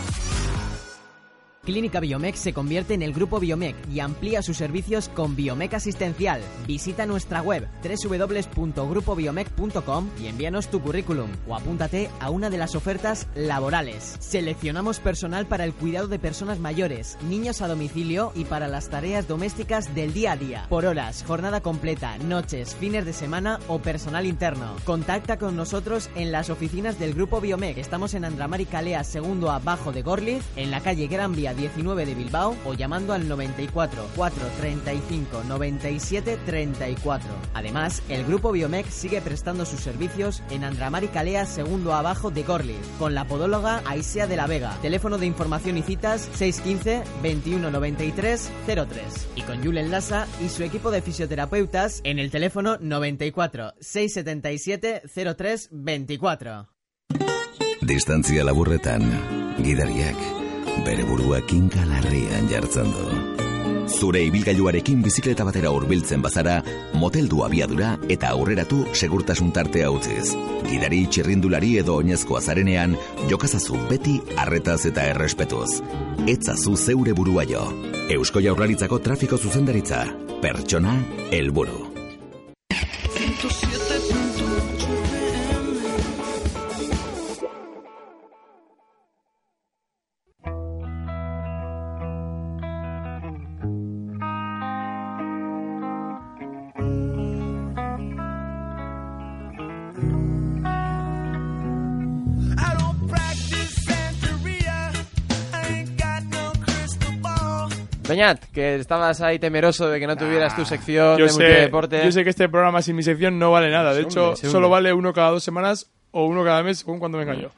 Speaker 9: Clínica Biomec se convierte en el grupo Biomec y amplía sus servicios con Biomec Asistencial. Visita nuestra web www.grupobiomec.com y envíanos tu currículum o apúntate a una de las ofertas laborales. Seleccionamos personal para el cuidado de personas mayores, niños a domicilio y para las tareas domésticas del día a día. Por horas, jornada completa, noches, fines de semana o personal interno. Contacta con nosotros en las oficinas del Grupo Biomec. Estamos en Andramar y Calea, segundo abajo de Gorliz, en la calle Gran Vía 19 de Bilbao o llamando al 94 435 97 34. Además, el Grupo Biomec sigue prestando sus servicios en Andramar y Calea, segundo abajo de Gorliz, con la podóloga Aisea de la Vega. Teléfono de información y citas 615 21 93 03. Y con Julen Lassa y su equipo de fisioterapeutas en el teléfono 94 677 03 24.
Speaker 14: Distantzia laburretan, gidariak, bere burua kinka larrian jartzen du. Zure ibilgailuarekin bizikleta batera hurbiltzen bazara, moteldu abiadura eta aurreratu segurtasun tartea utziz. Gidari txirrindulari edo oinezko azarenean, jokazazu beti arretaz eta errespetuz. Etzazu zeure burua jo. Eusko Jaurlaritzako trafiko zuzendaritza. Pertsona, helburu.
Speaker 5: 107.8 FM. I don't practice Santeria. I ain't got no crystal ball.
Speaker 3: Beñat, que estabas ahí temeroso de que no tuvieras tu sección
Speaker 4: Ah, Yo
Speaker 3: de
Speaker 4: sé,
Speaker 3: multideporte.
Speaker 4: yo sé que este programa sin mi sección no vale nada. De
Speaker 3: Se
Speaker 4: hecho,
Speaker 3: hunde, se
Speaker 4: solo
Speaker 3: hunde.
Speaker 4: vale uno cada dos semanas o uno cada mes, según cuando venga yo.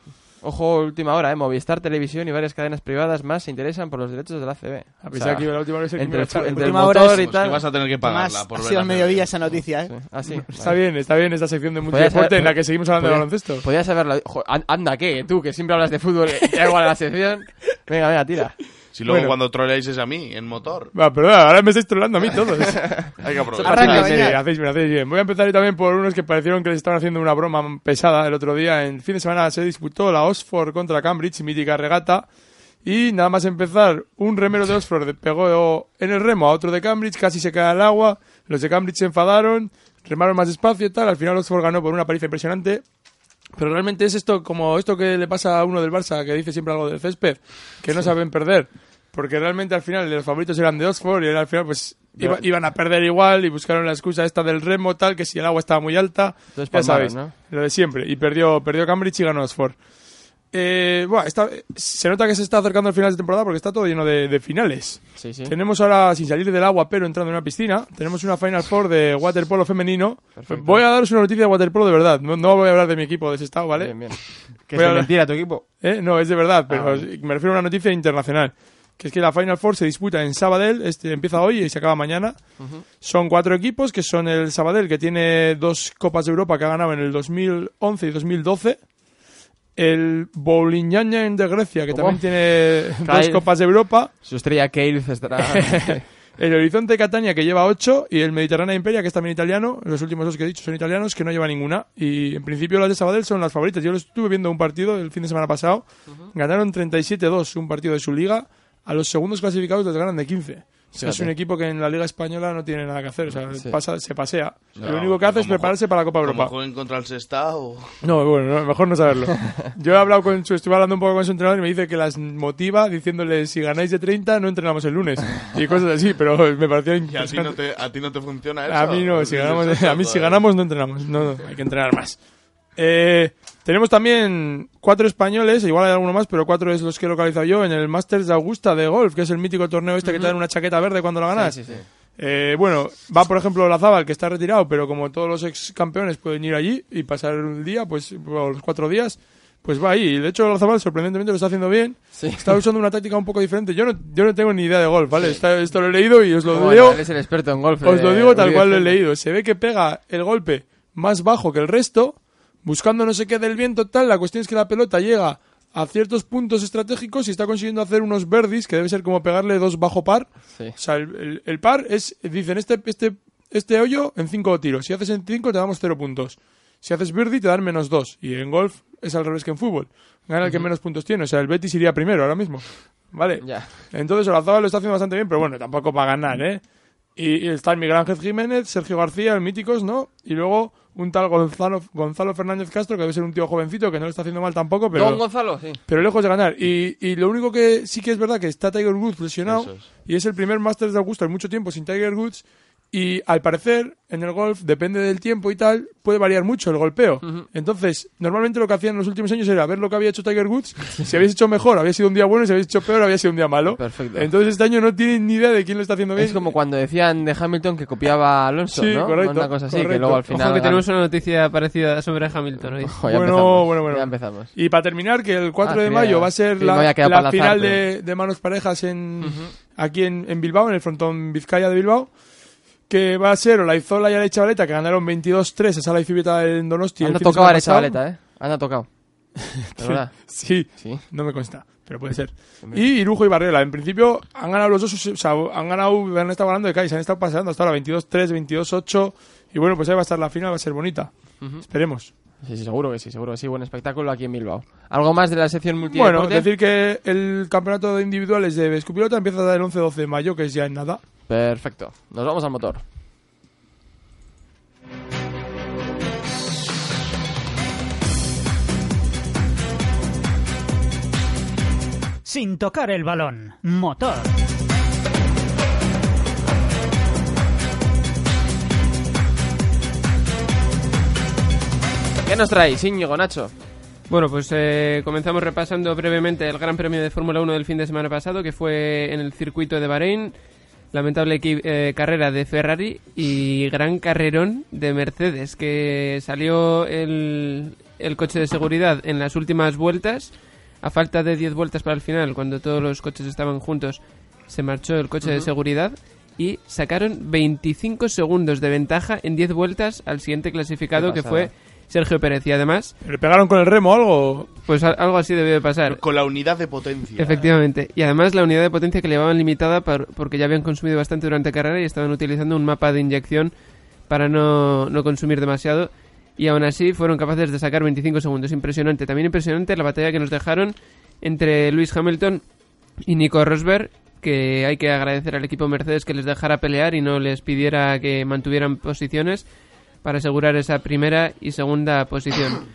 Speaker 3: Ojo, última hora, ¿eh? Movistar, Televisión y varias cadenas privadas más se interesan por los derechos de la CB.
Speaker 4: A pesar Ah, que iba la última vez que me iba
Speaker 3: entre,
Speaker 4: a
Speaker 3: el fu-
Speaker 4: echar.
Speaker 3: entre el
Speaker 4: Última
Speaker 3: motor
Speaker 4: hora es-
Speaker 3: y tal. Ah,
Speaker 4: que vas a tener que pagarla
Speaker 1: Además,
Speaker 4: por
Speaker 1: ha
Speaker 4: ver
Speaker 1: sido
Speaker 4: la
Speaker 1: al mediodía esa noticia, ¿eh?
Speaker 3: Así.
Speaker 4: Está bien, está bien esta sección de
Speaker 3: Pues
Speaker 4: multideporte en la que seguimos hablando de baloncesto. [laughs]
Speaker 3: Podías haberlo. jo, an- anda, ¿qué? Tú, que siempre hablas de fútbol, eh, te da igual a la sección. Venga, venga, tira.
Speaker 7: Si luego
Speaker 4: Bueno.
Speaker 7: cuando troleáis es a mí, en motor.
Speaker 4: Va, perdón, ahora me estáis trolando a mí todos.
Speaker 3: [laughs]
Speaker 7: Hay que aprovechar.
Speaker 4: Arranca,
Speaker 7: Arranca,
Speaker 4: sí,
Speaker 7: venga.
Speaker 4: hacéis bien, hacéis bien. Voy a empezar también por unos que parecieron que les estaban haciendo una broma pesada el otro día. En el fin de semana se disputó la Oxford contra Cambridge, mítica regata. Y nada más empezar, un remero de Oxford le pegó en el remo a otro de Cambridge, casi se cae al agua. Los de Cambridge se enfadaron, remaron más despacio y tal. Al final Oxford ganó por una paliza impresionante. Pero realmente es esto como esto que le pasa a uno del Barça que dice siempre algo del césped, que no saben perder. Porque realmente al final los favoritos eran de Oxford y al final pues iba- iban a perder igual y buscaron la excusa esta del remo tal, que si el agua estaba muy alta,
Speaker 3: Entonces
Speaker 4: ya
Speaker 3: palmaron,
Speaker 4: sabéis,
Speaker 3: ¿no?
Speaker 4: lo de siempre. Y perdió, perdió Cambridge y ganó Oxford. Eh, bueno, está- se nota que se está acercando el final de temporada porque está todo lleno de, de finales.
Speaker 3: Sí, sí.
Speaker 4: Tenemos ahora, sin salir del agua, pero entrando en una piscina, tenemos una Final Four de waterpolo femenino. Voy a daros una noticia de waterpolo de verdad. No, no voy a hablar de mi equipo de ese estado, ¿vale?
Speaker 3: Bien, bien.
Speaker 15: Que es de mentira tu equipo.
Speaker 4: Eh, No, es de verdad, pero
Speaker 15: Ah,
Speaker 4: me refiero a una noticia internacional. Que es que la Final Four se disputa en Sabadell, este empieza hoy y se acaba mañana. Son cuatro equipos, que son el Sabadell, que tiene dos Copas de Europa que ha ganado en el 2011 y 2012. El Boliñañen de Grecia, que
Speaker 3: ¿Cómo?
Speaker 4: también tiene dos
Speaker 3: Cae-
Speaker 4: Copas de Europa.
Speaker 3: Su estrella Keyleth
Speaker 4: [laughs]
Speaker 3: estará...
Speaker 4: el Horizonte Catania, que lleva 8, y el Mediterráneo Imperia, que es también italiano. Los últimos dos que he dicho son italianos, que no lleva ninguna. Y en principio las de Sabadell son las favoritas. Yo lo estuve viendo un partido el fin de semana pasado. Ganaron 37-2 un partido de su liga. A los segundos clasificados les ganan de 15. O sea, es
Speaker 3: Fíjate.
Speaker 4: un equipo que en la liga española no tiene nada que hacer. O sea,
Speaker 3: Sí.
Speaker 4: pasa- se pasea.
Speaker 7: No,
Speaker 4: lo único que hace es
Speaker 7: como
Speaker 4: prepararse para la Copa Europa.
Speaker 7: Como jueguen contra el Sestao.
Speaker 4: No, bueno, no, mejor no saberlo. Yo he hablado con su, estuve hablando un poco con su entrenador y me dice que las motiva diciéndole si ganáis de 30 no entrenamos el lunes y cosas así, pero me pareció
Speaker 7: Y a ti no te, a ti no te funciona eso.
Speaker 4: a mí no, si
Speaker 7: Dices
Speaker 4: ganamos,
Speaker 7: [laughs] eso,
Speaker 4: a mí si
Speaker 7: joder.
Speaker 4: ganamos no entrenamos, no, no, hay que entrenar más. Eh, tenemos también cuatro españoles, igual hay alguno más, pero cuatro es los que he localizado yo en el Masters de Augusta de golf, que es el mítico torneo este que te dan una chaqueta verde cuando la ganas.
Speaker 3: Sí, sí, sí.
Speaker 4: Eh, bueno, va por ejemplo Lazábal, que está retirado, pero como todos los ex campeones pueden ir allí y pasar un día, pues o los cuatro días, pues va ahí. Y de hecho Lazábal sorprendentemente lo está haciendo bien. Está usando una táctica un poco diferente. Yo no, yo no tengo ni idea de golf, ¿vale? Está- esto lo he leído y os lo
Speaker 3: Bueno,
Speaker 4: leo.
Speaker 3: él es el experto en golf,
Speaker 4: Os
Speaker 3: eh,
Speaker 4: lo digo tal
Speaker 3: Uribe
Speaker 4: cual lo he
Speaker 3: Fernández.
Speaker 4: leído. Se ve que pega el golpe más bajo que el resto, buscando no sé qué del viento tal. La cuestión es que la pelota llega a ciertos puntos estratégicos y está consiguiendo hacer unos verdis, que debe ser como pegarle dos bajo par.
Speaker 3: Sí.
Speaker 4: O sea, el, el- el par es, dicen, este, este, este hoyo en cinco tiros. Si haces en cinco te damos cero puntos. Si haces birdie te dan menos dos. Y en golf es al revés que en fútbol. Gana el que menos puntos tiene. O sea, el Betis iría primero ahora mismo. ¿Vale? Entonces Olazábal lo está haciendo bastante bien, pero bueno, tampoco va a ganar, ¿eh? Y, y están Miguel Ángel Jiménez, Sergio García, el Míticos, ¿no? Y luego un tal Gonzalo, Gonzalo Fernández Castro, que debe ser un tío jovencito, que no lo está haciendo mal tampoco, pero...
Speaker 3: Don Gonzalo, sí.
Speaker 4: Pero lejos de ganar. Y, y lo único que sí que es verdad que está Tiger Woods lesionado. Y es el primer Masters de Augusta en mucho tiempo sin Tiger Woods. Y al parecer, en el golf, depende del tiempo y tal, puede variar mucho el golpeo. Entonces, normalmente lo que hacían en los últimos años era ver lo que había hecho Tiger Woods. [laughs] Si habéis hecho mejor, había sido un día bueno. Y si habéis hecho peor, había sido un día malo.
Speaker 3: Perfecto.
Speaker 4: Entonces, este año no tienen ni idea de quién lo está haciendo bien.
Speaker 3: Es como cuando decían de Hamilton que copiaba a Alonso,
Speaker 4: Sí,
Speaker 3: ¿no?
Speaker 4: correcto,
Speaker 3: Una cosa así, que
Speaker 4: correcto.
Speaker 3: luego al final...
Speaker 4: Ojo
Speaker 2: que
Speaker 3: gan-
Speaker 2: tenemos una noticia parecida sobre Hamilton hoy.
Speaker 3: [laughs] Ojo, ya empezamos, Ya empezamos.
Speaker 4: Y para terminar, que el 4
Speaker 3: Ah,
Speaker 4: de
Speaker 3: creía-
Speaker 4: mayo va a
Speaker 3: creí
Speaker 4: ser
Speaker 3: que me
Speaker 4: la,
Speaker 3: había quedado
Speaker 4: la
Speaker 3: para el azar,
Speaker 4: final de, de manos parejas en aquí en, en Bilbao, en el frontón Vizcaya de Bilbao. Que va a ser Olaizola y Arechavaleta, que ganaron 22-3 a Sala y Fibeta en Donosti.
Speaker 3: Anda
Speaker 4: el fin de
Speaker 3: tocado
Speaker 4: semana pasado.
Speaker 3: Arechavaleta, ¿eh? Anda
Speaker 4: [laughs]
Speaker 3: tocado. ¿De verdad?
Speaker 4: Sí, no me consta, pero puede ser. Y Irujo y Barriola, en principio han ganado los dos, o sea, han ganado, han estado ganando de calle, se han estado pasando hasta ahora 22-3, 22-8, y bueno, pues ahí va a estar la final, va a ser bonita.
Speaker 3: Ujú.
Speaker 4: Esperemos.
Speaker 3: Sí, sí, seguro que sí, seguro que sí. Buen espectáculo aquí en Bilbao. ¿Algo más de la sección multideporte?
Speaker 4: Bueno, decir que el campeonato de individuales de Escupilota empieza el 11-12 de mayo, que es ya en nada.
Speaker 3: Perfecto. Nos vamos al motor.
Speaker 6: Sin tocar el balón. Motor.
Speaker 3: ¿Qué nos traéis, Íñigo, Nacho?
Speaker 2: Bueno, pues eh, comenzamos repasando brevemente el Gran Premio de Fórmula 1 del fin de semana pasado, que fue en el circuito de Bahrein. Lamentable equi- eh, carrera de Ferrari y gran carrerón de Mercedes, que salió el, el coche de seguridad en las últimas vueltas. A falta de 10 vueltas para el final, cuando todos los coches estaban juntos, se marchó el coche de
Speaker 3: Ujú.
Speaker 2: seguridad y sacaron 25 segundos de ventaja en 10 vueltas al siguiente clasificado,
Speaker 3: Qué
Speaker 2: que fue
Speaker 3: pasada.
Speaker 2: Sergio Pérez y además...
Speaker 4: ¿Le pegaron con el remo o algo?
Speaker 2: Pues a- algo así debió de pasar.
Speaker 7: Con la unidad de potencia. eh.
Speaker 2: Efectivamente. Y además la unidad de potencia que llevaban limitada por- porque ya habían consumido bastante durante carrera y estaban utilizando un mapa de inyección para no, no consumir demasiado. Y aún así fueron capaces de sacar 25 segundos. Impresionante. También impresionante la batalla que nos dejaron entre Luis Hamilton y Nico Rosberg. Que hay que agradecer al equipo Mercedes que les dejara pelear y no les pidiera que mantuvieran posiciones para asegurar esa primera y segunda
Speaker 7: [clears throat]
Speaker 2: posición.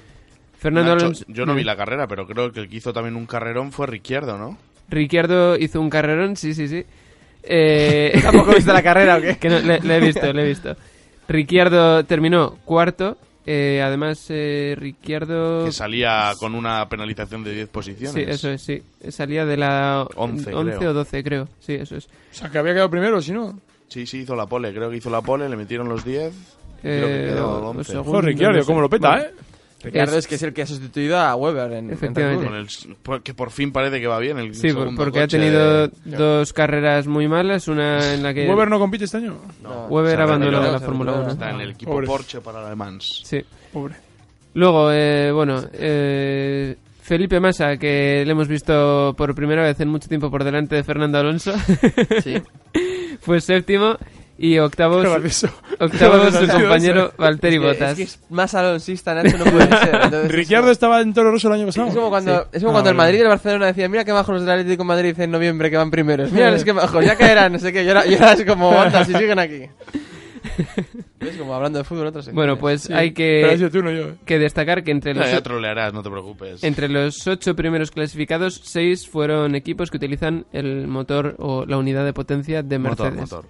Speaker 2: Fernando
Speaker 7: Nacho,
Speaker 2: Alonso.
Speaker 7: Yo no vi la carrera, pero creo que el que hizo también un carrerón fue Ricciardo, ¿no?
Speaker 2: Ricciardo hizo un carrerón, sí, sí, sí. Eh...
Speaker 7: [laughs] ¿Tampoco
Speaker 2: [laughs]
Speaker 7: viste la carrera o qué?
Speaker 2: Que no, le, le he visto, le he visto. Ricciardo terminó cuarto. eh, además, eh, Ricciardo...
Speaker 7: Que salía con una penalización de 10 posiciones.
Speaker 2: Sí, eso es, sí. Salía de la
Speaker 7: 11,
Speaker 2: 11
Speaker 7: creo.
Speaker 2: o 12, creo. Sí, eso es.
Speaker 4: O sea, que había quedado primero, si no.
Speaker 7: Sí, sí, hizo la pole. Creo que hizo la pole, le metieron los 10. creo
Speaker 2: Eh,
Speaker 7: que
Speaker 2: o-
Speaker 7: quedó
Speaker 2: o
Speaker 7: 11.
Speaker 2: segundo, Joder, Ricciardo, no sé. cómo lo peta, Vale. ¿eh?
Speaker 3: Ricardo
Speaker 2: Es-
Speaker 3: es que es el que ha sustituido a Weber en, en Red Bull.
Speaker 2: Efectivamente.
Speaker 7: Con el- por- que por fin parece que va bien el
Speaker 2: Sí, por-
Speaker 7: segundo
Speaker 2: porque ha
Speaker 7: coche
Speaker 2: tenido
Speaker 7: de-
Speaker 2: dos carreras muy malas, una en la que...
Speaker 4: ¿Weber no compite este año?
Speaker 7: No,
Speaker 2: Weber
Speaker 7: se
Speaker 2: abandonó
Speaker 7: retiró,
Speaker 2: la
Speaker 7: se
Speaker 2: Fórmula
Speaker 7: retiró.
Speaker 2: 1.
Speaker 7: Está en el equipo
Speaker 2: Pobre.
Speaker 7: Porsche para alemans.
Speaker 2: Sí.
Speaker 4: Pobre.
Speaker 2: Luego, eh, bueno, eh, Felipe Massa, que le hemos visto por primera vez en mucho tiempo por delante de Fernando
Speaker 7: [laughs]
Speaker 2: Alonso. [laughs] Fue séptimo y octavo,
Speaker 3: Qué
Speaker 2: su,
Speaker 3: gracioso.
Speaker 2: octavo
Speaker 3: Qué
Speaker 2: su
Speaker 3: gracioso.
Speaker 2: compañero Valtteri
Speaker 3: Es que-
Speaker 2: Bottas.
Speaker 3: Es que es más alonsista, Nacho, no puede
Speaker 4: [laughs]
Speaker 3: ser. Entonces, es
Speaker 4: Ricciardo estaba en Toro Rosso el año pasado.
Speaker 3: Es como cuando, es como cuando el Madrid y el Barcelona decían, mira qué bajos los del Atlético de Madrid en noviembre que van primeros. Mira, es que bajos, ya caerán, no sé qué. Y ahora, y ahora es como, onda, si siguen [laughs] aquí. Es como hablando de fútbol en otras secciones.
Speaker 2: Bueno, pues hay
Speaker 3: Pero
Speaker 2: que,
Speaker 3: ha sido tú, no yo, eh.
Speaker 2: que destacar que entre
Speaker 7: No,
Speaker 2: los,
Speaker 7: ya trolearás, no te preocupes.
Speaker 2: entre los ocho primeros clasificados, seis fueron equipos que utilizan el motor o la unidad de potencia de
Speaker 7: Motor,
Speaker 2: Mercedes.
Speaker 7: motor.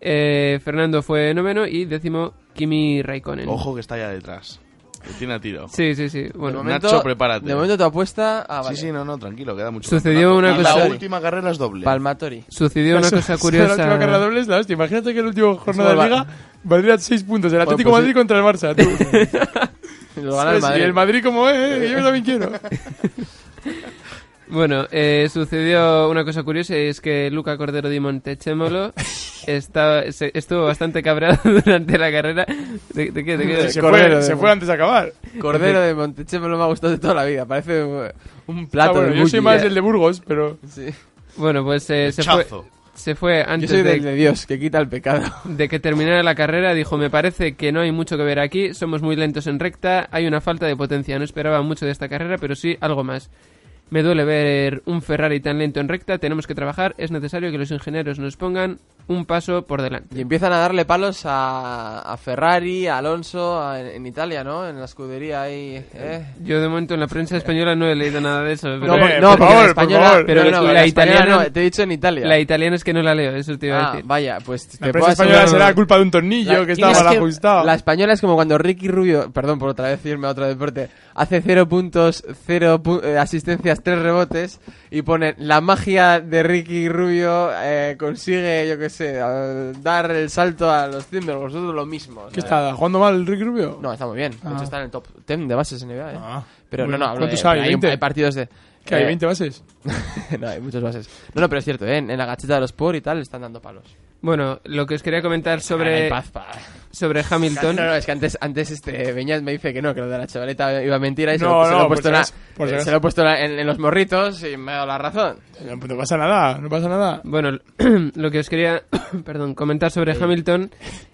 Speaker 2: Eh, Fernando fue noveno y décimo Kimi Raikkonen.
Speaker 7: Ojo que está allá detrás. Que tiene a tiro.
Speaker 2: Sí, sí, sí. Bueno,
Speaker 3: momento-
Speaker 7: Nacho, prepárate.
Speaker 3: de momento tu apuesta... Ah,
Speaker 7: Sí,
Speaker 3: vale.
Speaker 7: sí, no, no, tranquilo, queda mucho.
Speaker 2: Sucedió
Speaker 7: campeonato.
Speaker 2: una
Speaker 7: Y
Speaker 2: cosa-
Speaker 7: La última carrera es doble.
Speaker 3: Palmatori.
Speaker 2: Sucedió una
Speaker 3: [laughs]
Speaker 4: Eso-
Speaker 2: cosa
Speaker 4: eso,
Speaker 2: curiosa.
Speaker 4: La última carrera doble es la hostia. Imagínate que el último jornada de
Speaker 3: como el
Speaker 4: liga valdría 6 puntos. El
Speaker 3: Bueno,
Speaker 4: Atlético
Speaker 3: pues
Speaker 4: Madrid
Speaker 3: sí.
Speaker 4: contra el Barça. tú.
Speaker 3: Lo gana el
Speaker 4: ¿Sabes?
Speaker 3: Madrid.
Speaker 4: Y el Madrid como es, eh, yo también quiero.
Speaker 2: Bueno, eh, sucedió una cosa curiosa y es que Luca Cordero di
Speaker 3: [laughs]
Speaker 2: Montechémolo está- se- estuvo bastante cabreado [laughs] durante la carrera. ¿De, de qué? ¿De qué?
Speaker 4: Se fue, se fue antes de acabar.
Speaker 3: Cordero de Montechemo lo me ha gustado de toda la vida. Parece un, un plato
Speaker 4: Ah, bueno,
Speaker 3: de
Speaker 4: yo soy
Speaker 3: buki.
Speaker 4: más el de Burgos, pero...
Speaker 2: Bueno, pues eh, se fue.
Speaker 3: Lechazo.
Speaker 2: Se fue antes
Speaker 3: Yo soy
Speaker 2: de,
Speaker 3: del de Dios, que quita el pecado.
Speaker 2: de que terminara la carrera. Dijo, me parece que no hay mucho que ver aquí. Somos muy lentos en recta. Hay una falta de potencia. No esperaba mucho de esta carrera, pero sí algo más. Me duele ver un Ferrari tan lento en recta. Tenemos que trabajar. Es necesario que los ingenieros nos pongan un paso por delante.
Speaker 3: Y empiezan a darle palos a, a Ferrari, a Alonso, a- en, en Italia, ¿no? En la escudería ahí. ¿eh?
Speaker 2: Yo de momento en la prensa española no he leído nada de eso.
Speaker 3: No, por- no, porque la española-
Speaker 2: pero
Speaker 3: no, no,
Speaker 2: la,
Speaker 3: la española
Speaker 2: italiana,
Speaker 3: no, te he dicho en Italia.
Speaker 2: La italiana es que no la leo, eso te iba a
Speaker 3: Ah,
Speaker 2: decir.
Speaker 3: vaya, pues
Speaker 4: La prensa española será culpa de un tornillo que estaba
Speaker 3: es
Speaker 4: mal
Speaker 3: que
Speaker 4: ajustado.
Speaker 3: La española es como cuando Ricky Rubio, perdón por otra vez irme a otro deporte, hace cero puntos, cero pu- eh, asistencias, tres rebotes y pone la magia de Ricky Rubio eh, consigue, yo qué sé, eh, dar el salto a los Timberwolves, vosotros lo mismo. o
Speaker 4: ¿Qué
Speaker 3: sea,
Speaker 4: está? ¿Jugando mal el Rick Rubio?
Speaker 3: No, está muy bien. De
Speaker 4: Ah.
Speaker 3: hecho, está en el top 10 de bases en NBA, ¿eh?
Speaker 4: Ah.
Speaker 3: pero
Speaker 4: Bueno,
Speaker 3: no, no, hablo de-
Speaker 4: ¿cuántos hay?
Speaker 3: hay, un-
Speaker 4: 20.
Speaker 3: hay partidos de...
Speaker 4: ¿Que hay
Speaker 3: eh,
Speaker 4: 20 bases?
Speaker 3: [laughs] no, hay muchos bases. No, no, pero es cierto, ¿eh? en, en la gacheta de los por y tal le están dando palos.
Speaker 2: Bueno, lo que os quería comentar
Speaker 3: Ah, no
Speaker 4: eh,
Speaker 2: sobre,
Speaker 3: hay paz,
Speaker 4: [laughs]
Speaker 3: pa.
Speaker 2: sobre Hamilton.
Speaker 3: No, no, es que antes, antes este Beñat me dice que no, que lo de la chavaleta iba a mentir y se,
Speaker 4: No,
Speaker 3: lo, se lo
Speaker 4: no,
Speaker 3: he puesto,
Speaker 4: por
Speaker 3: en la-
Speaker 4: si acaso, por si
Speaker 3: eh,
Speaker 4: acaso.
Speaker 3: se lo he puesto en la- en, en los morritos y me ha dado la razón.
Speaker 4: No pasa nada, no pasa nada.
Speaker 2: Bueno, [clears throat] lo que os quería [clears throat] perdón, comentar sobre Hamilton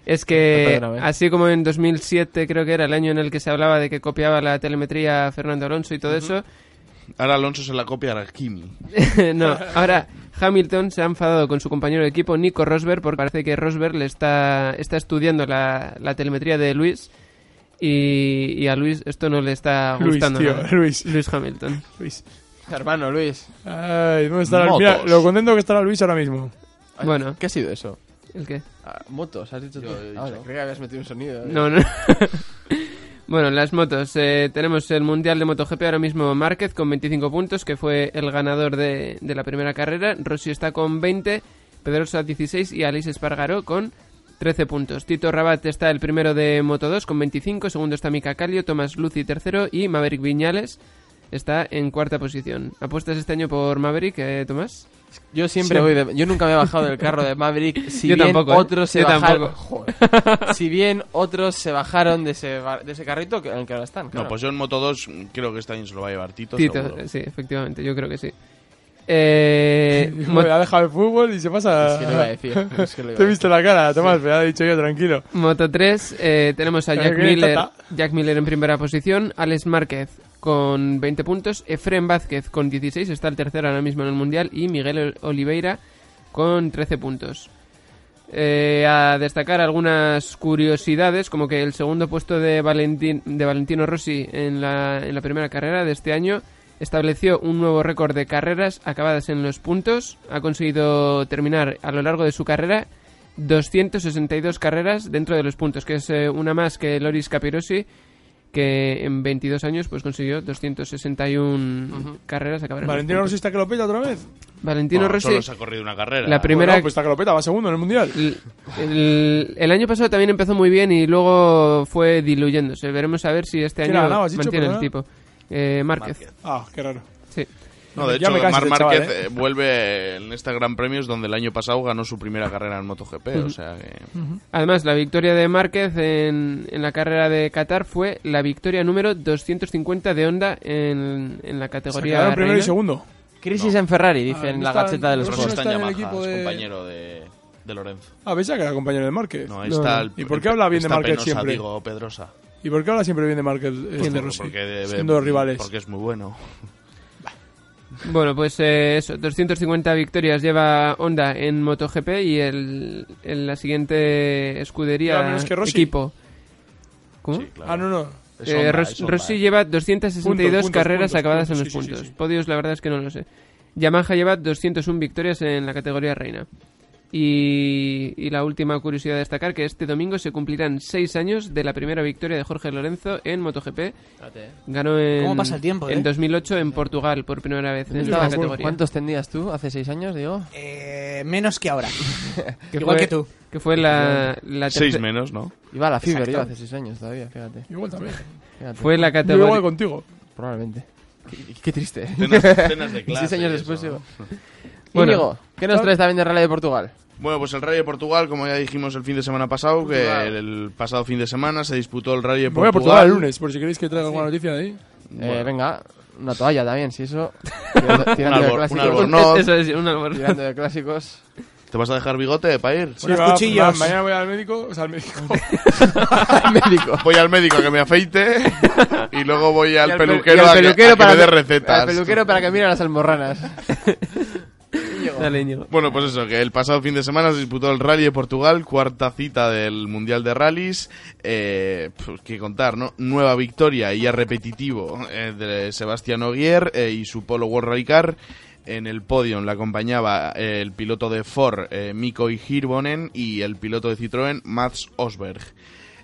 Speaker 2: es
Speaker 4: [laughs]
Speaker 2: que,
Speaker 4: Perdóname.
Speaker 2: así como en 2007 creo que era el año en el que se hablaba de que copiaba la telemetría a Fernando Alonso y todo eso,
Speaker 7: Ahora Alonso se la copia a Kimi.
Speaker 2: [laughs]
Speaker 4: [laughs]
Speaker 2: no, ahora Hamilton se ha enfadado con su compañero de equipo Nico Rosberg porque parece que Rosberg le está, está estudiando la, la telemetría de Luis y, y a Luis esto no le está
Speaker 4: Luis,
Speaker 2: gustando.
Speaker 4: tío, [laughs]
Speaker 2: nada.
Speaker 4: Luis.
Speaker 2: Hamilton.
Speaker 4: Luis.
Speaker 3: Hermano Luis.
Speaker 4: Ay, ¿dónde estará?
Speaker 3: Motos.
Speaker 4: Mira, lo contento que estará Luis ahora mismo.
Speaker 3: Ay,
Speaker 2: Bueno.
Speaker 3: ¿Qué ha sido eso?
Speaker 2: ¿El qué?
Speaker 3: Ah, motos, has dicho tú. Ah, vale, creía que habías metido un sonido. ¿eh?
Speaker 2: No, [laughs] no. bueno, las motos. Eh, tenemos el Mundial de MotoGP ahora mismo Márquez con 25 puntos, que fue el ganador de, de la primera carrera. Rossi está con 20, Pedrosa 16 y Alice Espargaró con 13 puntos. Tito Rabat está el primero de Moto2 con 25, segundo está Mika Kallio, Tomás Lucy tercero y Maverick Viñales está en cuarta posición. ¿Apuestas este año por Maverick, eh, Tomás?
Speaker 3: Yo siempre voy de- Yo nunca me he bajado del carro de Maverick. Si
Speaker 2: Yo
Speaker 4: [laughs]
Speaker 3: bien
Speaker 2: tampoco, ¿eh?
Speaker 3: otros se
Speaker 2: Yo
Speaker 3: bajaron-
Speaker 2: tampoco.
Speaker 3: Joder. si bien otros se bajaron de ese, bar- de ese carrito que- en el que ahora están. claro.
Speaker 7: No, pues yo en Moto 2 mm, creo que este año se lo va a llevar Tito.
Speaker 2: Tito,
Speaker 7: seguro.
Speaker 2: sí, efectivamente, yo creo que sí. Eh,
Speaker 4: [laughs] Me ha dejado el fútbol y se pasa.
Speaker 2: Es que lo iba a
Speaker 4: [laughs]
Speaker 2: decir, es que lo iba a
Speaker 4: Te
Speaker 2: decir.
Speaker 4: he visto la cara, Tomás, me ha dicho yo, tranquilo.
Speaker 2: Moto 3, eh, tenemos a
Speaker 4: Pero
Speaker 2: Jack
Speaker 4: que eres
Speaker 2: Miller,
Speaker 4: tata.
Speaker 2: Jack Miller en primera posición, Alex Márquez con 20 puntos, Efren Vázquez con 16, está el tercero ahora mismo en el Mundial, y Miguel Oliveira con 13 puntos. Eh, a destacar algunas curiosidades, como que el segundo puesto de, Valentin- de Valentino Rossi en la, en la primera carrera de este año estableció un nuevo récord de carreras acabadas en los puntos. Ha conseguido terminar a lo largo de su carrera 262 carreras dentro de los puntos, que es eh, una más que Loris Capirossi, que en 22 años pues consiguió 261 carreras acabadas en los
Speaker 4: ¿Valentino
Speaker 2: puntos.
Speaker 4: Rossi está que lo peta otra vez?
Speaker 2: Valentino
Speaker 4: Bueno,
Speaker 2: Rossi.
Speaker 4: solo se ha corrido una carrera. Bueno, pues está que lo peta, va segundo en el mundial.
Speaker 2: El, el año pasado también empezó muy bien y luego fue diluyéndose. Veremos a ver si este
Speaker 4: ¿Quién
Speaker 2: año
Speaker 4: ha ganado, has dicho,
Speaker 2: mantiene el
Speaker 4: perdona?
Speaker 2: tipo. Eh, Márquez.
Speaker 4: Ah, qué raro.
Speaker 2: Sí.
Speaker 7: No, de
Speaker 4: Ya
Speaker 7: hecho,
Speaker 4: me canso
Speaker 7: Mar
Speaker 4: de chaval,
Speaker 7: Márquez
Speaker 4: ¿eh?
Speaker 7: eh, vuelve en este Gran Premio es donde el año pasado ganó su primera carrera en MotoGP. O
Speaker 2: Ujú.
Speaker 7: sea que...
Speaker 2: Además, la victoria de Márquez en, en la carrera de Qatar fue la victoria número 250 de Honda en, en la categoría.
Speaker 4: quedaron primero y
Speaker 2: reina.
Speaker 4: segundo.
Speaker 3: Crisis en Ferrari, dice
Speaker 4: Ah,
Speaker 3: en
Speaker 4: no
Speaker 3: la
Speaker 4: está-
Speaker 3: gacheta de los
Speaker 4: no
Speaker 7: Rossi
Speaker 3: juegos.
Speaker 7: está en
Speaker 4: está en el
Speaker 7: Yamaha,
Speaker 4: equipo
Speaker 7: es
Speaker 4: de-
Speaker 7: compañero de, de Lorenzo.
Speaker 4: Ah, pensaba que era compañero de Márquez.
Speaker 7: No, está el-
Speaker 4: ¿Y por qué habla bien de
Speaker 7: está
Speaker 4: Márquez
Speaker 7: Penosa,
Speaker 4: siempre?
Speaker 7: digo, Pedrosa.
Speaker 4: ¿Y por qué habla siempre bien de Márquez este
Speaker 7: Pues Porque-
Speaker 4: Rossi?
Speaker 7: porque debe-
Speaker 4: Siendo rivales.
Speaker 7: Porque es muy bueno.
Speaker 2: Bueno, pues eh, eso, 250 victorias lleva Honda en MotoGP y el, en la siguiente escudería
Speaker 4: Lleva menos que Rossi.
Speaker 2: equipo. ¿Cómo?
Speaker 4: Ah, no, no.
Speaker 2: Eh, Ros- Rossi lleva 262
Speaker 4: Puntos, puntos,
Speaker 2: carreras
Speaker 4: puntos,
Speaker 2: acabadas
Speaker 4: puntos,
Speaker 2: en los
Speaker 4: sí, sí, sí,
Speaker 2: puntos. Podios, la verdad es que no lo sé. Yamaha lleva 201 victorias en la categoría reina. Y, y la última curiosidad a destacar, que este domingo se cumplirán 6 años de la primera victoria de Jorge Lorenzo en MotoGP.
Speaker 3: eh.
Speaker 2: Ganó en,
Speaker 3: ¿Cómo pasa el tiempo, eh?
Speaker 2: en 2008 en Portugal por primera vez en esta
Speaker 3: Estabas-
Speaker 2: categoría.
Speaker 3: ¿Cuántos tendías tú hace seis años, Diego?
Speaker 13: Eh,
Speaker 1: menos que ahora.
Speaker 2: [laughs] Que
Speaker 1: Igual
Speaker 2: fue-
Speaker 1: que tú.
Speaker 2: Que fue la, la
Speaker 7: Seis
Speaker 2: terce-
Speaker 7: menos, ¿no?
Speaker 3: Iba a la Fever,
Speaker 2: Exacto.
Speaker 3: iba hace seis años todavía, fíjate.
Speaker 4: Igual también.
Speaker 3: Fíjate.
Speaker 2: Fue la categoría.
Speaker 4: contigo.
Speaker 3: Probablemente. Qué, qué triste. ¿eh? [laughs]
Speaker 7: Cenas- cenas de clase
Speaker 3: Seis años
Speaker 7: y
Speaker 3: después,
Speaker 7: eso.
Speaker 3: [laughs] Diego.
Speaker 7: Bueno.
Speaker 3: Íñigo, ¿qué nos traes también de Rally de Portugal?
Speaker 7: Bueno, pues el Rally de Portugal, como ya dijimos el fin de semana pasado, que el, el pasado fin de semana se disputó el Rally de
Speaker 4: Me voy
Speaker 7: Portugal.
Speaker 4: a Portugal el lunes, por si queréis que traiga alguna noticia de ahí.
Speaker 3: Eh, venga, una toalla también, si
Speaker 7: [laughs]
Speaker 3: eso.
Speaker 7: Un albor-
Speaker 2: [laughs]
Speaker 3: [laughs]
Speaker 7: un albornoz. Eso es, un albornoz.
Speaker 3: Tirando de clásicos.
Speaker 7: ¿Te vas a dejar bigote para ir?
Speaker 4: Sí, va, va, mañana voy al médico. O sea,
Speaker 3: [laughs]
Speaker 4: al médico.
Speaker 3: médico.
Speaker 7: Voy al médico a que me afeite y luego voy al
Speaker 3: Y pe-
Speaker 7: peluquero,
Speaker 3: y
Speaker 7: a
Speaker 3: al
Speaker 7: que-
Speaker 3: peluquero
Speaker 7: a que,
Speaker 3: para
Speaker 7: me dé
Speaker 3: que-
Speaker 7: recetas.
Speaker 3: Al peluquero para que mire a las [laughs] almorranas.
Speaker 7: Bueno, pues eso, que el pasado fin de semana se disputó el Rally de Portugal, cuarta cita del Mundial de Rallys. Eh, pues, qué contar, ¿no? Nueva victoria y ya repetitivo eh, de Sebastián Ogier eh, y su Polo World Rally Car. En el podio le acompañaba eh, el piloto de Ford, eh, Mikko Hirvonen, y el piloto de Citroën, Mats Osberg.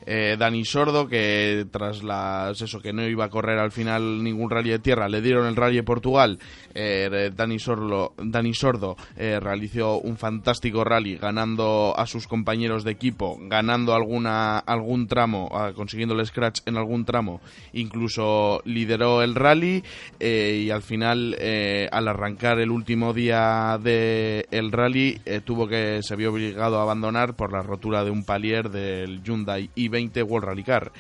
Speaker 7: Eh, Dani Sordo, que tras las, eso, que no iba a correr al final ningún rally de tierra, le dieron el rally de Portugal. Eh, Dani, Sorlo- Dani Sordo eh, realizó un fantástico rally, ganando a sus compañeros de equipo, ganando alguna, algún tramo, ah, consiguiendo el scratch en algún tramo. Incluso lideró el rally eh, y al final, eh, al arrancar el último día del rally, eh, tuvo que se vio obligado a abandonar por la rotura de un palier del Hyundai i20 World Rally Car.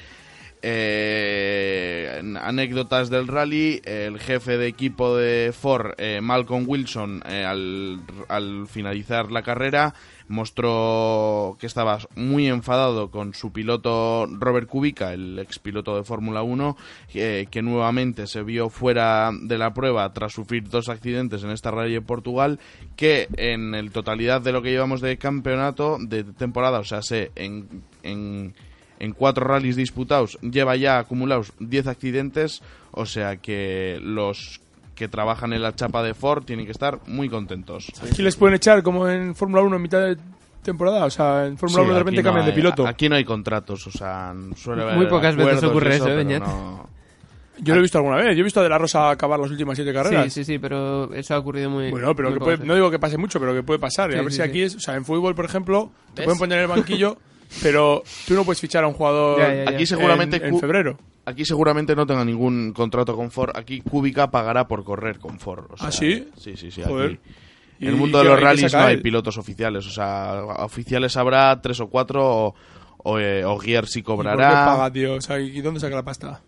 Speaker 7: Eh, en- anécdotas del rally, el jefe de equipo de Ford, eh, Malcolm Wilson, eh, al, al finalizar la carrera mostró que estaba muy enfadado con su piloto Robert Kubica, el expiloto de Fórmula 1, eh, que nuevamente se vio fuera de la prueba tras sufrir dos accidentes en esta rally de Portugal, que en el totalidad de lo que llevamos de campeonato, de temporada, o sea, se en- en en cuatro rallies disputados lleva ya acumulados 10 accidentes, o sea que los que trabajan en la chapa de Ford tienen que estar muy contentos.
Speaker 4: Aquí les pueden echar como en Fórmula 1 en mitad de temporada. O sea, en Fórmula
Speaker 7: Sí,
Speaker 4: 1 de
Speaker 7: aquí
Speaker 4: repente
Speaker 7: no
Speaker 4: cambian de
Speaker 7: hay-
Speaker 4: piloto.
Speaker 7: Aquí no hay contratos, o sea, suele haber
Speaker 2: Muy pocas veces
Speaker 7: acuerdos y
Speaker 2: ocurre eso, ¿eh,
Speaker 7: pero
Speaker 2: Beñat?
Speaker 7: no-
Speaker 4: Yo lo he visto alguna vez. Yo he visto a De La Rosa acabar las últimas siete carreras.
Speaker 2: Sí, sí, sí, pero eso ha ocurrido muy.
Speaker 4: Bueno, pero
Speaker 2: muy
Speaker 4: que
Speaker 2: pocas
Speaker 4: puede- no digo que pase mucho, pero que puede pasar. Y
Speaker 2: Sí,
Speaker 4: a ver
Speaker 2: sí,
Speaker 4: si
Speaker 2: sí.
Speaker 4: aquí es. O sea, en fútbol, por ejemplo, te
Speaker 2: ¿Ves?
Speaker 4: pueden poner en el banquillo, pero tú no puedes fichar a un jugador
Speaker 7: Ya, ya, ya. Aquí seguramente
Speaker 4: en, en
Speaker 7: cu-
Speaker 4: febrero.
Speaker 7: Aquí seguramente no tenga ningún contrato con Ford. Aquí Cúbica pagará por correr con Ford. o sea,
Speaker 4: ¿Ah, sí?
Speaker 7: Sí, sí, sí.
Speaker 4: Joder.
Speaker 7: aquí.
Speaker 4: ¿Y-
Speaker 7: En el mundo
Speaker 4: y
Speaker 7: de
Speaker 4: qué-
Speaker 7: los
Speaker 4: y qué
Speaker 7: rallies
Speaker 4: saca
Speaker 7: no hay
Speaker 4: él?
Speaker 7: pilotos oficiales. O sea, oficiales habrá tres o cuatro o, o, eh, Ogier sí
Speaker 4: ¿Por qué
Speaker 7: cobrará.
Speaker 4: paga, tío? O sea, ¿y dónde saca la pasta?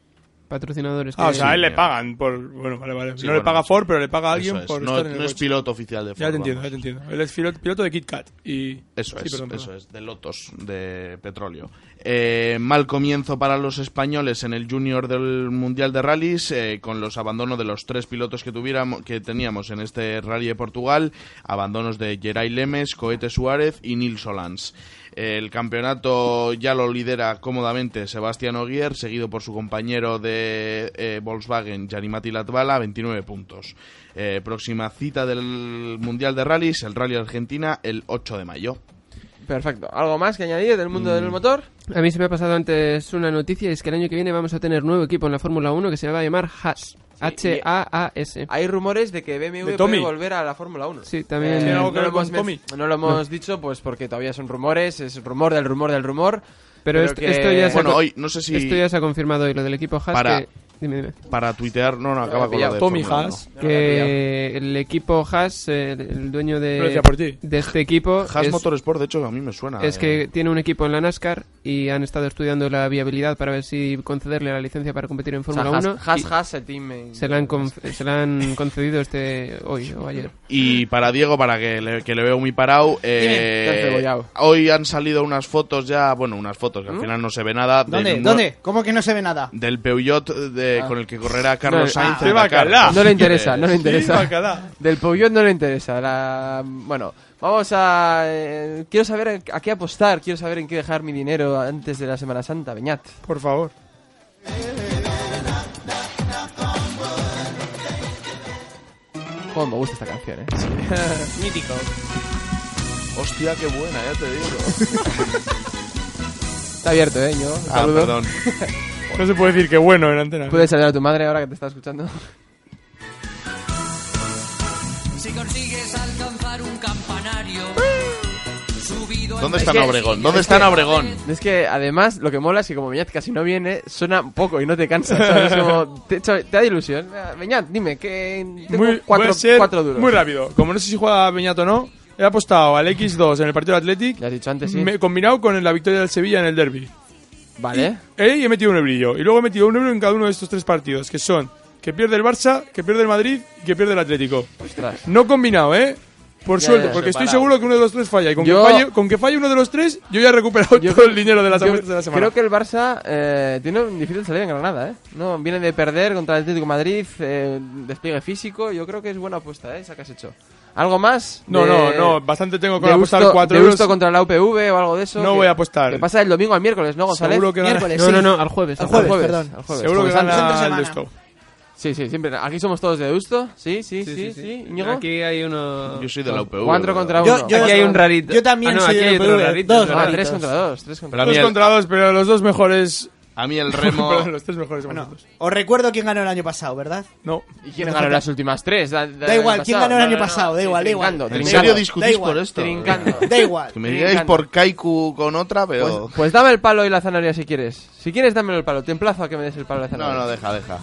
Speaker 2: Patrocinadores.
Speaker 4: Ah,
Speaker 7: que-
Speaker 4: o sea, a él
Speaker 7: Sí,
Speaker 4: le
Speaker 7: mira.
Speaker 4: pagan por... Bueno, vale, vale.
Speaker 7: Sí,
Speaker 4: no le
Speaker 7: bueno,
Speaker 4: paga Ford, pero le paga a alguien
Speaker 7: Eso es.
Speaker 4: por
Speaker 7: No,
Speaker 4: estar en
Speaker 7: no
Speaker 4: el
Speaker 7: es
Speaker 4: coche.
Speaker 7: piloto oficial de Ford.
Speaker 4: Ya te entiendo, ya
Speaker 7: vamos.
Speaker 4: te entiendo. Él es filo- piloto de KitKat y...
Speaker 7: Eso
Speaker 4: Sí,
Speaker 7: es,
Speaker 4: perdón, perdón. [laughs]
Speaker 7: eso es, de lotos de petróleo. Eh, mal comienzo para los españoles en el Junior del Mundial de Rallys, eh, con los abandonos de los tres pilotos que, tuviéramos, que teníamos en este Rally de Portugal, abandonos de Geray Lemes, Cohete Suárez y Nils Solans. El campeonato ya lo lidera cómodamente Sebastián Ogier, seguido por su compañero de eh, Volkswagen, Gianimati Latvala, 29 puntos. Eh, próxima cita del Mundial de Rallys, el Rally Argentina, el 8 de mayo.
Speaker 3: Perfecto. ¿Algo más que añadir del mundo
Speaker 2: Mm.
Speaker 3: del motor?
Speaker 2: A mí se me ha pasado antes una noticia y es que el año que viene vamos a tener nuevo equipo en la Fórmula 1 que se va a llamar Haas. H-A-A-S.
Speaker 3: Hay rumores de que BMW
Speaker 2: De Tommy.
Speaker 3: puede volver a la Fórmula 1.
Speaker 2: Sí, también- ¿Tiene algo
Speaker 3: no,
Speaker 2: que
Speaker 3: lo
Speaker 2: ver con
Speaker 3: hemos, men-
Speaker 2: Tommy?
Speaker 3: no lo hemos
Speaker 2: No.
Speaker 3: dicho, pues porque todavía son rumores, es rumor del rumor del rumor.
Speaker 2: Pero esto,
Speaker 3: que-
Speaker 2: esto ya se ha,
Speaker 3: Bueno,
Speaker 2: con-
Speaker 3: hoy, no sé si-
Speaker 2: esto ya se ha confirmado hoy, lo del equipo Haas.
Speaker 7: Para-
Speaker 2: que- dime, dime.
Speaker 7: Para tuitear, no, no, acaba con lo de Fórmula uno.
Speaker 2: Que el equipo Haas, eh, el, el dueño
Speaker 7: Lo
Speaker 2: de,
Speaker 7: decía por ti.
Speaker 2: de este equipo.
Speaker 7: Haas
Speaker 2: es-
Speaker 7: Motorsport, de hecho, a mí me suena.
Speaker 2: Es
Speaker 7: eh.
Speaker 2: que tiene un equipo en la NASCAR y han estado estudiando la viabilidad para ver si concederle la licencia para competir en
Speaker 3: sea,
Speaker 2: Fórmula
Speaker 3: Haas-
Speaker 2: 1.
Speaker 3: Haas-
Speaker 2: y
Speaker 3: Haas, el team eh. en-
Speaker 2: Se la han, conf- se la han concedido este hoy o ayer.
Speaker 7: Y para Diego, para que le, que le veo muy parado, eh,
Speaker 2: Dime. Te has cebollado.
Speaker 7: hoy han salido unas fotos ya, bueno, unas fotos que al
Speaker 1: ¿Mm?
Speaker 7: final no se ve nada. del
Speaker 1: ¿Dónde?
Speaker 7: nue-
Speaker 1: ¿Dónde? ¿Cómo que no se ve nada?
Speaker 7: Del Peugeot de-
Speaker 1: Ah.
Speaker 7: con el que correrá Carlos Sainz.
Speaker 3: ah,
Speaker 7: en Dakar.
Speaker 3: no le interesa, no le
Speaker 7: Sí,
Speaker 3: interesa.
Speaker 7: bacalao.
Speaker 3: Del Peugeot no le interesa. la- Bueno, vamos a... eh, quiero saber a qué apostar, quiero saber en qué dejar mi dinero antes de la Semana Santa, Beñat.
Speaker 4: Por favor.
Speaker 3: Cómo me gusta esta canción, eh.
Speaker 4: [laughs]
Speaker 3: Mítico.
Speaker 7: Hostia, qué buena, ya te digo.
Speaker 3: [laughs] Está abierto, eh, yo.
Speaker 7: Ah,
Speaker 3: Saludo.
Speaker 7: perdón.
Speaker 4: No se puede decir que bueno en antena.
Speaker 7: Pues
Speaker 3: Puedes saludar a tu madre ahora que te está escuchando. [laughs]
Speaker 16: Si consigues alcanzar un campanario subido al
Speaker 7: ¿Dónde
Speaker 16: mes-
Speaker 7: está Obregón? ¿Dónde
Speaker 3: Es
Speaker 7: está
Speaker 3: que-
Speaker 7: Obregón?
Speaker 3: Es que además lo que mola es que como Beñat casi no viene, suena poco y no te cansa. ¿sabes? Como, te, te da ilusión. Beñat, dime, que tengo
Speaker 4: Muy,
Speaker 3: cuatro,
Speaker 4: voy a ser
Speaker 3: cuatro duros.
Speaker 4: Muy rápido. Como no sé si juega Peñato o no, he apostado al X2 en el partido del Athletic.
Speaker 3: Ya has dicho antes, sí.
Speaker 4: Me, combinado con la victoria del Sevilla en el derby.
Speaker 3: Vale.
Speaker 4: Y, eh, y he metido un ebrillo. Y luego he metido un euro en cada uno de estos tres partidos, que son que pierde el Barça, que pierde el Madrid y que pierde el Atlético.
Speaker 3: Ostras.
Speaker 4: No combinado, ¿eh? Por
Speaker 3: Ya,
Speaker 4: suerte,
Speaker 3: ya,
Speaker 4: porque estoy
Speaker 3: separado.
Speaker 4: seguro que uno de los tres falla. Y con,
Speaker 3: Yo-
Speaker 4: que, falle, con que falle uno de los tres, yo ya he recuperado todo el dinero de las
Speaker 3: Yo
Speaker 4: apuestas de la semana.
Speaker 3: Creo que el Barça eh, tiene un difícil salida en Granada, ¿eh? No, viene de perder contra el Atlético de Madrid, eh, despliegue físico. Yo creo que es buena apuesta, ¿eh? Esa que has hecho. ¿Algo más?
Speaker 4: No,
Speaker 3: De-
Speaker 4: no, no, bastante tengo con
Speaker 3: de
Speaker 4: apostar
Speaker 3: Gusto-
Speaker 4: cuatro
Speaker 3: de
Speaker 4: euros.
Speaker 3: Gusto contra la UPV o algo de eso.
Speaker 4: No
Speaker 3: que-
Speaker 4: voy a apostar.
Speaker 3: Que pasa del domingo al miércoles, ¿no, González?
Speaker 4: Seguro que gana- [laughs] Miércoles, No, sí. no, no, al jueves, al jueves.
Speaker 3: al jueves.
Speaker 4: Seguro que
Speaker 3: Jueves
Speaker 4: gana
Speaker 3: santo.
Speaker 4: el Entre semana. Deusto.
Speaker 3: Sí, sí, siempre. Aquí somos todos de Deusto. Sí, sí, sí, sí. Íñigo.
Speaker 2: Aquí hay uno.
Speaker 7: Yo soy de la UPV.
Speaker 3: Cuatro
Speaker 7: pero-
Speaker 3: contra uno.
Speaker 2: aquí hay un rarito. Ah, no, aquí hay otro rarito.
Speaker 3: Dos,
Speaker 2: otro
Speaker 3: ah,
Speaker 2: rarito.
Speaker 3: tres contra dos. Tres contra
Speaker 7: Pero a
Speaker 4: dos
Speaker 7: mí el-
Speaker 4: contra dos, pero los dos mejores.
Speaker 7: A mí el
Speaker 4: [laughs]
Speaker 7: remo-
Speaker 4: Perdón, los tres mejores. somos nosotros.
Speaker 1: Os recuerdo quién ganó el año pasado,
Speaker 2: [laughs]
Speaker 1: ¿verdad?
Speaker 4: No.
Speaker 3: ¿Y quién ganó las últimas tres? Da,
Speaker 1: Da igual, ¿quién ganó el año pasado? Da igual, da igual.
Speaker 7: ¿En serio discutís por esto?
Speaker 1: Da igual.
Speaker 7: Que me digáis por Kaiku con otra, pero...
Speaker 3: Pues, pues dame el palo y la zanahoria si quieres. Si quieres, dámelo el palo. Te emplazo a que me des el palo y la
Speaker 7: no,
Speaker 3: zanahoria.
Speaker 7: no, deja, deja.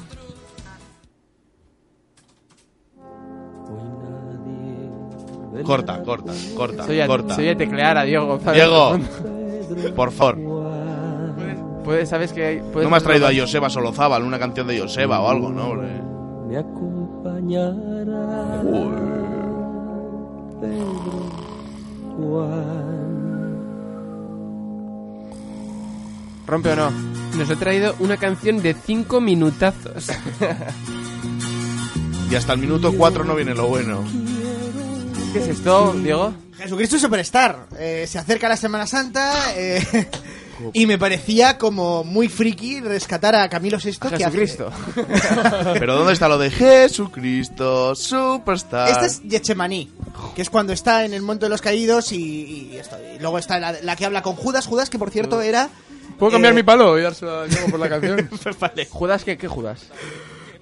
Speaker 7: Corta, corta, corta,
Speaker 3: Soy a-
Speaker 7: corta.
Speaker 3: soy a teclear a Diego González.
Speaker 7: Diego, por favor.
Speaker 3: Puedes, sabes que hay- puedes-
Speaker 7: No me has traído a Joseba Solozábal, una canción de Joseba o algo, ¿no? Porque-
Speaker 16: Me acompañará Pedro Juan.
Speaker 3: ¿Rompe o no?
Speaker 2: Nos ha traído una canción de 5 minutazos.
Speaker 7: Y hasta el minuto 4 no viene lo
Speaker 3: [laughs]
Speaker 7: bueno.
Speaker 3: ¿Qué es esto, Diego?
Speaker 1: Jesucristo Superstar. Eh, se acerca la Semana Santa eh, [laughs] y me parecía como muy friki rescatar a Camilo VI. que hace-
Speaker 3: Jesucristo.
Speaker 7: Pero ¿dónde está lo de Jesucristo Superstar?
Speaker 1: Esta Este es Yechemaní, que es cuando está en el Monte de los Caídos y, y esto. Y luego está la, la que habla con Judas. Judas, que por cierto era...
Speaker 4: ¿Puedo cambiar
Speaker 1: eh,
Speaker 4: mi palo y dárselo a Diego por la canción?
Speaker 3: ¿Judas qué, qué Judas?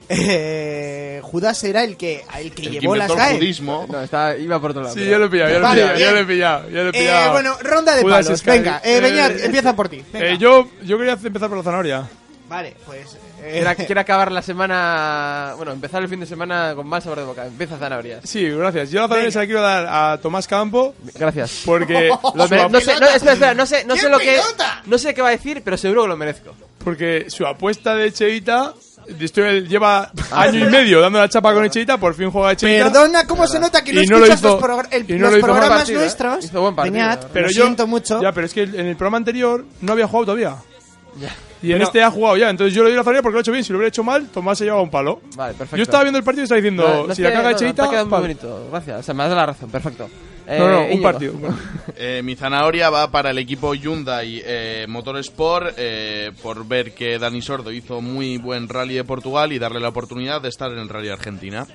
Speaker 1: eh, Judas era el que, el que llevó las
Speaker 3: inventó el
Speaker 1: GAE.
Speaker 3: No, está, iba por otro lado.
Speaker 4: Sí, yo lo he pillado, yo lo he
Speaker 1: Vale,
Speaker 4: pillado, yo
Speaker 1: bien.
Speaker 4: lo he pillado, yo lo he
Speaker 1: Eh,
Speaker 4: pillado.
Speaker 1: bueno, ronda de
Speaker 4: Judas
Speaker 1: palos.
Speaker 4: Iscariot.
Speaker 1: Venga, eh, Beñat, empieza por ti. Venga.
Speaker 4: Eh, yo, yo quería hacer- empezar por la zanahoria.
Speaker 1: Vale, pues. eh,
Speaker 3: Quiero, quiero acabar la semana. Bueno, empezar el fin de semana con mal sabor de boca. Empieza zanahorias.
Speaker 4: Sí, gracias. Yo la palabra se la quiero dar a Tomás Campo.
Speaker 3: Gracias.
Speaker 4: Porque.
Speaker 3: Lo
Speaker 4: su
Speaker 3: mere-
Speaker 4: ap-
Speaker 3: no sé, no, espera, espera, no sé, no sé lo que. No sé qué va a decir, pero seguro que lo merezco.
Speaker 4: Porque su apuesta de Echeita. Distuel lleva
Speaker 3: Ah.
Speaker 4: año y medio dando la chapa con Echeita, por fin juega Echeita.
Speaker 1: Perdona cómo se nota que no
Speaker 4: Y no lo
Speaker 1: escuchas
Speaker 4: hizo-
Speaker 1: los, progr- el-
Speaker 4: y no
Speaker 1: los
Speaker 4: lo hizo mal
Speaker 1: programas
Speaker 4: partido, ¿eh?
Speaker 1: nuestros.
Speaker 4: Hizo buen partido,
Speaker 1: Beñat,
Speaker 4: la verdad. Pero
Speaker 1: lo
Speaker 4: yo-
Speaker 1: siento mucho.
Speaker 4: Ya, pero es que en el programa anterior no había jugado todavía. Y en
Speaker 3: Pero-
Speaker 4: este ha jugado ya. Entonces yo le doy la zanahoria porque lo ha hecho bien. Si lo hubiera hecho mal, Tomás se llevaba un palo.
Speaker 3: Vale, perfecto.
Speaker 4: Yo estaba viendo el partido y estaba diciendo,
Speaker 3: No, no,
Speaker 4: si
Speaker 3: es
Speaker 4: la
Speaker 3: que-
Speaker 4: caga
Speaker 3: no, no,
Speaker 4: Echeita,
Speaker 3: Te ha quedado muy
Speaker 4: pal.
Speaker 3: bonito. Gracias. O sea, me has dado la razón. Perfecto. Eh,
Speaker 4: No, no, un
Speaker 3: Íñigo.
Speaker 4: partido.
Speaker 3: [laughs]
Speaker 7: Eh, mi zanahoria va para el equipo Hyundai eh, Motorsport eh, por ver que Dani Sordo hizo muy buen rally de Portugal y darle la oportunidad de estar en el rally Argentina.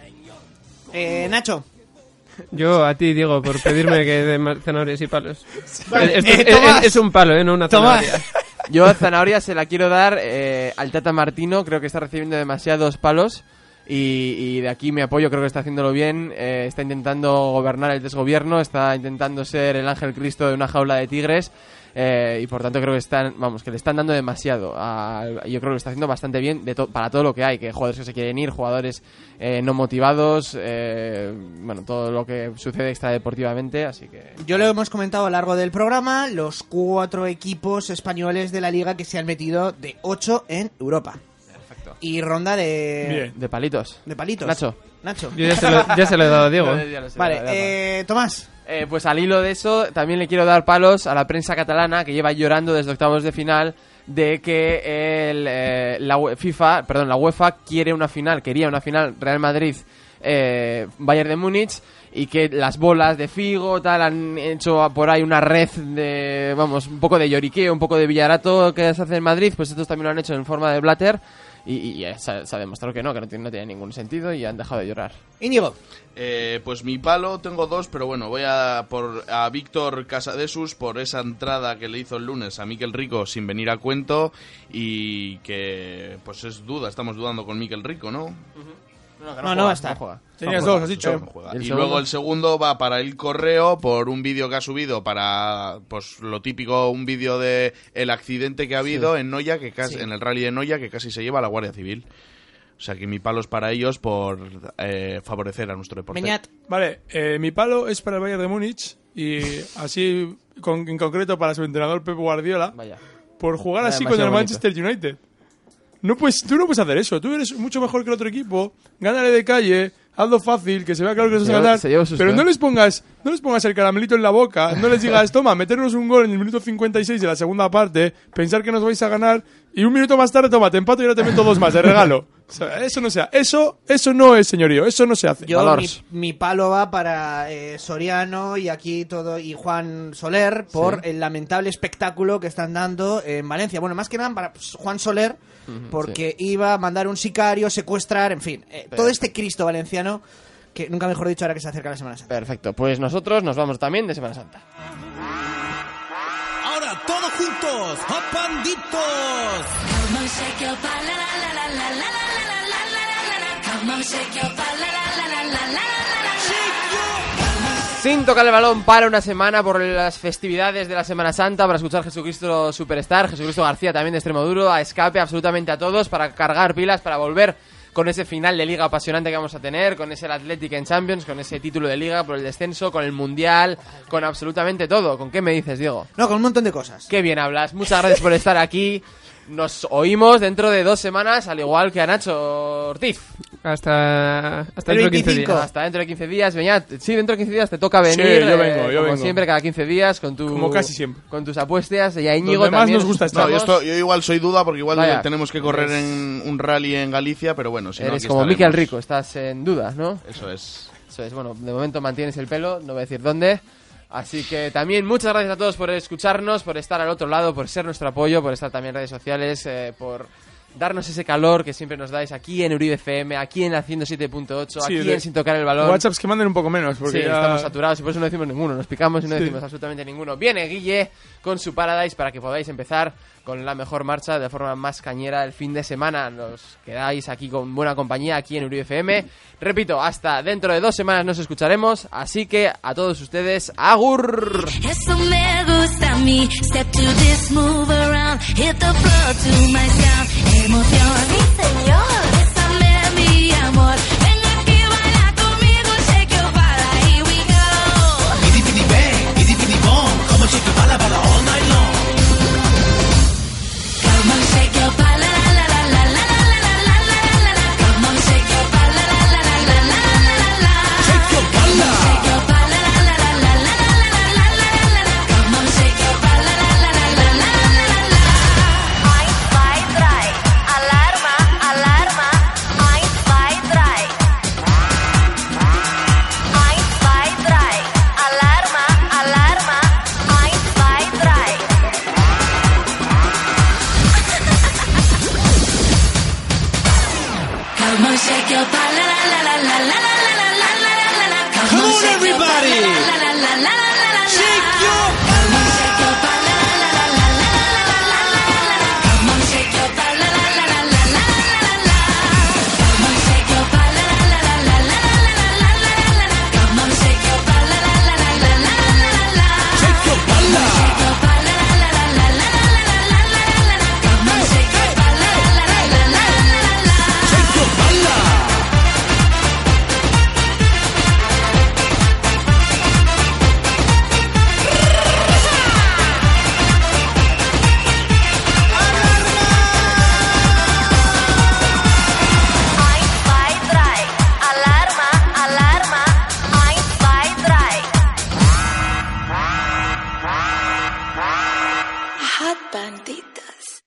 Speaker 1: Eh, Nacho.
Speaker 2: [laughs] Yo a ti, Diego, por pedirme que dé más zanahorias y palos.
Speaker 1: Vale.
Speaker 2: Es-
Speaker 1: Eh,
Speaker 2: es-
Speaker 1: Tomás.
Speaker 2: es- es un palo, ¿eh? No una
Speaker 1: Tomás.
Speaker 2: zanahoria.
Speaker 3: Yo a zanahoria se la quiero dar eh, al Tata Martino, creo que está recibiendo demasiados palos y, y de aquí me apoyo, creo que está haciéndolo bien, eh, está intentando gobernar el desgobierno, está intentando ser el ángel Cristo de una jaula de tigres eh, y por tanto creo que están, vamos, que le están dando demasiado. a- yo creo que lo está haciendo bastante bien de to- para todo lo que hay, que jugadores que se quieren ir, jugadores eh, no motivados, eh, bueno, todo lo que sucede extradeportivamente, así que...
Speaker 1: Yo lo hemos comentado a lo largo del programa, los cuatro equipos españoles de la liga que se han metido de ocho en Europa. Perfecto. Y ronda de...
Speaker 3: De palitos.
Speaker 1: De palitos.
Speaker 3: Nacho.
Speaker 1: Nacho.
Speaker 2: Yo ya se lo- ya se lo he dado
Speaker 1: [laughs]
Speaker 2: a Diego.
Speaker 3: Ya, ya lo sé,
Speaker 1: Vale,
Speaker 3: ya lo he dado.
Speaker 1: eh, Tomás.
Speaker 3: Eh, pues al hilo de eso, también le quiero dar palos a la prensa catalana que lleva llorando desde octavos de final de que el, eh, la UE FIFA, perdón, la UEFA quiere una final, quería una final Real Madrid eh, Bayern de Múnich y que las bolas de Figo tal han hecho por ahí una red de vamos un poco de lloriqueo, un poco de villarato que se hace en Madrid, pues estos también lo han hecho en forma de blatter y, y, eh, se, ha- se ha demostrado que no, que no tiene, no tiene ningún sentido y han dejado de llorar.
Speaker 1: Íñigo.
Speaker 7: Eh, pues mi palo tengo dos, pero bueno, voy a por a Víctor Casadesus por esa entrada que le hizo el lunes a Miquel Rico sin venir a cuento y que pues es duda, estamos dudando con Miquel Rico, ¿no?
Speaker 3: No,
Speaker 1: no, va a estar.
Speaker 4: Tenías
Speaker 7: juega,
Speaker 4: dos, has
Speaker 7: no
Speaker 4: dicho.
Speaker 7: juega. Y luego el segundo va para el correo por un vídeo que ha subido para, pues lo típico, un vídeo de el accidente que ha habido
Speaker 3: Sí.
Speaker 7: en Noya, que casi,
Speaker 3: Sí.
Speaker 7: en el rally de Noya, que casi se lleva a la Guardia Civil. O sea que mi palo es para ellos por eh, favorecer a nuestro deporte.
Speaker 4: Vale, eh, mi palo es para el Bayern de Múnich y así con- en concreto para su entrenador Pep Guardiola por jugar
Speaker 3: Era
Speaker 4: así con el
Speaker 3: demasiado
Speaker 4: Manchester United. No puedes, tú no puedes hacer eso, tú eres mucho mejor que el otro equipo, gánale de calle, hazlo fácil, que se vea claro que les vas
Speaker 3: Se
Speaker 4: a
Speaker 3: lleva-
Speaker 4: ganar,
Speaker 3: se lleva susto,
Speaker 4: pero no
Speaker 3: ¿eh?
Speaker 4: les pongas no les pongas el caramelito en la boca, no les digas, toma, meternos un gol en el minuto 56 de la segunda parte, pensar que nos vais a ganar y un minuto más tarde, toma, te empato y ahora te meto dos más de regalo. O sea, eso no sea, eso, eso no es señorío, eso no se hace.
Speaker 1: Yo, mi, mi palo va para eh, Soriano y aquí todo y Juan Soler por
Speaker 4: Sí.
Speaker 1: el lamentable espectáculo que están dando en Valencia. Bueno, más que nada para pues, Juan Soler,
Speaker 4: Ujú,
Speaker 1: porque iba a mandar un sicario, secuestrar, en fin, eh, todo este Cristo valenciano que nunca mejor dicho ahora que se acerca la Semana Santa.
Speaker 3: Perfecto, pues nosotros nos vamos también de Semana Santa.
Speaker 17: Ahora todos juntos, ¡Apanditos! Come on, shake your pa- la, la, la, la, la, la, la, la, la, la, la, la, la, la. Come on, shake your pa- la, la, la, la, la, la, la, la.
Speaker 3: Sin tocar el balón para una semana por las festividades de la Semana Santa, para escuchar Jesucristo Superstar, Jesucristo García también de extremo duro, a escape absolutamente a todos, para cargar pilas, para volver con ese final de liga apasionante que vamos a tener, con ese Athletic en Champions, con ese título de liga por el descenso, con el Mundial, con absolutamente todo. ¿Con qué me dices, Diego?
Speaker 1: No, con un montón de cosas.
Speaker 3: Qué bien hablas, muchas gracias por estar aquí. Nos oímos dentro de dos semanas, al igual que a Nacho Ortiz.
Speaker 2: Hasta, hasta dentro de 15 días.
Speaker 3: Hasta dentro de 15 días, Beñat. Sí, dentro de 15 días te toca venir.
Speaker 4: Sí, yo
Speaker 3: eh,
Speaker 4: vengo, yo
Speaker 3: como
Speaker 4: vengo.
Speaker 3: siempre, cada 15 días, con tu...
Speaker 4: Como casi siempre.
Speaker 3: Con tus apuestas, y a Íñigo
Speaker 4: demás
Speaker 3: también.
Speaker 4: nos gusta
Speaker 7: No, yo, esto- yo igual soy duda porque igual
Speaker 3: Vaya,
Speaker 7: tenemos que correr
Speaker 3: eres-
Speaker 7: en un rally en Galicia, pero bueno, si no,
Speaker 3: Eres
Speaker 7: aquí
Speaker 3: como
Speaker 7: estaremos.
Speaker 3: Miquel Rico, estás en dudas, ¿no?
Speaker 7: Eso es.
Speaker 3: Eso es, bueno, de momento mantienes el pelo, no voy a decir dónde. Así que también muchas gracias a todos por escucharnos, por estar al otro lado, por ser nuestro apoyo, por estar también en redes sociales, eh, por darnos ese calor que siempre nos dais aquí en Uribe FM, aquí en la 107.8,
Speaker 4: Sí,
Speaker 3: aquí
Speaker 4: de-
Speaker 3: en Sin Tocar el Balón.
Speaker 4: WhatsApps que manden un poco menos, porque
Speaker 3: sí,
Speaker 4: ya-
Speaker 3: estamos saturados y por eso no decimos ninguno, nos picamos y no
Speaker 4: Sí.
Speaker 3: decimos absolutamente ninguno. Viene Guille con su Paradise para que podáis empezar con la mejor marcha de forma más cañera el fin de semana. Nos quedáis aquí con buena compañía aquí en UriFM. Repito, hasta dentro de dos semanas nos escucharemos, así que a todos ustedes, agur.
Speaker 17: Eso me gusta a mí. Step to this, move around, hit the floor to my sound. And
Speaker 8: Hot Banditos.